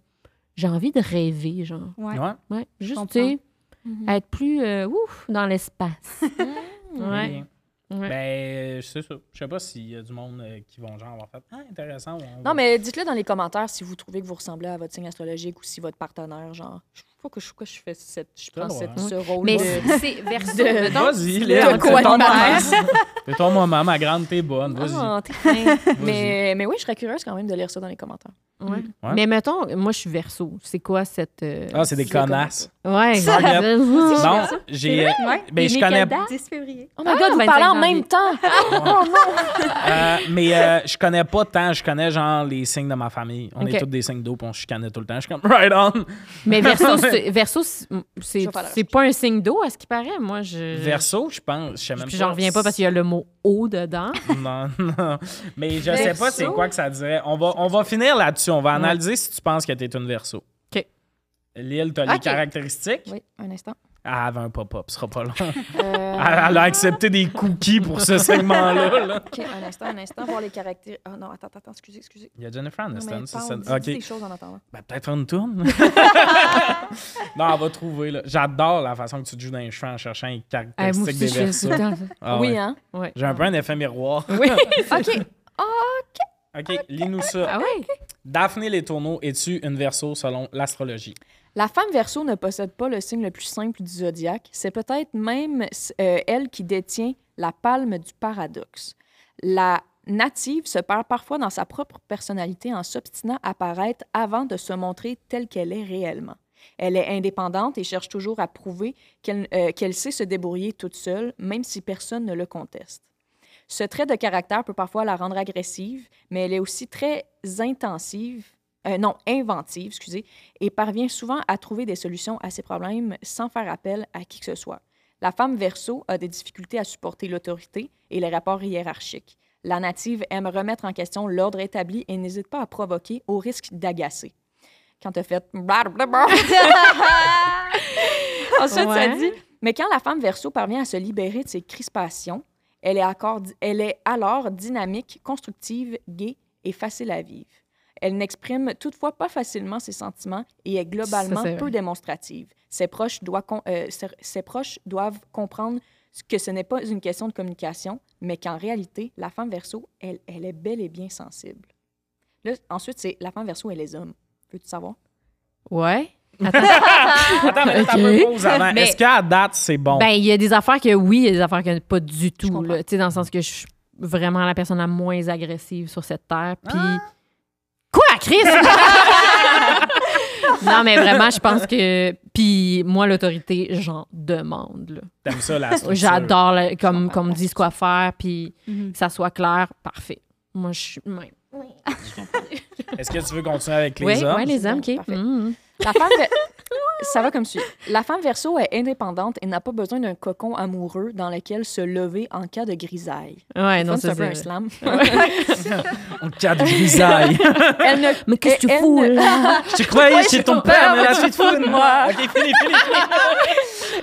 Speaker 2: j'ai envie de rêver, genre.
Speaker 4: Ouais.
Speaker 1: Ouais.
Speaker 2: Ouais, juste,
Speaker 4: comprends.
Speaker 2: tu sais,
Speaker 3: Mhm.
Speaker 2: être plus euh, ouf dans l'espace.
Speaker 1: Très
Speaker 2: ouais.
Speaker 1: bien. Ben,
Speaker 2: Ouais.
Speaker 1: euh, c'est ça. Je sais pas s'il y a du monde euh, qui vont genre avoir fait Ah, intéressant. on va-
Speaker 3: Non, mais dites-le dans les commentaires si vous trouvez que vous ressemblez à votre signe astrologique ou si votre partenaire, genre, je sais pas que je, pourquoi je fais cette, je
Speaker 1: T'as
Speaker 3: prends
Speaker 1: le droit,
Speaker 3: cette, ce rôle
Speaker 2: Mais
Speaker 3: de-
Speaker 2: si c'est verso,
Speaker 3: de-
Speaker 2: mettons,
Speaker 1: Vas-y,
Speaker 3: de
Speaker 1: Léa. C'est ton moment.
Speaker 3: co-animateur.
Speaker 1: C'est ton moment, ma grande, t'es bonne. Vas-y.
Speaker 3: Ah, t'es fin.
Speaker 1: Vas-y.
Speaker 3: mais, mais oui, je serais curieuse quand même de lire ça dans les commentaires.
Speaker 2: Ouais.
Speaker 1: Ouais.
Speaker 2: Mais mettons, moi, je suis verso. C'est quoi cette. euh,
Speaker 1: Ah, c'est des connasses.
Speaker 2: Ouais,
Speaker 1: Ça-
Speaker 2: regarde.
Speaker 1: Non, j'ai. euh,
Speaker 4: Ouais.
Speaker 1: Ben, je connais.
Speaker 4: 10 février.
Speaker 3: Oh my
Speaker 2: Ah,
Speaker 3: god, vous
Speaker 2: 25
Speaker 3: parlez en
Speaker 2: janvier.
Speaker 3: même temps!
Speaker 1: euh, mais euh, je connais pas tant. Je connais genre les signes de ma famille. On est
Speaker 2: Ok. Euh,
Speaker 1: tous des signes d'eau, puis on se chicanait tout le temps. Je suis comme right on.
Speaker 2: Mais verso, c'est- verso c'est-
Speaker 3: Je
Speaker 2: c'est
Speaker 3: vais faire la
Speaker 2: c'est pas un signe d'eau à ce qui paraît. Moi, je.
Speaker 1: Verso, je pense. Je sais même
Speaker 2: Puis j'en reviens pas parce qu'il y a le mot eau dedans.
Speaker 1: Non, non. Mais je sais
Speaker 3: Verseau.
Speaker 1: pas c'est quoi que ça dirait. On va, on va finir là-dessus. On va analyser si tu penses que tu es une verso.
Speaker 2: OK.
Speaker 1: Lille, t'as les
Speaker 2: OK.
Speaker 1: caractéristiques. Ah,
Speaker 3: Oui, un instant.
Speaker 1: Elle avait un pop-up, ce sera pas long.
Speaker 3: Euh,
Speaker 1: Elle, elle a accepté des cookies pour ce segment-là. là.
Speaker 3: ok, un instant, un instant, voir les caractères. Oh non, attends, attends, excusez, excusez.
Speaker 1: Il y a Jennifer
Speaker 3: Non, mais
Speaker 1: Aniston, c'est
Speaker 3: parle,
Speaker 1: ça.
Speaker 3: dis-
Speaker 1: OK.
Speaker 3: dis des choses en attendant.
Speaker 1: Ben, peut-être faire une tourne. non, elle va trouver. là. J'adore la façon que tu te joues dans les cheveux en cherchant les
Speaker 2: Eh, moi
Speaker 1: caractéristiques
Speaker 2: aussi,
Speaker 1: des
Speaker 2: je suis
Speaker 1: versos.
Speaker 2: tout le temps.
Speaker 1: Ah
Speaker 3: oui,
Speaker 1: ouais.
Speaker 3: hein?
Speaker 2: Ouais.
Speaker 1: J'ai un peu un effet miroir.
Speaker 2: Oui.
Speaker 3: OK.
Speaker 1: OK, lis-nous ça.
Speaker 2: Ah ouais?
Speaker 1: Daphné Les Tourneaux, es-tu une verso selon l'astrologie?
Speaker 3: La femme verso ne possède pas le signe le plus simple du zodiaque. C'est peut-être même euh, elle qui détient la palme du paradoxe. La native se perd parfois dans sa propre personnalité en s'obstinant à paraître avant de se montrer telle qu'elle est réellement. Elle est indépendante et cherche toujours à prouver qu'elle euh, qu'elle sait se débrouiller toute seule, même si personne ne le conteste. Ce trait de caractère peut parfois la rendre agressive, mais elle est aussi très intensive, euh, non, inventive, excusez, et parvient souvent à trouver des solutions à ses problèmes sans faire appel à qui que ce soit. La femme verso a des difficultés à supporter l'autorité et les rapports hiérarchiques. La native aime remettre en question l'ordre établi et n'hésite pas à provoquer au risque d'agacer. Quand t'as fait... blablabla. Ensuite, ça
Speaker 2: Ouais.
Speaker 3: dit... Mais quand la femme verso parvient à se libérer de ses crispations, elle est, accord- elle est alors dynamique, constructive, gaie et facile à vivre. Elle n'exprime toutefois pas facilement ses sentiments et est globalement
Speaker 2: Ça, c'est vrai.
Speaker 3: peu démonstrative. Ses proches, doivent con- euh, ses- ses proches doivent comprendre que ce n'est pas une question de communication, mais qu'en réalité, la femme verso, elle, elle est bel et bien sensible. Là, ensuite, c'est la femme verso et les hommes. Veux-tu savoir?
Speaker 2: Ouais.
Speaker 1: Attends, mais là, t'as
Speaker 2: Ok.
Speaker 1: peu pause avant.
Speaker 2: Mais-
Speaker 1: Est-ce qu'à date, c'est bon?
Speaker 2: Ben, il y a des affaires que oui, il y a des affaires que pas du tout.
Speaker 3: comprends.
Speaker 2: là. Tu sais, dans le sens que je suis vraiment la personne la moins agressive sur cette terre. Puis.
Speaker 3: Ah!
Speaker 2: Quoi, Chris? non, mais vraiment, je pense que. Puis moi, l'autorité, j'en demande. là.
Speaker 1: T'aimes ça, la structure?
Speaker 2: J'adore, là,
Speaker 3: comprends.
Speaker 2: comme, comme me disent quoi faire, puis
Speaker 4: Mhm.
Speaker 2: que ça soit clair, parfait. Moi, je suis. ouais.
Speaker 1: Est-ce que tu veux continuer avec les
Speaker 2: Ouais,
Speaker 1: hommes?
Speaker 2: ouais, les hommes, OK.
Speaker 3: Parfait.
Speaker 2: Mhm.
Speaker 3: La femme ver- Ça va comme suit. La femme verso est indépendante et n'a pas besoin d'un cocon amoureux dans lequel se lever en cas de grisaille.
Speaker 2: Ouais, non,
Speaker 3: Fun, c'est
Speaker 2: ça,
Speaker 3: un peu un
Speaker 2: c'est-
Speaker 3: slam.
Speaker 1: En cas de grisaille.
Speaker 3: Elle ne-
Speaker 2: Mais qu'est-ce que tu
Speaker 3: Elle-
Speaker 2: fous,
Speaker 3: elle-
Speaker 2: là?
Speaker 1: je te croyais chez ton père,
Speaker 2: Ah,
Speaker 1: mais là, tu te fous de moi. OK, fini, fini.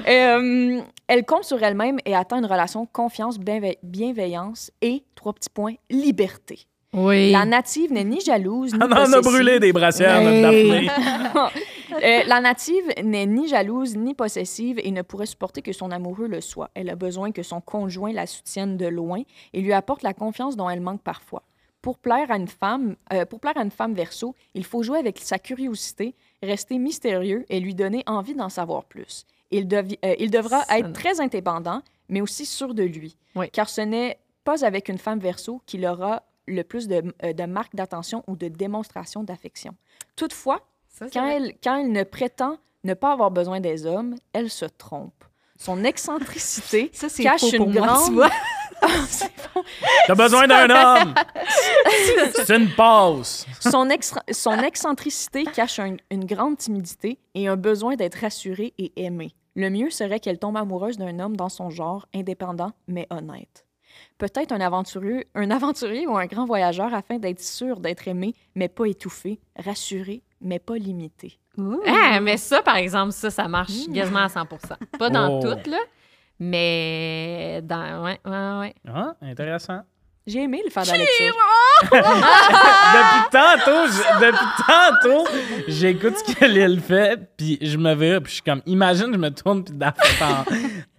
Speaker 3: Euh, elle compte sur elle-même et attend une relation confiance, bienve- bienveillance et, trois petits points, liberté.
Speaker 2: Oui.
Speaker 3: La native n'est ni jalouse ni
Speaker 1: On Ah en a
Speaker 3: possessive.
Speaker 1: brûlé des brassières, notre
Speaker 2: Hey.
Speaker 1: Daphné.
Speaker 3: Euh, la native n'est ni jalouse ni possessive et ne pourrait supporter que son amoureux le soit. Elle a besoin que son conjoint la soutienne de loin et lui apporte la confiance dont elle manque parfois. Pour plaire à une femme, euh, pour plaire à une femme verso, il faut jouer avec sa curiosité, rester mystérieux et lui donner envie d'en savoir plus. Il, devi- euh, il devra
Speaker 2: Ça-
Speaker 3: être très indépendant, mais aussi sûr de lui,
Speaker 2: Oui.
Speaker 3: car ce n'est pas avec une femme verso qu'il aura le plus de, euh, de marques d'attention ou de démonstration d'affection. Toutefois, quand elle, quand elle ne prétend ne pas avoir besoin des hommes, elle se trompe. Son excentricité
Speaker 4: Ça, c'est
Speaker 3: cache
Speaker 4: faux pour
Speaker 3: une
Speaker 4: moi,
Speaker 3: grande...
Speaker 4: tu vois.
Speaker 1: T'as besoin d'un homme. C'est une pause.
Speaker 3: son, extra- son excentricité cache un- une grande timidité et un besoin d'être rassurée et aimée. Le mieux serait qu'elle tombe amoureuse d'un homme dans son genre, indépendant mais honnête. Peut-être un aventurier, un aventurier ou un grand voyageur afin d'être sûr d'être aimé mais pas étouffé, rassuré mais pas limité.
Speaker 2: Ah, mais ça, par exemple, ça, ça marche quasiment à 100 Pas dans
Speaker 1: Oh.
Speaker 2: toutes, là, mais dans... Ouais, ouais, ouais.
Speaker 1: Ah, intéressant.
Speaker 3: J'ai aimé le faire de la lecture.
Speaker 1: Depuis tantôt, je- depuis tantôt, j'écoute ce que Lille fait, puis je me verrai, puis je suis comme, imagine, je me tourne, puis dans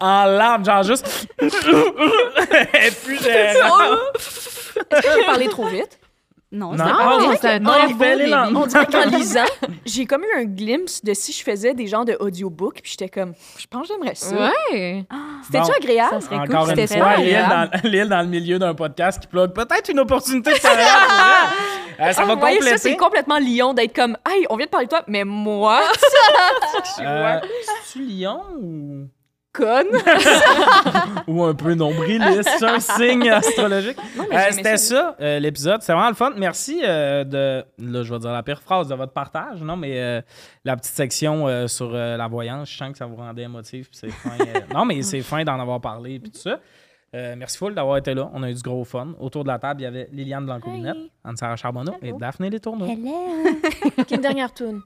Speaker 1: en, en larmes, genre juste. Et puis je.
Speaker 3: Est-ce que j'ai parlé trop vite?
Speaker 4: Non,
Speaker 1: Non.
Speaker 4: c'est
Speaker 1: Ah,
Speaker 4: pas
Speaker 1: on
Speaker 4: vrai.
Speaker 1: dirait
Speaker 2: c'est un
Speaker 1: que- on
Speaker 2: très
Speaker 1: fait
Speaker 2: beau
Speaker 1: les langues.
Speaker 2: début.
Speaker 3: On dirait qu'en lisant, j'ai comme eu un glimpse de si je faisais des genres de audiobook, puis j'étais comme, je pense que j'aimerais ça.
Speaker 2: Ouais.
Speaker 3: C'était-tu
Speaker 1: Bon.
Speaker 3: agréable?
Speaker 2: Ça serait
Speaker 1: Encore
Speaker 2: cool,
Speaker 1: une
Speaker 2: c'était
Speaker 1: fois,
Speaker 2: très
Speaker 1: Lille
Speaker 2: agréable.
Speaker 1: dans, Lille dans le milieu d'un podcast qui plug peut-être une opportunité de carrière pour elle. Euh, ça
Speaker 3: Ah,
Speaker 1: va
Speaker 3: vous voyez, ça, c'est
Speaker 1: compléter.
Speaker 3: complètement lion d'être comme, hey, on vient de parler de toi, mais moi,
Speaker 1: Euh, C'est-tu Lyon ou.
Speaker 3: conne.
Speaker 1: ou un peu nombriliste, c'est un signe astrologique.
Speaker 3: mais
Speaker 1: Euh,
Speaker 3: j'aimais
Speaker 1: C'était
Speaker 3: ça.
Speaker 1: ça, euh, l'épisode. C'était vraiment le fun. Merci euh, de, là, je vais dire la pire phrase de votre partage, non, mais euh, la petite section euh, sur euh, la voyance, je sens que ça vous rendait émotif. puis c'est fin, euh, non, mais c'est fin d'en avoir parlé puis tout ça. Euh, merci full d'avoir été là. On a eu du gros fun. Autour de la table, il y avait Liliane Blanco-Binette, Anne-Sarah Charbonneau et Daphné Les Tourneaux.
Speaker 3: une dernière tune.